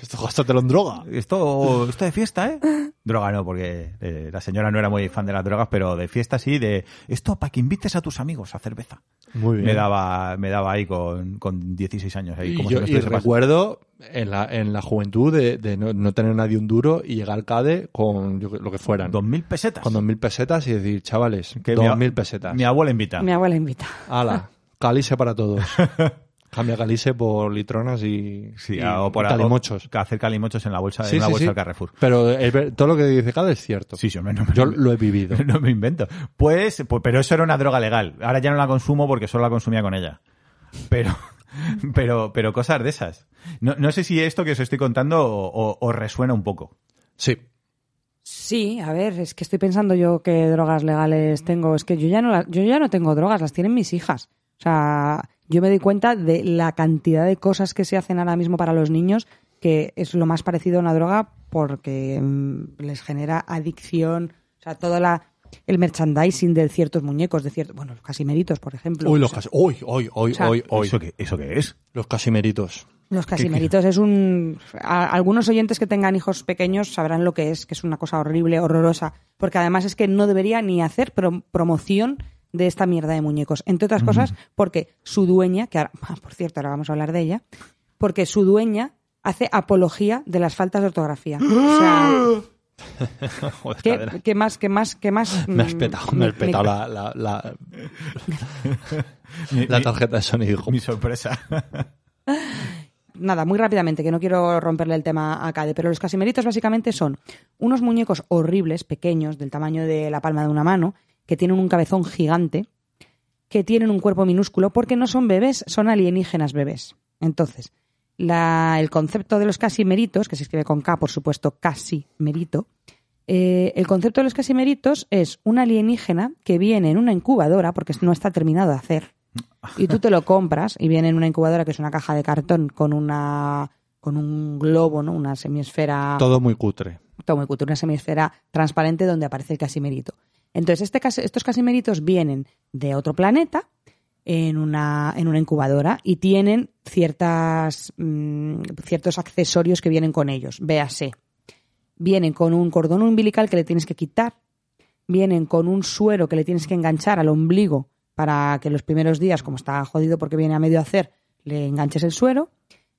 Esto gástatelo en droga.
Esto, esto de fiesta, ¿eh? Droga no, porque eh, la señora no era muy fan de las drogas, pero de fiesta sí, de esto para que invites a tus amigos a cerveza.
Muy
Me daba, me daba ahí con, con 16 años. Ahí,
Y,
como
yo-
si no
y
estuviese pasando.
recuerdo en la, en la juventud de, de no, no tener nadie un duro y llegar al CADE con yo que- lo que fueran.
Dos mil pesetas.
con dos mil pesetas y decir, chavales,
Que mi
dos
a-
mil pesetas.
Mi abuela invita.
Mi abuela invita.
Ala, calice
*laughs*
para todos. Cambia calice por litronas y,
Sí,
y
o por
calimochos.
o hacer calimochos en la bolsa,
Sí,
en la
sí,
bolsa
sí.
del Carrefour.
Pero es ver- todo lo que dice CADE es cierto.
Sí, sí, hombre, no me,
Yo lo he
*laughs*
vivido.
no me invento. Pues, pues, pero eso era una droga legal. Ahora ya no la consumo porque solo la consumía con ella. Pero, *laughs* pero, pero cosas de esas. No, no sé si esto que os estoy contando o- o- os resuena un poco.
Sí.
Sí, a ver, es que estoy pensando yo qué drogas legales tengo. Es que yo ya no, las- yo ya no tengo drogas, las tienen mis hijas. O sea, yo me doy cuenta de la cantidad de cosas que se hacen ahora mismo para los niños, que es lo más parecido a una droga porque mm, les genera adicción. O sea, todo la, el merchandising de ciertos muñecos, de ciertos, bueno, los casimeritos, por ejemplo.
Uy, los
O sea,
cas- uy, uy, uy,
O sea,
uy, uy.
¿Eso qué, eso qué es?
Los casimeritos.
Los casimeritos es un... a- algunos oyentes que tengan hijos pequeños sabrán lo que es, que es una cosa horrible, horrorosa, porque además es que no debería ni hacer prom- promoción de esta mierda de muñecos. Entre otras cosas, porque su dueña, que ahora, ah, por cierto, ahora vamos a hablar de ella, porque su dueña hace apología de las faltas de ortografía. O
¡Ah!
sea,
Joder,
¿qué,
cadena.
qué más, qué más, qué más?
Me has
mm,
petado, me has
mi-
petado
mi-
la, la, la,
Mi,
la
mi-
tarjeta de sonido. hijo.
mi sorpresa.
nada, muy rápidamente, que no quiero romperle el tema a Cade, pero los casimeritos básicamente son unos muñecos horribles, pequeños, del tamaño de la palma de una mano, que tienen un cabezón gigante, que tienen un cuerpo minúsculo, porque no son bebés, son alienígenas bebés. Entonces, la- el concepto de los casimeritos, que se escribe con K, por supuesto, casimerito, eh, el concepto de los casimeritos es un alienígena que viene en una incubadora, porque no está terminado de hacer, y tú te lo compras y viene en una incubadora que es una caja de cartón con una con un globo, ¿no? Una semiesfera
*laughs* Todo muy cutre.
Tomo y Couture, una semisfera transparente donde aparece el casimerito. Entonces, este cas- estos casimeritos vienen de otro planeta en una, en una incubadora y tienen ciertas, mm, ciertos accesorios que vienen con ellos. Véase. Vienen con un cordón umbilical que le tienes que quitar. Vienen con un suero que le tienes que enganchar al ombligo para que los primeros días, como está jodido porque viene a medio hacer, le enganches el suero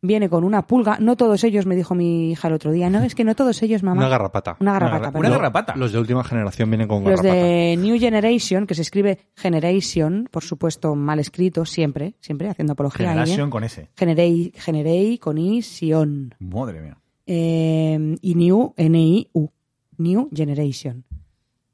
viene con una pulga. No todos ellos, me dijo mi hija el otro día. No, es que no todos ellos, mamá.
Una garrapata.
Una garrapata,
garra-
Una
perdón.
garrapata.
Los de última generación vienen con
Los
garrapata.
de New Generation, que se escribe Generation, por supuesto mal escrito, siempre, siempre haciendo apología ahí, ¿eh?
Generación con ese.
Generei, generei con I, Sion.
Madre mía.
Eh, y New, N-I-U. New Generation.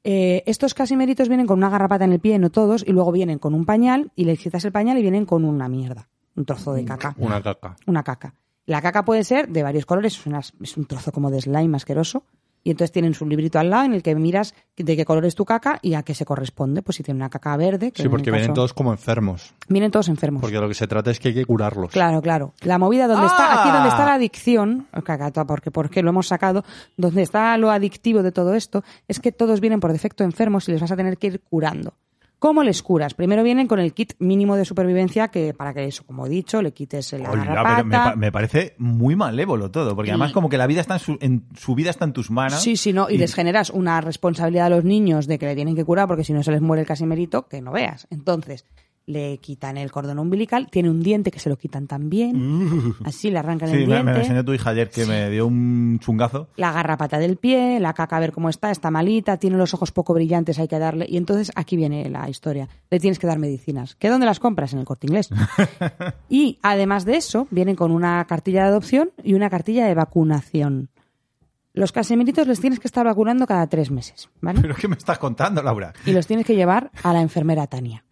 Eh, estos casimeritos vienen con una garrapata en el pie, no todos, y luego vienen con un pañal, y le quitas el pañal y vienen con una mierda. Un trozo de caca.
Una caca.
Una caca. La caca puede ser de varios colores, es, unas- es un trozo como de slime asqueroso. Y entonces tienen su librito al lado en el que miras de qué color es tu caca y a qué se corresponde. Pues si tiene una caca verde. que
Sí,
en mi
porque vienen
caso-
todos como enfermos.
Vienen todos enfermos.
Porque lo que se trata es que hay que curarlos.
Claro, claro. La movida donde
¡Ah!
está, aquí donde está la adicción, cagata, porque, porque lo hemos sacado, donde está lo adictivo de todo esto, es que todos vienen por defecto enfermos y les vas a tener que ir curando. ¿Cómo les curas? Primero vienen con el kit mínimo de supervivencia que para que eso, como he dicho, le quites la
Hola,
garrapata.
pero me, pa- me parece muy malévolo todo, porque además como que la vida está en su, en- su vida está en tus manos.
Sí, sí, no. Y,
Y-
les generas una responsabilidad a los niños de que le tienen que curar porque si no se les muere el casimerito, que no veas. Entonces, le quitan el cordón umbilical, tiene un diente que se lo quitan también. Así le arrancan
Mm. Sí, me,
el diente.
me lo enseñó tu hija ayer que me dio un chungazo. *laughs*
la garrapata del pie, la caca a ver cómo está, está malita, tiene los ojos poco brillantes, hay que darle. Y entonces aquí viene la historia. Le tienes que dar medicinas. ¿Que dónde las compras? En el
*laughs*
corte inglés. y además de eso, vienen con una cartilla de adopción y una cartilla de vacunación. Los casemiritos les tienes que estar vacunando cada tres meses, ¿vale?
Pero ¿qué me estás contando, Laura?
y los tienes que llevar a la enfermera Tania.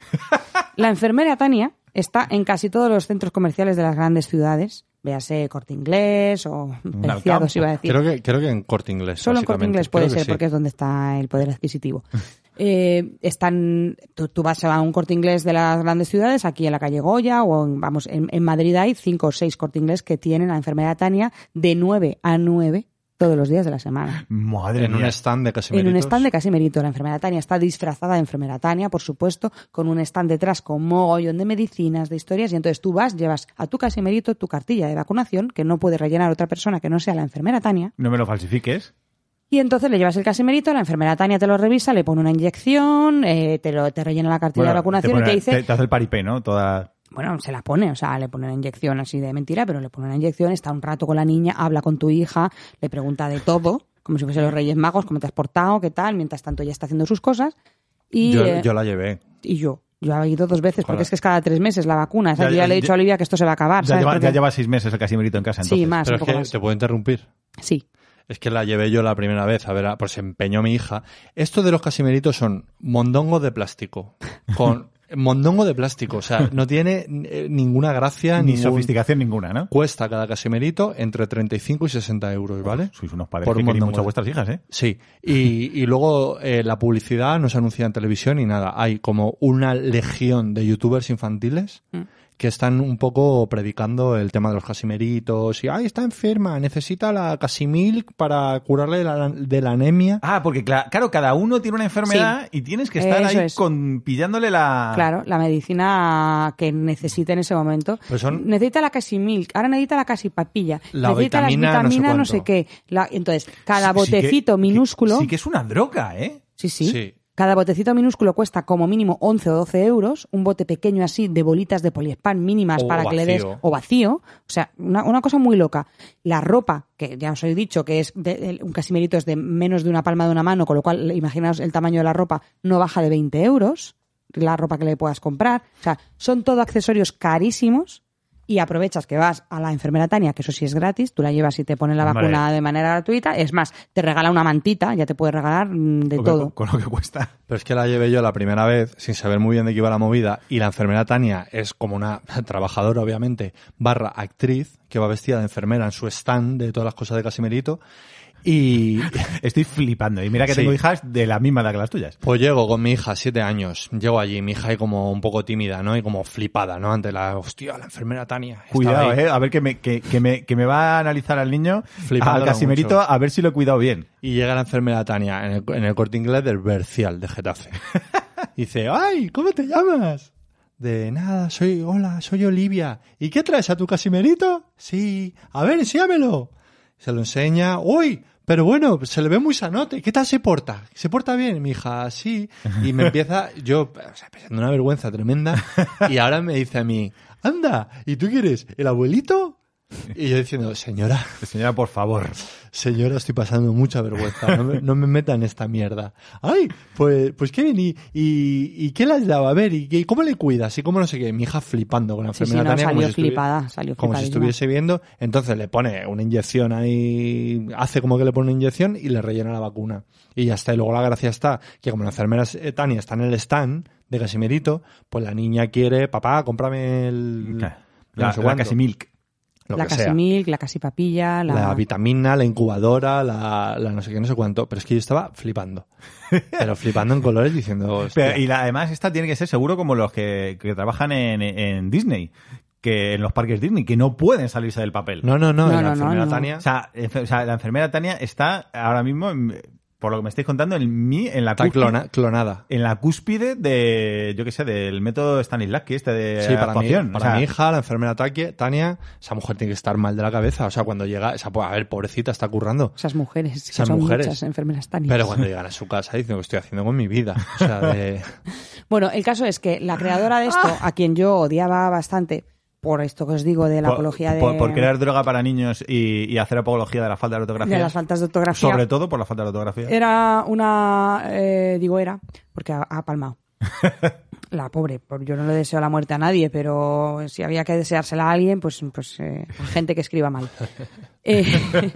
La enfermera Tania está en casi todos los centros comerciales de las grandes ciudades, véase Corte Inglés o Preciados,
Alcampo.
iba a decir.
Creo que, creo que en corte inglés.
Solo en corte
básicamente.
inglés puede
Creo que
ser,
sí.
porque es donde está el poder adquisitivo. *laughs* Eh, están, tú, tú vas a un corte inglés de las grandes ciudades, aquí en la calle Goya, o en, vamos, en, en Madrid hay cinco o seis corte inglés que tienen la enfermedad Tania de 9 a 9 todos los días de la semana.
Madre
En un
mía.
stand de casi
En un stand de Casimerito, la enfermera Tania está disfrazada de enfermera Tania, por supuesto, con un stand detrás con mogollón de medicinas, de historias, y entonces tú vas, llevas a tu Casimerito tu cartilla de vacunación, que no puede rellenar otra persona que no sea la enfermera Tania,
No me lo falsifiques.
y entonces le llevas el casimerito, la enfermera Tania te lo revisa, le pone una inyección, eh, te, lo, te rellena la cartilla
Bueno,
de vacunación
pone-
y te dice,
te, te hace el paripé, ¿no? Toda...
bueno, se la pone, o sea, le pone una inyección así de mentira, pero le pone una inyección, está un rato con la niña, habla con tu hija, le pregunta de todo, como si fuese los Reyes Magos, cómo te has portado, qué tal, mientras tanto ella está haciendo sus cosas. Y
Yo,
eh,
yo la llevé.
y yo, yo he ido dos veces, porque
Joder.
es que es cada tres meses la vacuna, o sea,
Ya-
yo ya le he
ya-
dicho a Olivia que esto se va a acabar,
Ya
¿sabes?
lleva,
Porque-
ya lleva seis meses el casimerito en casa,
Sí,
entonces.
más, un
Pero es
poco
que
más.
te puedo interrumpir.
Sí.
Es que la llevé yo la primera vez, a ver, a- pues se empeñó mi hija. Esto de los casimeritos son mondongo de plástico.
*laughs*
Con mondongo de plástico, o sea, no tiene eh, ninguna gracia
Ni
ningún-
sofisticación ninguna, ¿no?
Cuesta cada casimerito entre 35 y 60 euros, ¿vale?
Sois unos padres
Por
que
un
queréis mucho
montón,
a
bueno.
vuestras hijas, ¿eh?
Sí, y, y luego eh, la publicidad no se anuncia en televisión y nada. Hay como una legión de youtubers infantiles que están un poco predicando el tema de los casimeritos y, ay, está enferma, necesita la casimil para curarle la- de la anemia.
Ah, porque cla- claro, cada uno tiene una enfermedad y tienes que estar
Eso
ahí
es.
con, pillándole la...
Claro, la medicina que necesita en ese momento.
Pues son-
Necesita la casi milk, ahora necesita la casi papilla,
La
necesita
vitamina
las
no sé
vitaminas, no
cuánto.
sé, qué. La- entonces, cada
Sí- sí que-
botecito
que-
minúsculo,
sí que es una droga, ¿eh?
sí, sí,
Sí.
cada botecito minúsculo cuesta como mínimo 11 o 12 euros, un bote pequeño así de bolitas de poliespan mínimas
O
para que le des
vacío.
o vacío, o sea, una, una cosa muy loca. La ropa, que ya os he dicho que es de- el- un casimerito es de menos de una palma de una mano, con lo cual imaginaos el tamaño de la ropa, no baja de 20 euros, la ropa que le puedas comprar, o sea, son todo accesorios carísimos. Y aprovechas que vas a la enfermera Tania, que eso sí es gratis, tú la llevas y te pone la
Hombre.
vacuna de manera gratuita. Es más, te regala una mantita, ya te puede regalar mm, de
Con-
todo.
Con, lo que cuesta.
Pero es que la llevé yo la primera vez sin saber muy bien de qué iba la movida y la enfermera Tania es como una *laughs* trabajadora, obviamente, barra actriz que va vestida de enfermera en su stand de todas las cosas de casimerito y...
Estoy flipando. Y mira que
Sí.
tengo hijas de la misma edad que las tuyas.
Pues llego con mi hija, siete años. Llego allí, mi hija ahí como un poco tímida, ¿no? Y como flipada, ¿no? Ante la, hostia, la enfermera Tania. Estaba
Cuidado,
ahí.
eh. A ver que me, que, que me, que me va a analizar al niño, al
Flipándola
casimerito,
mucho.
a ver si lo he cuidado bien.
Y llega la enfermera Tania en el, en el corte inglés del Bercial de Getafe. *laughs* Y dice, ¡ay! ¿Cómo te llamas? De nada, soy, hola, soy Olivia. ¿Y qué traes a tu casimerito? Sí, a ver, enséñamelo. Se lo enseña, ¡uy! Pero bueno, se le ve muy sanote. ¿Qué tal se porta? ¿Se porta bien? Mi hija, sí. Y me empieza, yo, o sea, pensando una vergüenza tremenda. Y ahora me dice a mí, anda, ¿y tú quieres el abuelito? Y yo diciendo, señora,
Señora, por favor.
señora, estoy pasando mucha vergüenza, no me, no me meta en esta mierda. Ay, pues, pues Kevin, ¿y, y, y qué le has dado? A ver, ¿y, qué- cómo le cuidas? ¿Y cómo no sé qué? Mi hija flipando con la
Sí, sí,
enfermedad
no,
Tania, como
salió
si estuvi-
flipada, salió
Como si
flipadísima.
estuviese viendo. Entonces le pone una inyección ahí, hace como que le pone una inyección y le rellena la vacuna. Y ya está. Y luego la gracia está que como la enfermera eh, Tania está en el stand de Casimirito, pues la niña quiere, papá, cómprame el...
La,
no
Ah, la
sé cuánto".
Casimilk.
Lo
la
que sea.
casi milk, la casi papilla, la...
la... vitamina, la incubadora, la, la no sé qué, no sé cuánto. Pero es que yo estaba flipando. Pero flipando en colores diciendo. hostia.
Pero- y la- además, esta tiene que ser seguro como los que, que trabajan en, en Disney, que en los parques Disney, que no pueden salirse del papel.
No, no, no,
No,
la
no, no,
enfermera
no.
Tania.
O sea, enfe- o sea, la enfermera Tania está ahora mismo, en- por lo que me estáis contando, en mí, en la
está
cúspide,
clona- clonada.
en la cúspide de, yo qué sé, del método Stanislavski este de
Sí, para, mí,
actuación.
para
O sea,
mi hija, la enfermera Taque- Tania, esa mujer tiene que estar mal de la cabeza. O sea, cuando llega, esa, a ver, pobrecita, está currando.
Esas mujeres, que
Esas
son
mujeres.
muchas enfermeras tan
Pero cuando llegan a su casa dicen, ¿qué estoy haciendo con mi vida? O sea, de-
Bueno, el caso es que la creadora de esto, a quien yo odiaba bastante por esto que os digo de la
por-
apología de,
por, por crear droga para niños y, y hacer apología de la falta de ortografía.
de las faltas de ortografía,
Sobre todo por la falta de ortografía.
era una... eh, digo era, porque ha, ha palmado.
*laughs*
La pobre, por- yo no le deseo la muerte a nadie, pero si había que deseársela a alguien, pues, pues eh, a gente que
*laughs*
escriba mal. Eh, *laughs*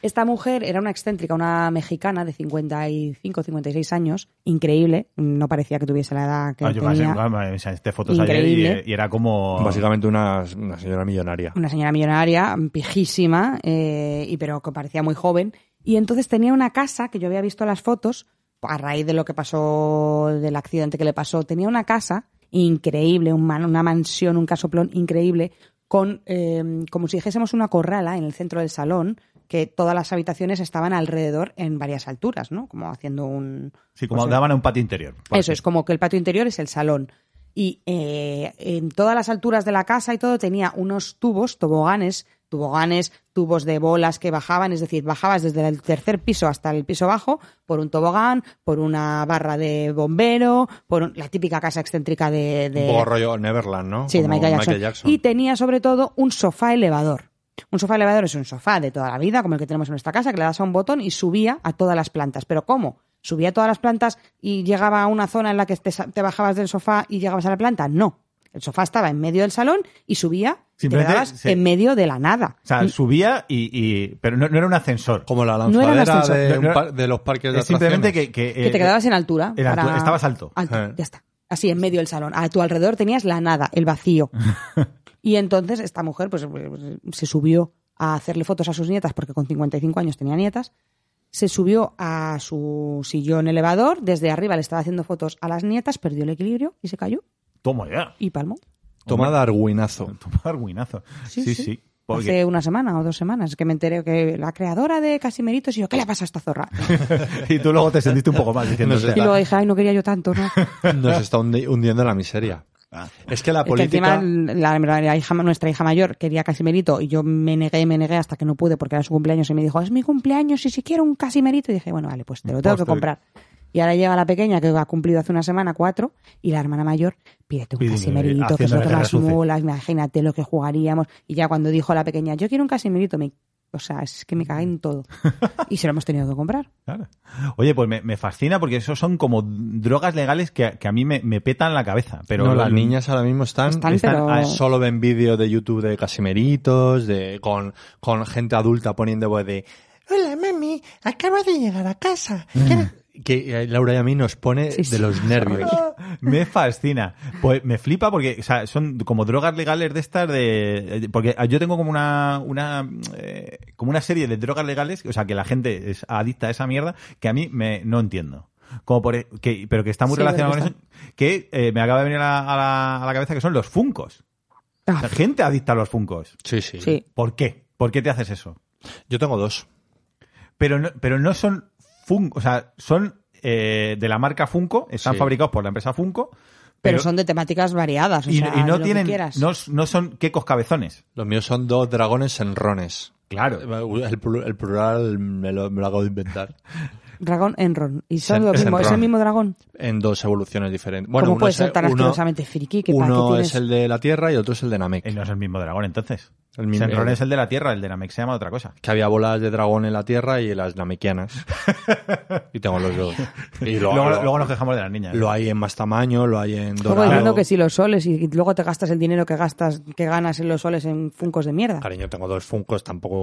Esta mujer era una excéntrica, una mexicana de 55, 56 años, increíble, no parecía que tuviese la edad que
Ah, yo me
tenía.
acuerdo, me enseñaste fotos ayer
Increíble.
y, y era como...
básicamente una, una señora millonaria.
una señora millonaria, pijísima, eh, y pero que parecía muy joven. Y entonces tenía una casa, que yo había visto las fotos, a raíz de lo que pasó, del accidente que le pasó, tenía una casa increíble, un man- una mansión, un casoplón increíble, con eh, como si dijésemos una corrala en el centro del salón, que todas las habitaciones estaban alrededor en varias alturas, ¿no? Como haciendo un...
Sí, como
pues,
daban a un patio interior. por
eso es, como que el patio interior es el salón. Y eh, en todas las alturas de la casa y todo tenía unos tubos, toboganes, toboganes, tubos de bolas que bajaban, es decir, bajabas desde el tercer piso hasta el piso bajo por un tobogán, por una barra de bombero, por un- la típica casa excéntrica de... de-
Un poco rollo Neverland, ¿no?
Sí, de
Como
Michael Jackson.
Jackson.
Y tenía sobre todo un sofá elevador. Un sofá elevador es un sofá de toda la vida, como el que tenemos en nuestra casa, que le das a un botón y subía a todas las plantas. ¿Pero cómo? ¿Subía a todas las plantas y llegaba a una zona en la que te, sa- te bajabas del sofá y llegabas a la planta? No. El sofá estaba en medio del salón y subía y te
Simplemente
quedabas
se-
en medio de la nada.
O sea, subía y... y- pero no, no era un ascensor.
Como la
No era un
lanzadera
ascensor.
de,
No, no
un
era-
par- de los parques de
Es simplemente
atracciones.
que... que,
que
eh,
te quedabas en altura.
en altura,
para-
estabas alto. Ah.
Eh.
ya está. Así, en medio del salón. A tu alrededor tenías la nada,
*laughs*
el vacío. Y entonces esta mujer pues, pues, se subió a hacerle fotos a sus nietas, porque con 55 años tenía nietas. Se subió a su sillón elevador, desde arriba le estaba haciendo fotos a las nietas, perdió el equilibrio y se cayó
Toma ya.
y palmó.
Toma Darwinazo.
Toma arguinazo. Sí,
Sí,
sí.
sí.
Porque-
Hace una semana o dos semanas que me enteré que la creadora de Casimeritos y yo, ¿qué le pasa a
*laughs*
esta zorra?
y tú luego te sentiste un poco mal diciendo...
*laughs* No sé.
"Hostia,
Y luego dije, ay, no quería yo tanto,
*laughs*
¿no?
*laughs* Nos está hundi- hundiendo en la miseria. Ah. Es que la
Es que
política...
encima la, la- la hija, nuestra hija mayor quería casimerito y yo me negué, me negué hasta que no pude porque era su cumpleaños y me dijo, es mi cumpleaños y si quiero un casimerito. Y dije, bueno, vale, pues te lo tengo que
Postre.
comprar. Y ahora llega la pequeña que ha cumplido hace una semana cuatro y la hermana mayor, pídete un
Pídeme,
casimerito, que es lo
haciéndole
que
que
más
resuce".
mola, imagínate lo que jugaríamos. Y ya cuando dijo la pequeña, yo quiero un casimerito, me... O sea, es que me cagué en todo. Y se lo hemos tenido que comprar.
Claro. Oye, pues me, me fascina porque esos son como drogas legales que, a- que a mí me, me petan la cabeza. Pero
no, las niñas ahora mismo están,
Están, pero-
ah, solo ven vídeos de YouTube de casimeritos, de con, con gente adulta poniendo voz de Hola mami, acabo de llegar a casa. Que eh, Laura y a mí nos pone
Sí,
de
sí. *laughs*
los nervios.
Me fascina. Pues me flipa porque o sea, son como drogas legales de estas de... eh, Porque yo tengo como una, una, eh, como una serie de drogas legales, o sea, que la gente es adicta a esa mierda, que a mí me, no entiendo. Como por, que, pero que está muy
Sí,
relacionado con
¿verdad
eso, que eh, me acaba de venir a la, a la- a la cabeza que son los funcos.
Ah,
La gente adicta a los funcos.
Sí, sí,
sí.
¿Por qué? ¿Por qué te haces eso?
Yo tengo dos.
pero no, pero no son Funko, o sea, son eh, de la marca Funko, están
Sí.
fabricados por la empresa Funko,
Pero, son de temáticas variadas. O
y,
sea,
y
de lo
no
que
tienen
quieras.
no, no son quecos cabezones.
Los míos son dos dragones enrones.
Claro.
El, plu- el plural me lo, me lo acabo de inventar.
Dragón Enron. Y son lo
Es
mismo, es el
Enron.
mismo dragón.
en dos evoluciones diferentes. Bueno,
¿Cómo
uno
puede
es-
ser tan
uno-
asquerosamente friki que para qué
Uno
tienes-
es el de la Tierra y otro es el de Namek.
Él eh, no es el mismo dragón, entonces.
El
El
mismo- el-
es el de la Tierra, el de Namek se llama otra cosa.
Que había bolas de dragón en la Tierra y las
*laughs*
namekianas. y tengo los dos. Y lo,
luego,
lo-
luego nos quejamos de las niñas.
lo hay en más tamaño, lo hay en
Luego diciendo
dorado.
que si los soles y luego te gastas el dinero que gastas, que ganas en los soles en funcos de mierda.
Cariño, tengo dos
*laughs*
funcos, tampoco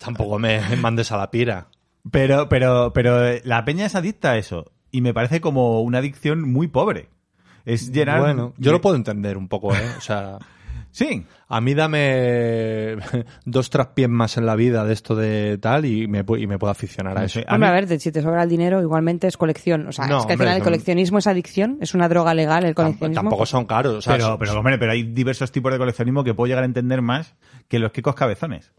tampoco me mandes a la pira.
Pero, pero, pero eh, la peña es adicta a eso. Y me parece como una adicción muy pobre. Es llenar.
Bueno, yo lo puedo entender un poco, ¿eh? O sea,
Sí.
a mí dame *laughs* dos traspiés más en la vida de esto de tal y me, pu- y me puedo aficionar a
No
eso.
sé,
Hombre, a ver, de- si te sobra el dinero, igualmente es colección. O sea,
No,
es que al
hombre,
final el
no.
coleccionismo es adicción, es una droga legal el
Tam-
coleccionismo.
tampoco son caros. o sea,
Pero,
son-
pero, hombre, pero hay diversos tipos de coleccionismo que puedo llegar a entender más que los quicos cabezones.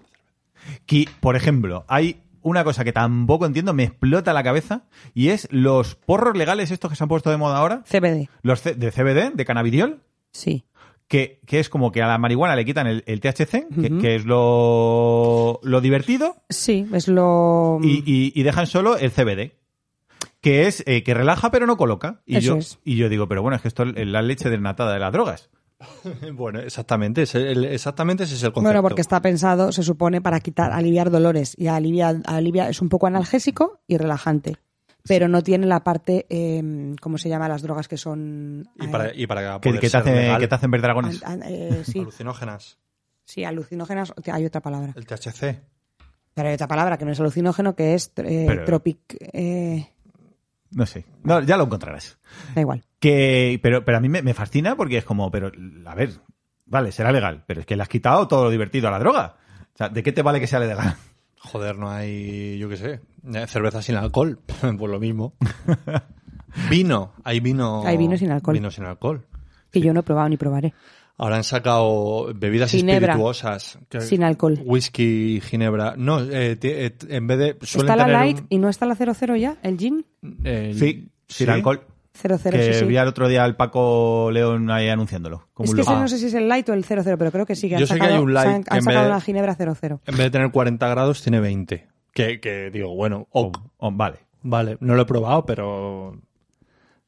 Que, por ejemplo, hay una cosa que tampoco entiendo, me explota la cabeza, y es los porros legales estos que se han puesto de moda ahora,
CBD,
los C- de CBD, de cannabidiol,
sí.
que, que es como que a la marihuana le quitan el, el THC, que,
Ujú.
que es lo, lo divertido,
Sí, es lo...
y, y- y dejan solo el CBD. Que es eh, que relaja pero no coloca. Y,
Eso
yo,
es.
y yo digo, pero bueno, es que esto es la leche desnatada de las drogas.
*laughs* Bueno, exactamente, ese, el- exactamente ese es el concepto.
Bueno, porque está pensado, se supone, para quitar, aliviar dolores. Y alivia, alivia es un poco analgésico y relajante. Pero no tiene la parte, eh, ¿cómo se llama? Las drogas que son...
Y
eh,
para, y para
Que,
poder
que te
ser
hace,
legal,
que te hacen ver dragones.
an- an- eh, sí,
alucinógenas,
sí, alucinógenas, o sea, hay otra palabra.
el THC.
Pero hay otra palabra que no es alucinógeno, que es eh,
Pero-
tropic... eh,
No sé. No, ya lo encontrarás.
da igual.
Que, pero, pero a mí me, me fascina porque es como, pero, a ver, vale, será legal, pero es que le has quitado todo lo divertido a la droga. O sea, ¿de qué te vale que sea legal?
Joder, no hay, yo qué sé, eh, cerveza sin alcohol, *laughs* pues
*laughs*
lo mismo. vino, hay vino.
Hay vino sin alcohol.
Vino sin alcohol.
Que yo no he probado ni probaré.
Ahora han sacado bebidas
Ginebra.
espirituosas. que-
Sin alcohol.
Whisky, ginebra. No, eh, ti- eh, t- en vez de. Suelen
¿Está la
tener
light
un-
y no está la 00 ya? ¿El gin?
eh,
Sí, sin
sí.
alcohol.
00, sí,
que
sí.
vi al otro día al Paco León ahí anunciándolo. Como
Es
un
que
loco.
ese no sé si es el light o el 00, pero creo que sí. Que han
Yo sé que
sacado,
hay un light
se han-
que
Han
en vez
sacado
de-
una ginebra 00.
En vez de tener 40 grados, tiene 20. Que, que digo, bueno,
Oh,
ok,
oh, vale.
Vale, no lo he probado, pero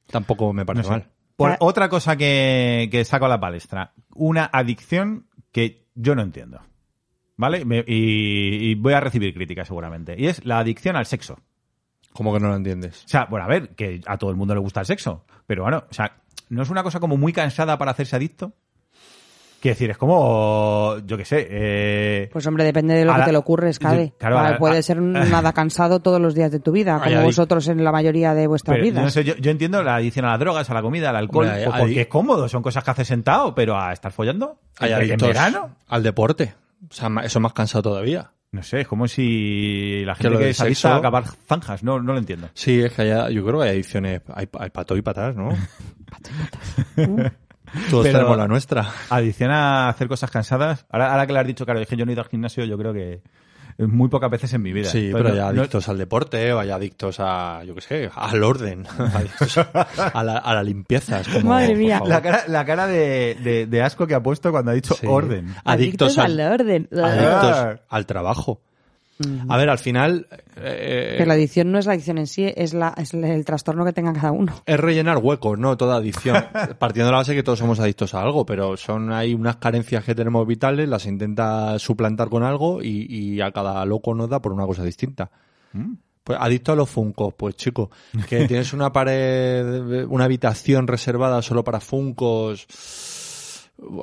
tampoco me parece
No sé.
mal.
Por
Claro.
otra cosa que, que saco a la palestra, una adicción que yo no entiendo. ¿Vale? Me- y, y voy a recibir críticas seguramente. Y es la adicción al sexo.
¿Cómo que no lo entiendes?
O sea, bueno, a ver, que a todo el mundo le gusta el sexo. Pero bueno, o sea, ¿no es una cosa como muy cansada para hacerse adicto? Quiero decir, es como, yo qué sé, eh,
Pues hombre, depende de lo
A
que
la-
te lo ocurres, Cade.
Claro,
Ah,
a la-
puede
a-
ser nada cansado todos los días de tu vida,
Hay
como
adic-
vosotros en la mayoría de vuestras
pero yo,
vidas.
no sé, yo- yo entiendo la adicción a las drogas, a la comida, al alcohol,
Hombre, hay-
pues porque
hay-
es cómodo, son cosas que haces sentado, pero a estar follando,
Hay
entre que en
adictos
verano,
al deporte. O sea, ma- eso más cansado todavía.
No sé, es como si la
Que
gente
lo
que
del
es adicta
sexo-
a acabar zanjas, no, no lo entiendo.
Sí, es que hay, yo creo que hay adicciones, hay, hay pato y
*laughs*
patas, ¿no? *laughs* Todos
Pero-
tenemos la nuestra.
Adicción a hacer cosas cansadas. Ahora, ahora que le has dicho, claro, es que yo no he ido al gimnasio, yo creo que muy pocas veces en mi vida.
Sí,
Entonces,
pero hay
pues no- no-
adictos al deporte, o hay adictos a, yo qué sé,
*laughs*
al orden, adictos a la, a la limpieza. es como,
Madre
por
mía.
favor.
la cara, la cara de, de- de asco que ha puesto cuando ha dicho
Sí.
orden.
Adictos, al,
orden.
adictos
Ah.
al trabajo. A ver, al final eh,
Pero la adicción no es la adicción en sí, es, la, es el trastorno que tenga cada uno.
es rellenar huecos, ¿no? Toda adicción. Partiendo de la base que todos somos adictos a algo, pero son hay unas carencias que tenemos vitales, las intenta suplantar con algo y, y a cada loco nos da por una cosa distinta. Pues adicto a los funcos, pues chico, que tienes una pared, una habitación reservada solo para funcos,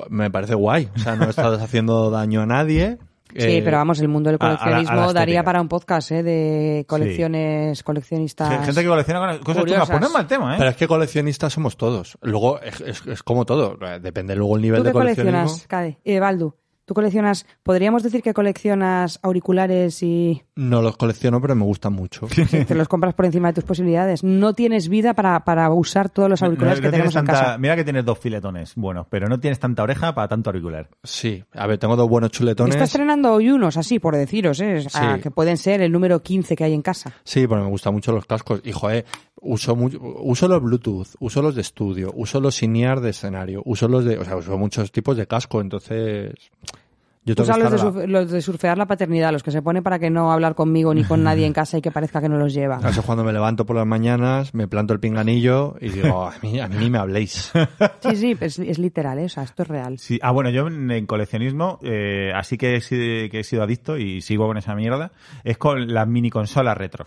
me parece guay. O sea, no estás haciendo daño a nadie.
sí,
Eh,
pero vamos, el mundo del
a- a la- a la
coleccionismo daría
estética.
para un podcast ¿eh? de colecciones, coleccionistas.
Gente que colecciona cosas
Curiosas.
chungas. Pues no es mal tema, ¿eh?
Pero es que coleccionistas somos todos. Luego, es, es- es como todo. Eh, Depende luego el nivel
¿Tú
de
qué coleccionas,
coleccionismo.
Cade? Eh, Baldu, ¿tú coleccionas, podríamos decir que coleccionas auriculares y
No los colecciono, pero me gustan mucho.
te los compras por encima de tus posibilidades? No tienes vida para, para usar todos los
No- no-
auriculares
no
que tenemos
tienes
en
tanta-
casa.
Mira que tienes dos filetones, bueno, pero no tienes tanta oreja para tanto auricular.
Sí. A ver, tengo dos buenos chuletones.
Está estrenando hoy unos así, por deciros, ¿eh? O sea,
Sí.
que pueden ser el número 15 que hay en casa.
Sí, pero me gustan mucho los cascos. Y joder, uso, mu- uso los Bluetooth, uso los de estudio, uso los in de escenario, uso los de. O sea, uso muchos tipos de casco, entonces. Yo tengo
Usa
que
los de,
estar a la-
surf- los de surfear la paternidad, los que se pone para que no hablar conmigo ni con
*laughs*
nadie en casa y que parezca que no los lleva.
Eso es cuando me levanto por las mañanas, me planto el pinganillo y *laughs* digo, a mí, a mí ni me habléis.
Sí, sí, es, es literal, ¿eh? o sea, esto es real.
Sí, ah, bueno, yo en, en coleccionismo, eh, así que he, sido- que he sido adicto y sigo con esa mierda, es con las mini consolas retro.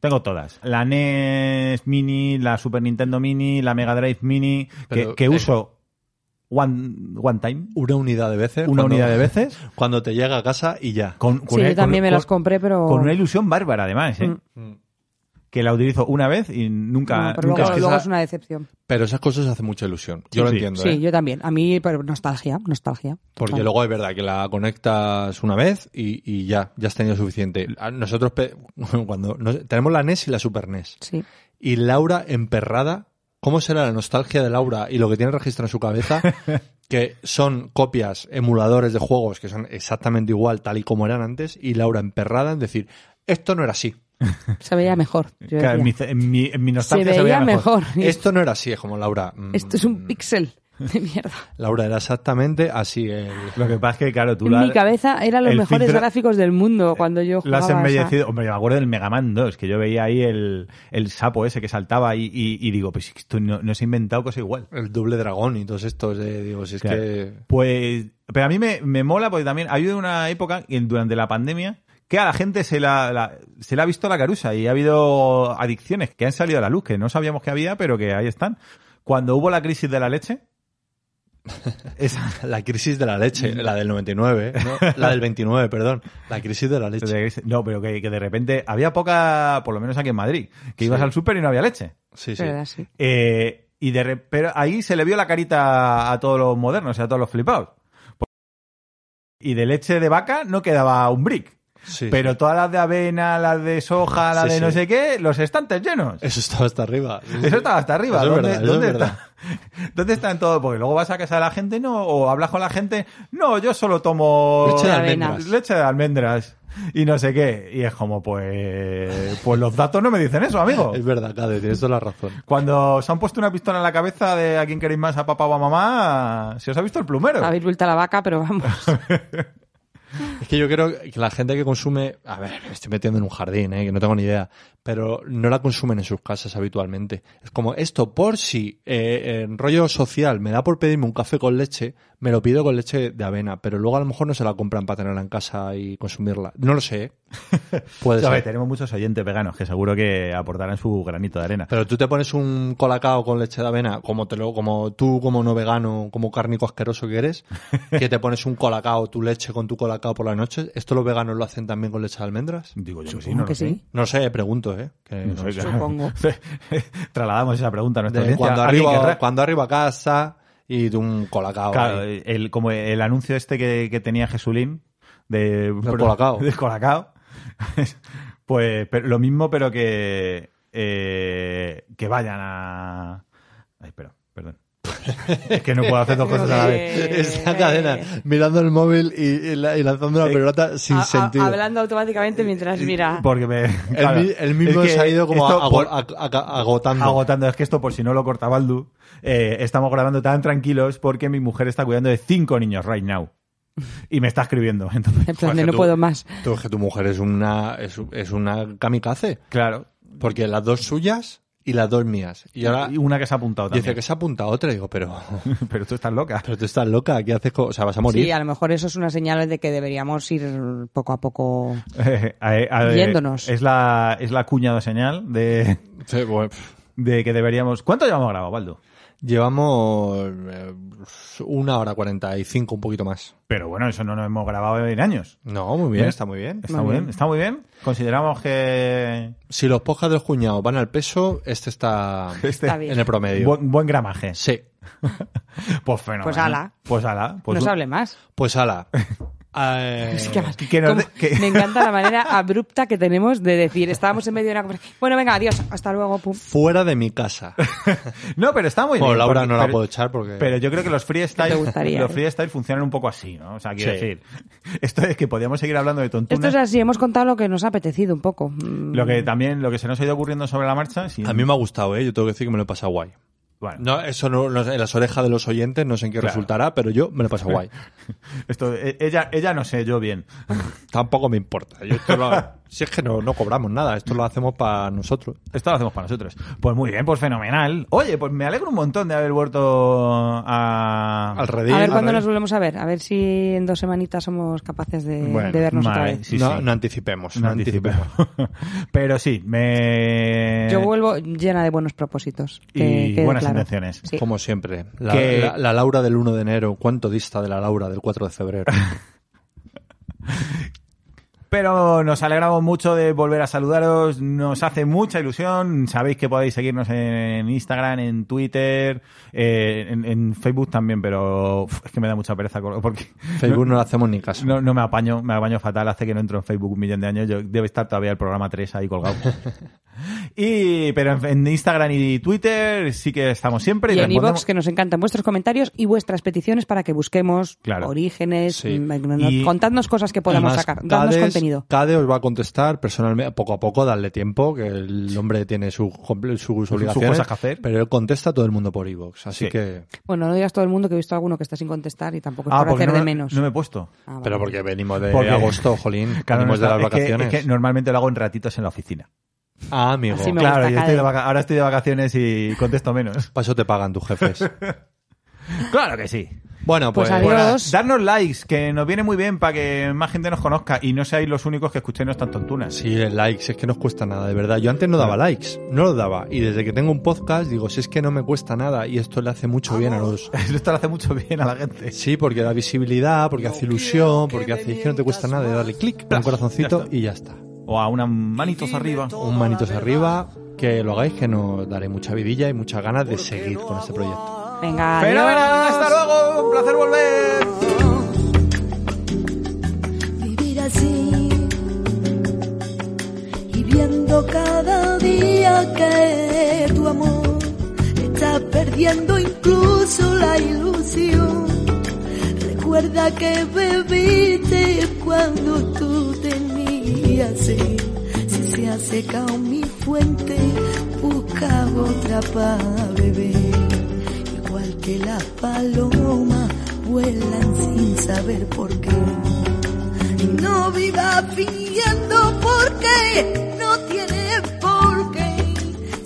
Tengo todas. La NES Mini, la Super Nintendo Mini, la Mega Drive Mini, que,
Pero,
que
eh,
uso one, one time,
Una unidad de veces.
una
cuando-
unidad
*laughs*
de veces,
Cuando te llega a casa y ya.
con, con
Sí,
una-
yo también me
con-
las compré, pero...
con una ilusión bárbara además, ¿eh?
Mm.
que la utilizo una vez y nunca...
No, pero
nunca
luego,
es que
luego
esa-
es una decepción.
Pero esas cosas hacen mucha ilusión. Yo lo
sí.
entiendo,
Sí,
¿eh?
yo también. A mí, pero nostalgia, nostalgia.
Porque
Total.
luego es verdad que la conectas una vez y, y ya, ya has tenido suficiente. A Nosotros pe- *laughs* cuando nos- tenemos la NES y la Super NES.
Sí.
Y Laura emperrada, ¿cómo será la nostalgia de Laura y lo que tiene registrado en
*laughs*
su cabeza? que son copias, emuladores de juegos que son exactamente igual, tal y como eran antes, y Laura emperrada en decir, esto no
*laughs*
era así.
Se veía mejor.
*laughs*
yo
Claro, en, mi,
decía.
en mi- en mi
Se
nostalgia
veía,
se veía Eh,
mejor.
Esto no era así, es como Laura. mm,
*laughs* Esto es un píxel de mierda.
Laura era exactamente así. el-
Lo que pasa es que, claro, *laughs* tú
En
la-
mi cabeza eran los
el
mejores
filtro-
gráficos del mundo cuando yo
Lo
jugaba.
has
a esa-
embellecido. Hombre, yo me acuerdo del Mega Man 2, que yo veía ahí el, el sapo ese que saltaba y, y- y digo, pues esto no, no se ha inventado cosa igual.
el doble dragón y todos estos. eh, digo, si es
Claro.
que.
Pues, pero a mí me, me mola porque también ha habido una época en- durante la pandemia que a la gente se la, la- se le ha visto la carusa y ha habido adicciones que han salido a la luz, que no sabíamos que había, pero que ahí están. Cuando hubo la crisis de la leche, esa,
*laughs* La crisis de la leche,
Mm.
la del 99, ¿no? ¿eh? *laughs* la del 29, perdón. La crisis de la leche.
no, pero que, que de repente había poca, por lo menos aquí en Madrid, que ibas al súper y no había leche.
Sí, sí.
Pero era así.
Eh, y de re- pero ahí se le vio la carita a todos los modernos, a todos los flipados. Y de leche de vaca no quedaba un brick.
Sí,
pero todas las de avena, las de soja, las
Sí,
de no
sí.
sé qué, los estantes llenos.
Eso estaba hasta arriba. Sí, sí.
Eso estaba hasta arriba.
Eso es
¿Dónde,
verdad, eso
dónde
es verdad.
está? *laughs* ¿Dónde están todos? Porque luego vas a casa de la gente no o hablas con la gente. No, yo solo tomo
Leche
de almendras.
leche de almendras y no sé qué. Y es como, pues, pues los datos no me dicen eso, amigo.
*laughs* Es verdad, Cade, tienes toda la razón.
Cuando se han puesto una pistola en la cabeza de a quién queréis más, a papá o a mamá, se os ha visto el plumero.
Habéis vuelto a la vaca,
*laughs*
pero vamos.
Es que yo creo que la gente que consume, a ver, me estoy metiendo en un jardín, ¿eh? que no tengo ni idea, pero no la consumen en sus casas habitualmente. Es como esto, por si eh, en rollo social me da por pedirme un café con leche, me lo pido con leche de avena, pero luego a lo mejor no se la compran para tenerla en casa y consumirla. No
*laughs*
lo sé. ¿eh? Puede
Ya ves,
ser.
tenemos muchos oyentes veganos que seguro que aportarán su granito de arena.
Pero tú te pones un colacao con leche de avena, como te lo, como tú, como no vegano, como cárnico asqueroso
*laughs*
que eres, que te pones un colacao, tu leche con tu colacao por la noche. ¿Esto los veganos lo hacen también con leche de almendras?
Digo yo que sí,
Supongo
no lo
que
sé.
sí.
No sé, pregunto, ¿eh? Que
No
no
sé,
sé.
claro.
Supongo.
*laughs* Trasladamos esa pregunta a nuestra
De
audiencia.
cuando,
¿Alguien
arriba,
querrá?
cuando arriba a casa y de un colacao.
Claro, eh,
ahí.
el, como el anuncio este que, que tenía Jesulín de,
Del Colacao.
*laughs* del Colacao. pues pero- lo mismo, pero que, eh, que vayan a... Ay, espera, perdón. *laughs* es que no puedo hacer dos cosas a
Eh,
la vez.
Es la cadena, mirando el móvil y, y la- y lanzando una
Eh,
pelota sin
A- a-
sentido.
hablando automáticamente mientras mira.
Porque me.
El,
claro,
mi- el mismo
es que
se ha ido como
esto
ago-
por-
ag- ag- agotando.
agotando. Es que esto, por si no lo corta Baldu, eh, estamos grabando tan tranquilos porque mi mujer está cuidando de cinco niños right now. Y me está escribiendo. *laughs* Entonces, pues,
En plan
Jorge,
de no
tú-
puedo más.
Tú, es que tu mujer es una, es, es una kamikaze.
claro.
Porque las dos suyas y las dos mías. Y ahora
Y una que se ha apuntado
dice
también.
que se apunta a otra. Y digo, pero,
*laughs* Pero tú estás loca.
pero tú estás loca. ¿Qué haces? con- O sea, vas a morir.
Sí, a lo mejor eso es una señal de que deberíamos ir poco a poco.
Eh, eh, eh,
Yéndonos.
Es la, es la cuña de señal de,
Sí, bueno, pff.
de que deberíamos. ¿Cuánto llevamos grabado, Baldu?
Llevamos eh, una hora cuarenta y cinco, un poquito más.
Pero bueno, eso no nos hemos grabado en años.
No, muy
¿Eh?
bien, está muy bien.
Está
Muy
muy bien.
bien.
está muy bien. Consideramos que.
Si los podcasts del cuñado van al peso, este está
Este,
Está bien.
en el promedio.
buen, buen gramaje.
Sí.
Pues fenomenal.
Pues ala.
Pues ala. Pues
no
un-
se hable más.
Pues ala. Eh,
Es que además,
que nos
¿cómo?
de- que-
Me encanta la manera abrupta que tenemos de decir, estábamos en medio de una conversación. Bueno, venga, adiós, hasta luego. pum.
Fuera de mi casa.
*laughs* No, pero está muy
Bueno,
bien.
Oh, Laura
porque-
no la
pero-
puedo echar porque...
Pero yo creo que los freestyle,
No te gustaría,
los
¿eh?
freestyle funcionan un poco así, ¿no? O sea, quiero
Sí.
decir, esto es que podíamos seguir hablando de tontunas.
Esto es así, hemos contado lo que nos ha apetecido un poco. Mm,
Lo que también, lo que se nos ha ido ocurriendo sobre la marcha, sí.
A mí me ha gustado, ¿eh? Yo tengo que decir que me lo he pasado guay.
Bueno,
No, eso no, no sé, en las orejas de los oyentes no sé en qué
Claro.
resultará, pero yo me lo paso
*laughs*
guay.
esto, e- ella, ella no sé, yo bien.
Tampoco me importa. Yo esto lo-
*laughs*
si es que no, no cobramos nada, esto lo hacemos para nosotros.
Esto lo hacemos para nosotros. Pues muy bien, pues fenomenal. Oye, pues me alegro un montón de haber vuelto a...
Al redil.
A ver cuándo
al
nos
redil.
volvemos a ver. A ver si en dos semanitas somos capaces de,
Bueno,
de vernos
vale.
otra vez.
Sí,
no,
sí.
no anticipemos, no,
No
anticipemos.
anticipemos. *laughs* Pero sí, me...
Yo vuelvo llena de buenos propósitos. que
Y
quede
buenas
claro.
intenciones.
Sí.
Como siempre. La,
Que-
la- la Laura del 1 de enero, ¿cuánto dista de la Laura del 4
*laughs*
de febrero?
Pero nos alegramos mucho de volver a saludaros, nos hace mucha ilusión, sabéis que podéis seguirnos en Instagram, en Twitter, eh, en, en Facebook también, pero uf, es que me da mucha pereza con- porque
Facebook no, le hacemos ni caso.
no, no me apaño, me apaño fatal, hace que no entro en Facebook un millón de años, yo, debe estar todavía el programa 3 ahí colgado.
*laughs*
y Pero en, en Instagram y Twitter sí que estamos siempre.
Y en
respondemos-
iVoox, que nos encantan vuestros comentarios y vuestras peticiones para que busquemos
Claro.
orígenes,
Sí.
mm, no-
Y-
contadnos cosas que podamos
Además,
sacar, dadnos
Cades-
contenido.
Cade os va a contestar personalmente, poco a poco, darle tiempo, que el hombre tiene su- sus obligaciones.
cosas que hacer.
Pero él contesta a todo el mundo por iVoox, así
Sí.
que...
Bueno, no digas todo el mundo que he visto alguno que está sin contestar y tampoco es
Ah,
para
porque
hacer
no,
de
me-
menos.
no me he puesto.
Ah, vale.
Pero porque venimos de
Porque-
agosto, jolín,
*laughs* Claro, no
venimos de
está-
las
es que- es
vacaciones.
que normalmente lo hago en ratitos en la oficina.
Ah, amigo.
Así me gusta,
Claro, yo estoy de
Cade.
vaca- ahora estoy de vacaciones y contesto
*laughs*
menos.
Para eso te pagan
*laughs*
tus jefes.
Claro que sí.
Bueno, pues,
Pues adiós.
Pues, darnos likes, que nos viene muy bien para que más gente nos conozca y no seáis los únicos que escuchéis nuestras tontunas. *laughs*
Sí, el likes, es que no os cuesta nada, de verdad. Yo antes no daba likes, no los daba. Y desde que tengo un podcast, digo, si es que no me cuesta nada y esto le hace mucho bien a los...
Esto le hace mucho bien a la gente.
Sí, porque da visibilidad, porque hace ilusión, porque hace... Es que no te cuesta nada de darle clic, un corazoncito y ya está.
O a unas manitos arriba.
Un manitos arriba, que lo hagáis, que nos daré mucha vidilla y muchas ganas de seguir con este proyecto.
Venga,
Pero
adiós.
hasta luego, un placer volver.
vivir así y viendo cada día que tu amor está perdiendo incluso la ilusión. Recuerda que bebiste cuando tú tenías sed. Si se ha secado mi fuente, busca otra para beber. Igual que las palomas vuelan sin saber por qué. No viva fingiendo porque no tiene por qué.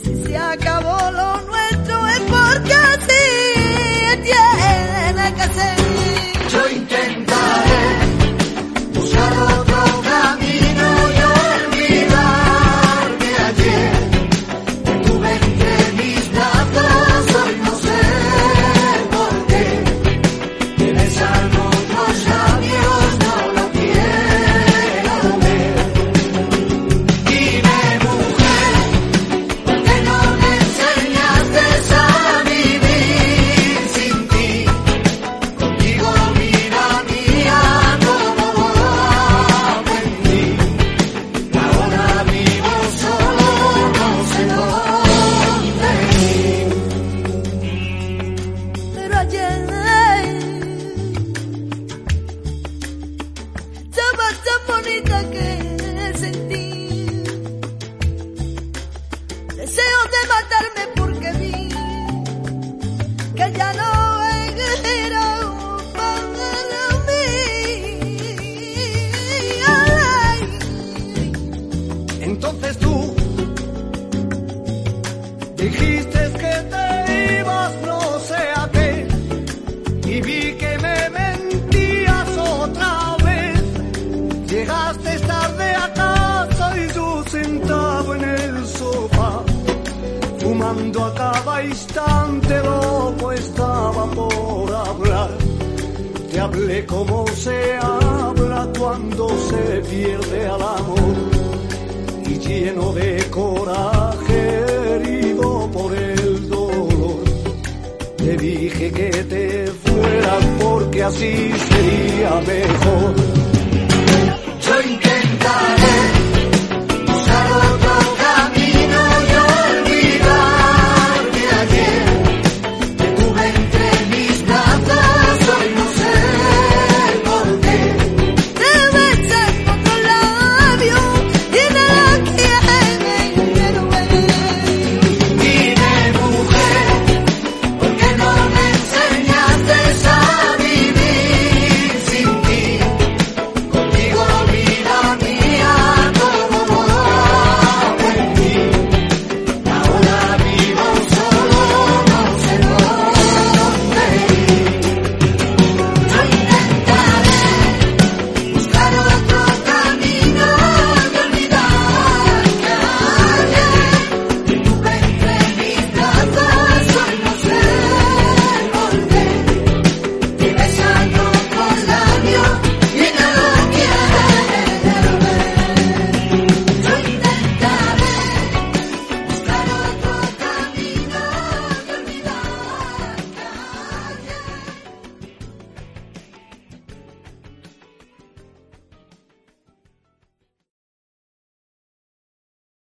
Si se acabó lo nuestro es porque así tiene que ser. Yo intentaré buscar otro camino y olvidar que ayer te tuve entre mis brazos. Hoy no sé por qué. Tienes algo otros labios, no lo quiero ver. Dime, mujer, ¿por qué no me enseñaste a vivir sin ti? Contigo, vida mía, todo va en ti. Ahora vivo solo, no sé dónde ir pero ayer estaba tan bonita que sentí deseo de matarme porque vi que ya no era para mí Ay.
Entonces tú dijiste que te ibas no sé a qué y vi que me mentías otra vez. Llegaste tarde a casa y yo sentado en el sofá fumando a cada instante loco estaba por hablar. Te hablé como se habla cuando se pierde al amor y lleno de coraje herido por el dolor. Te dije que te fueras porque así sería mejor.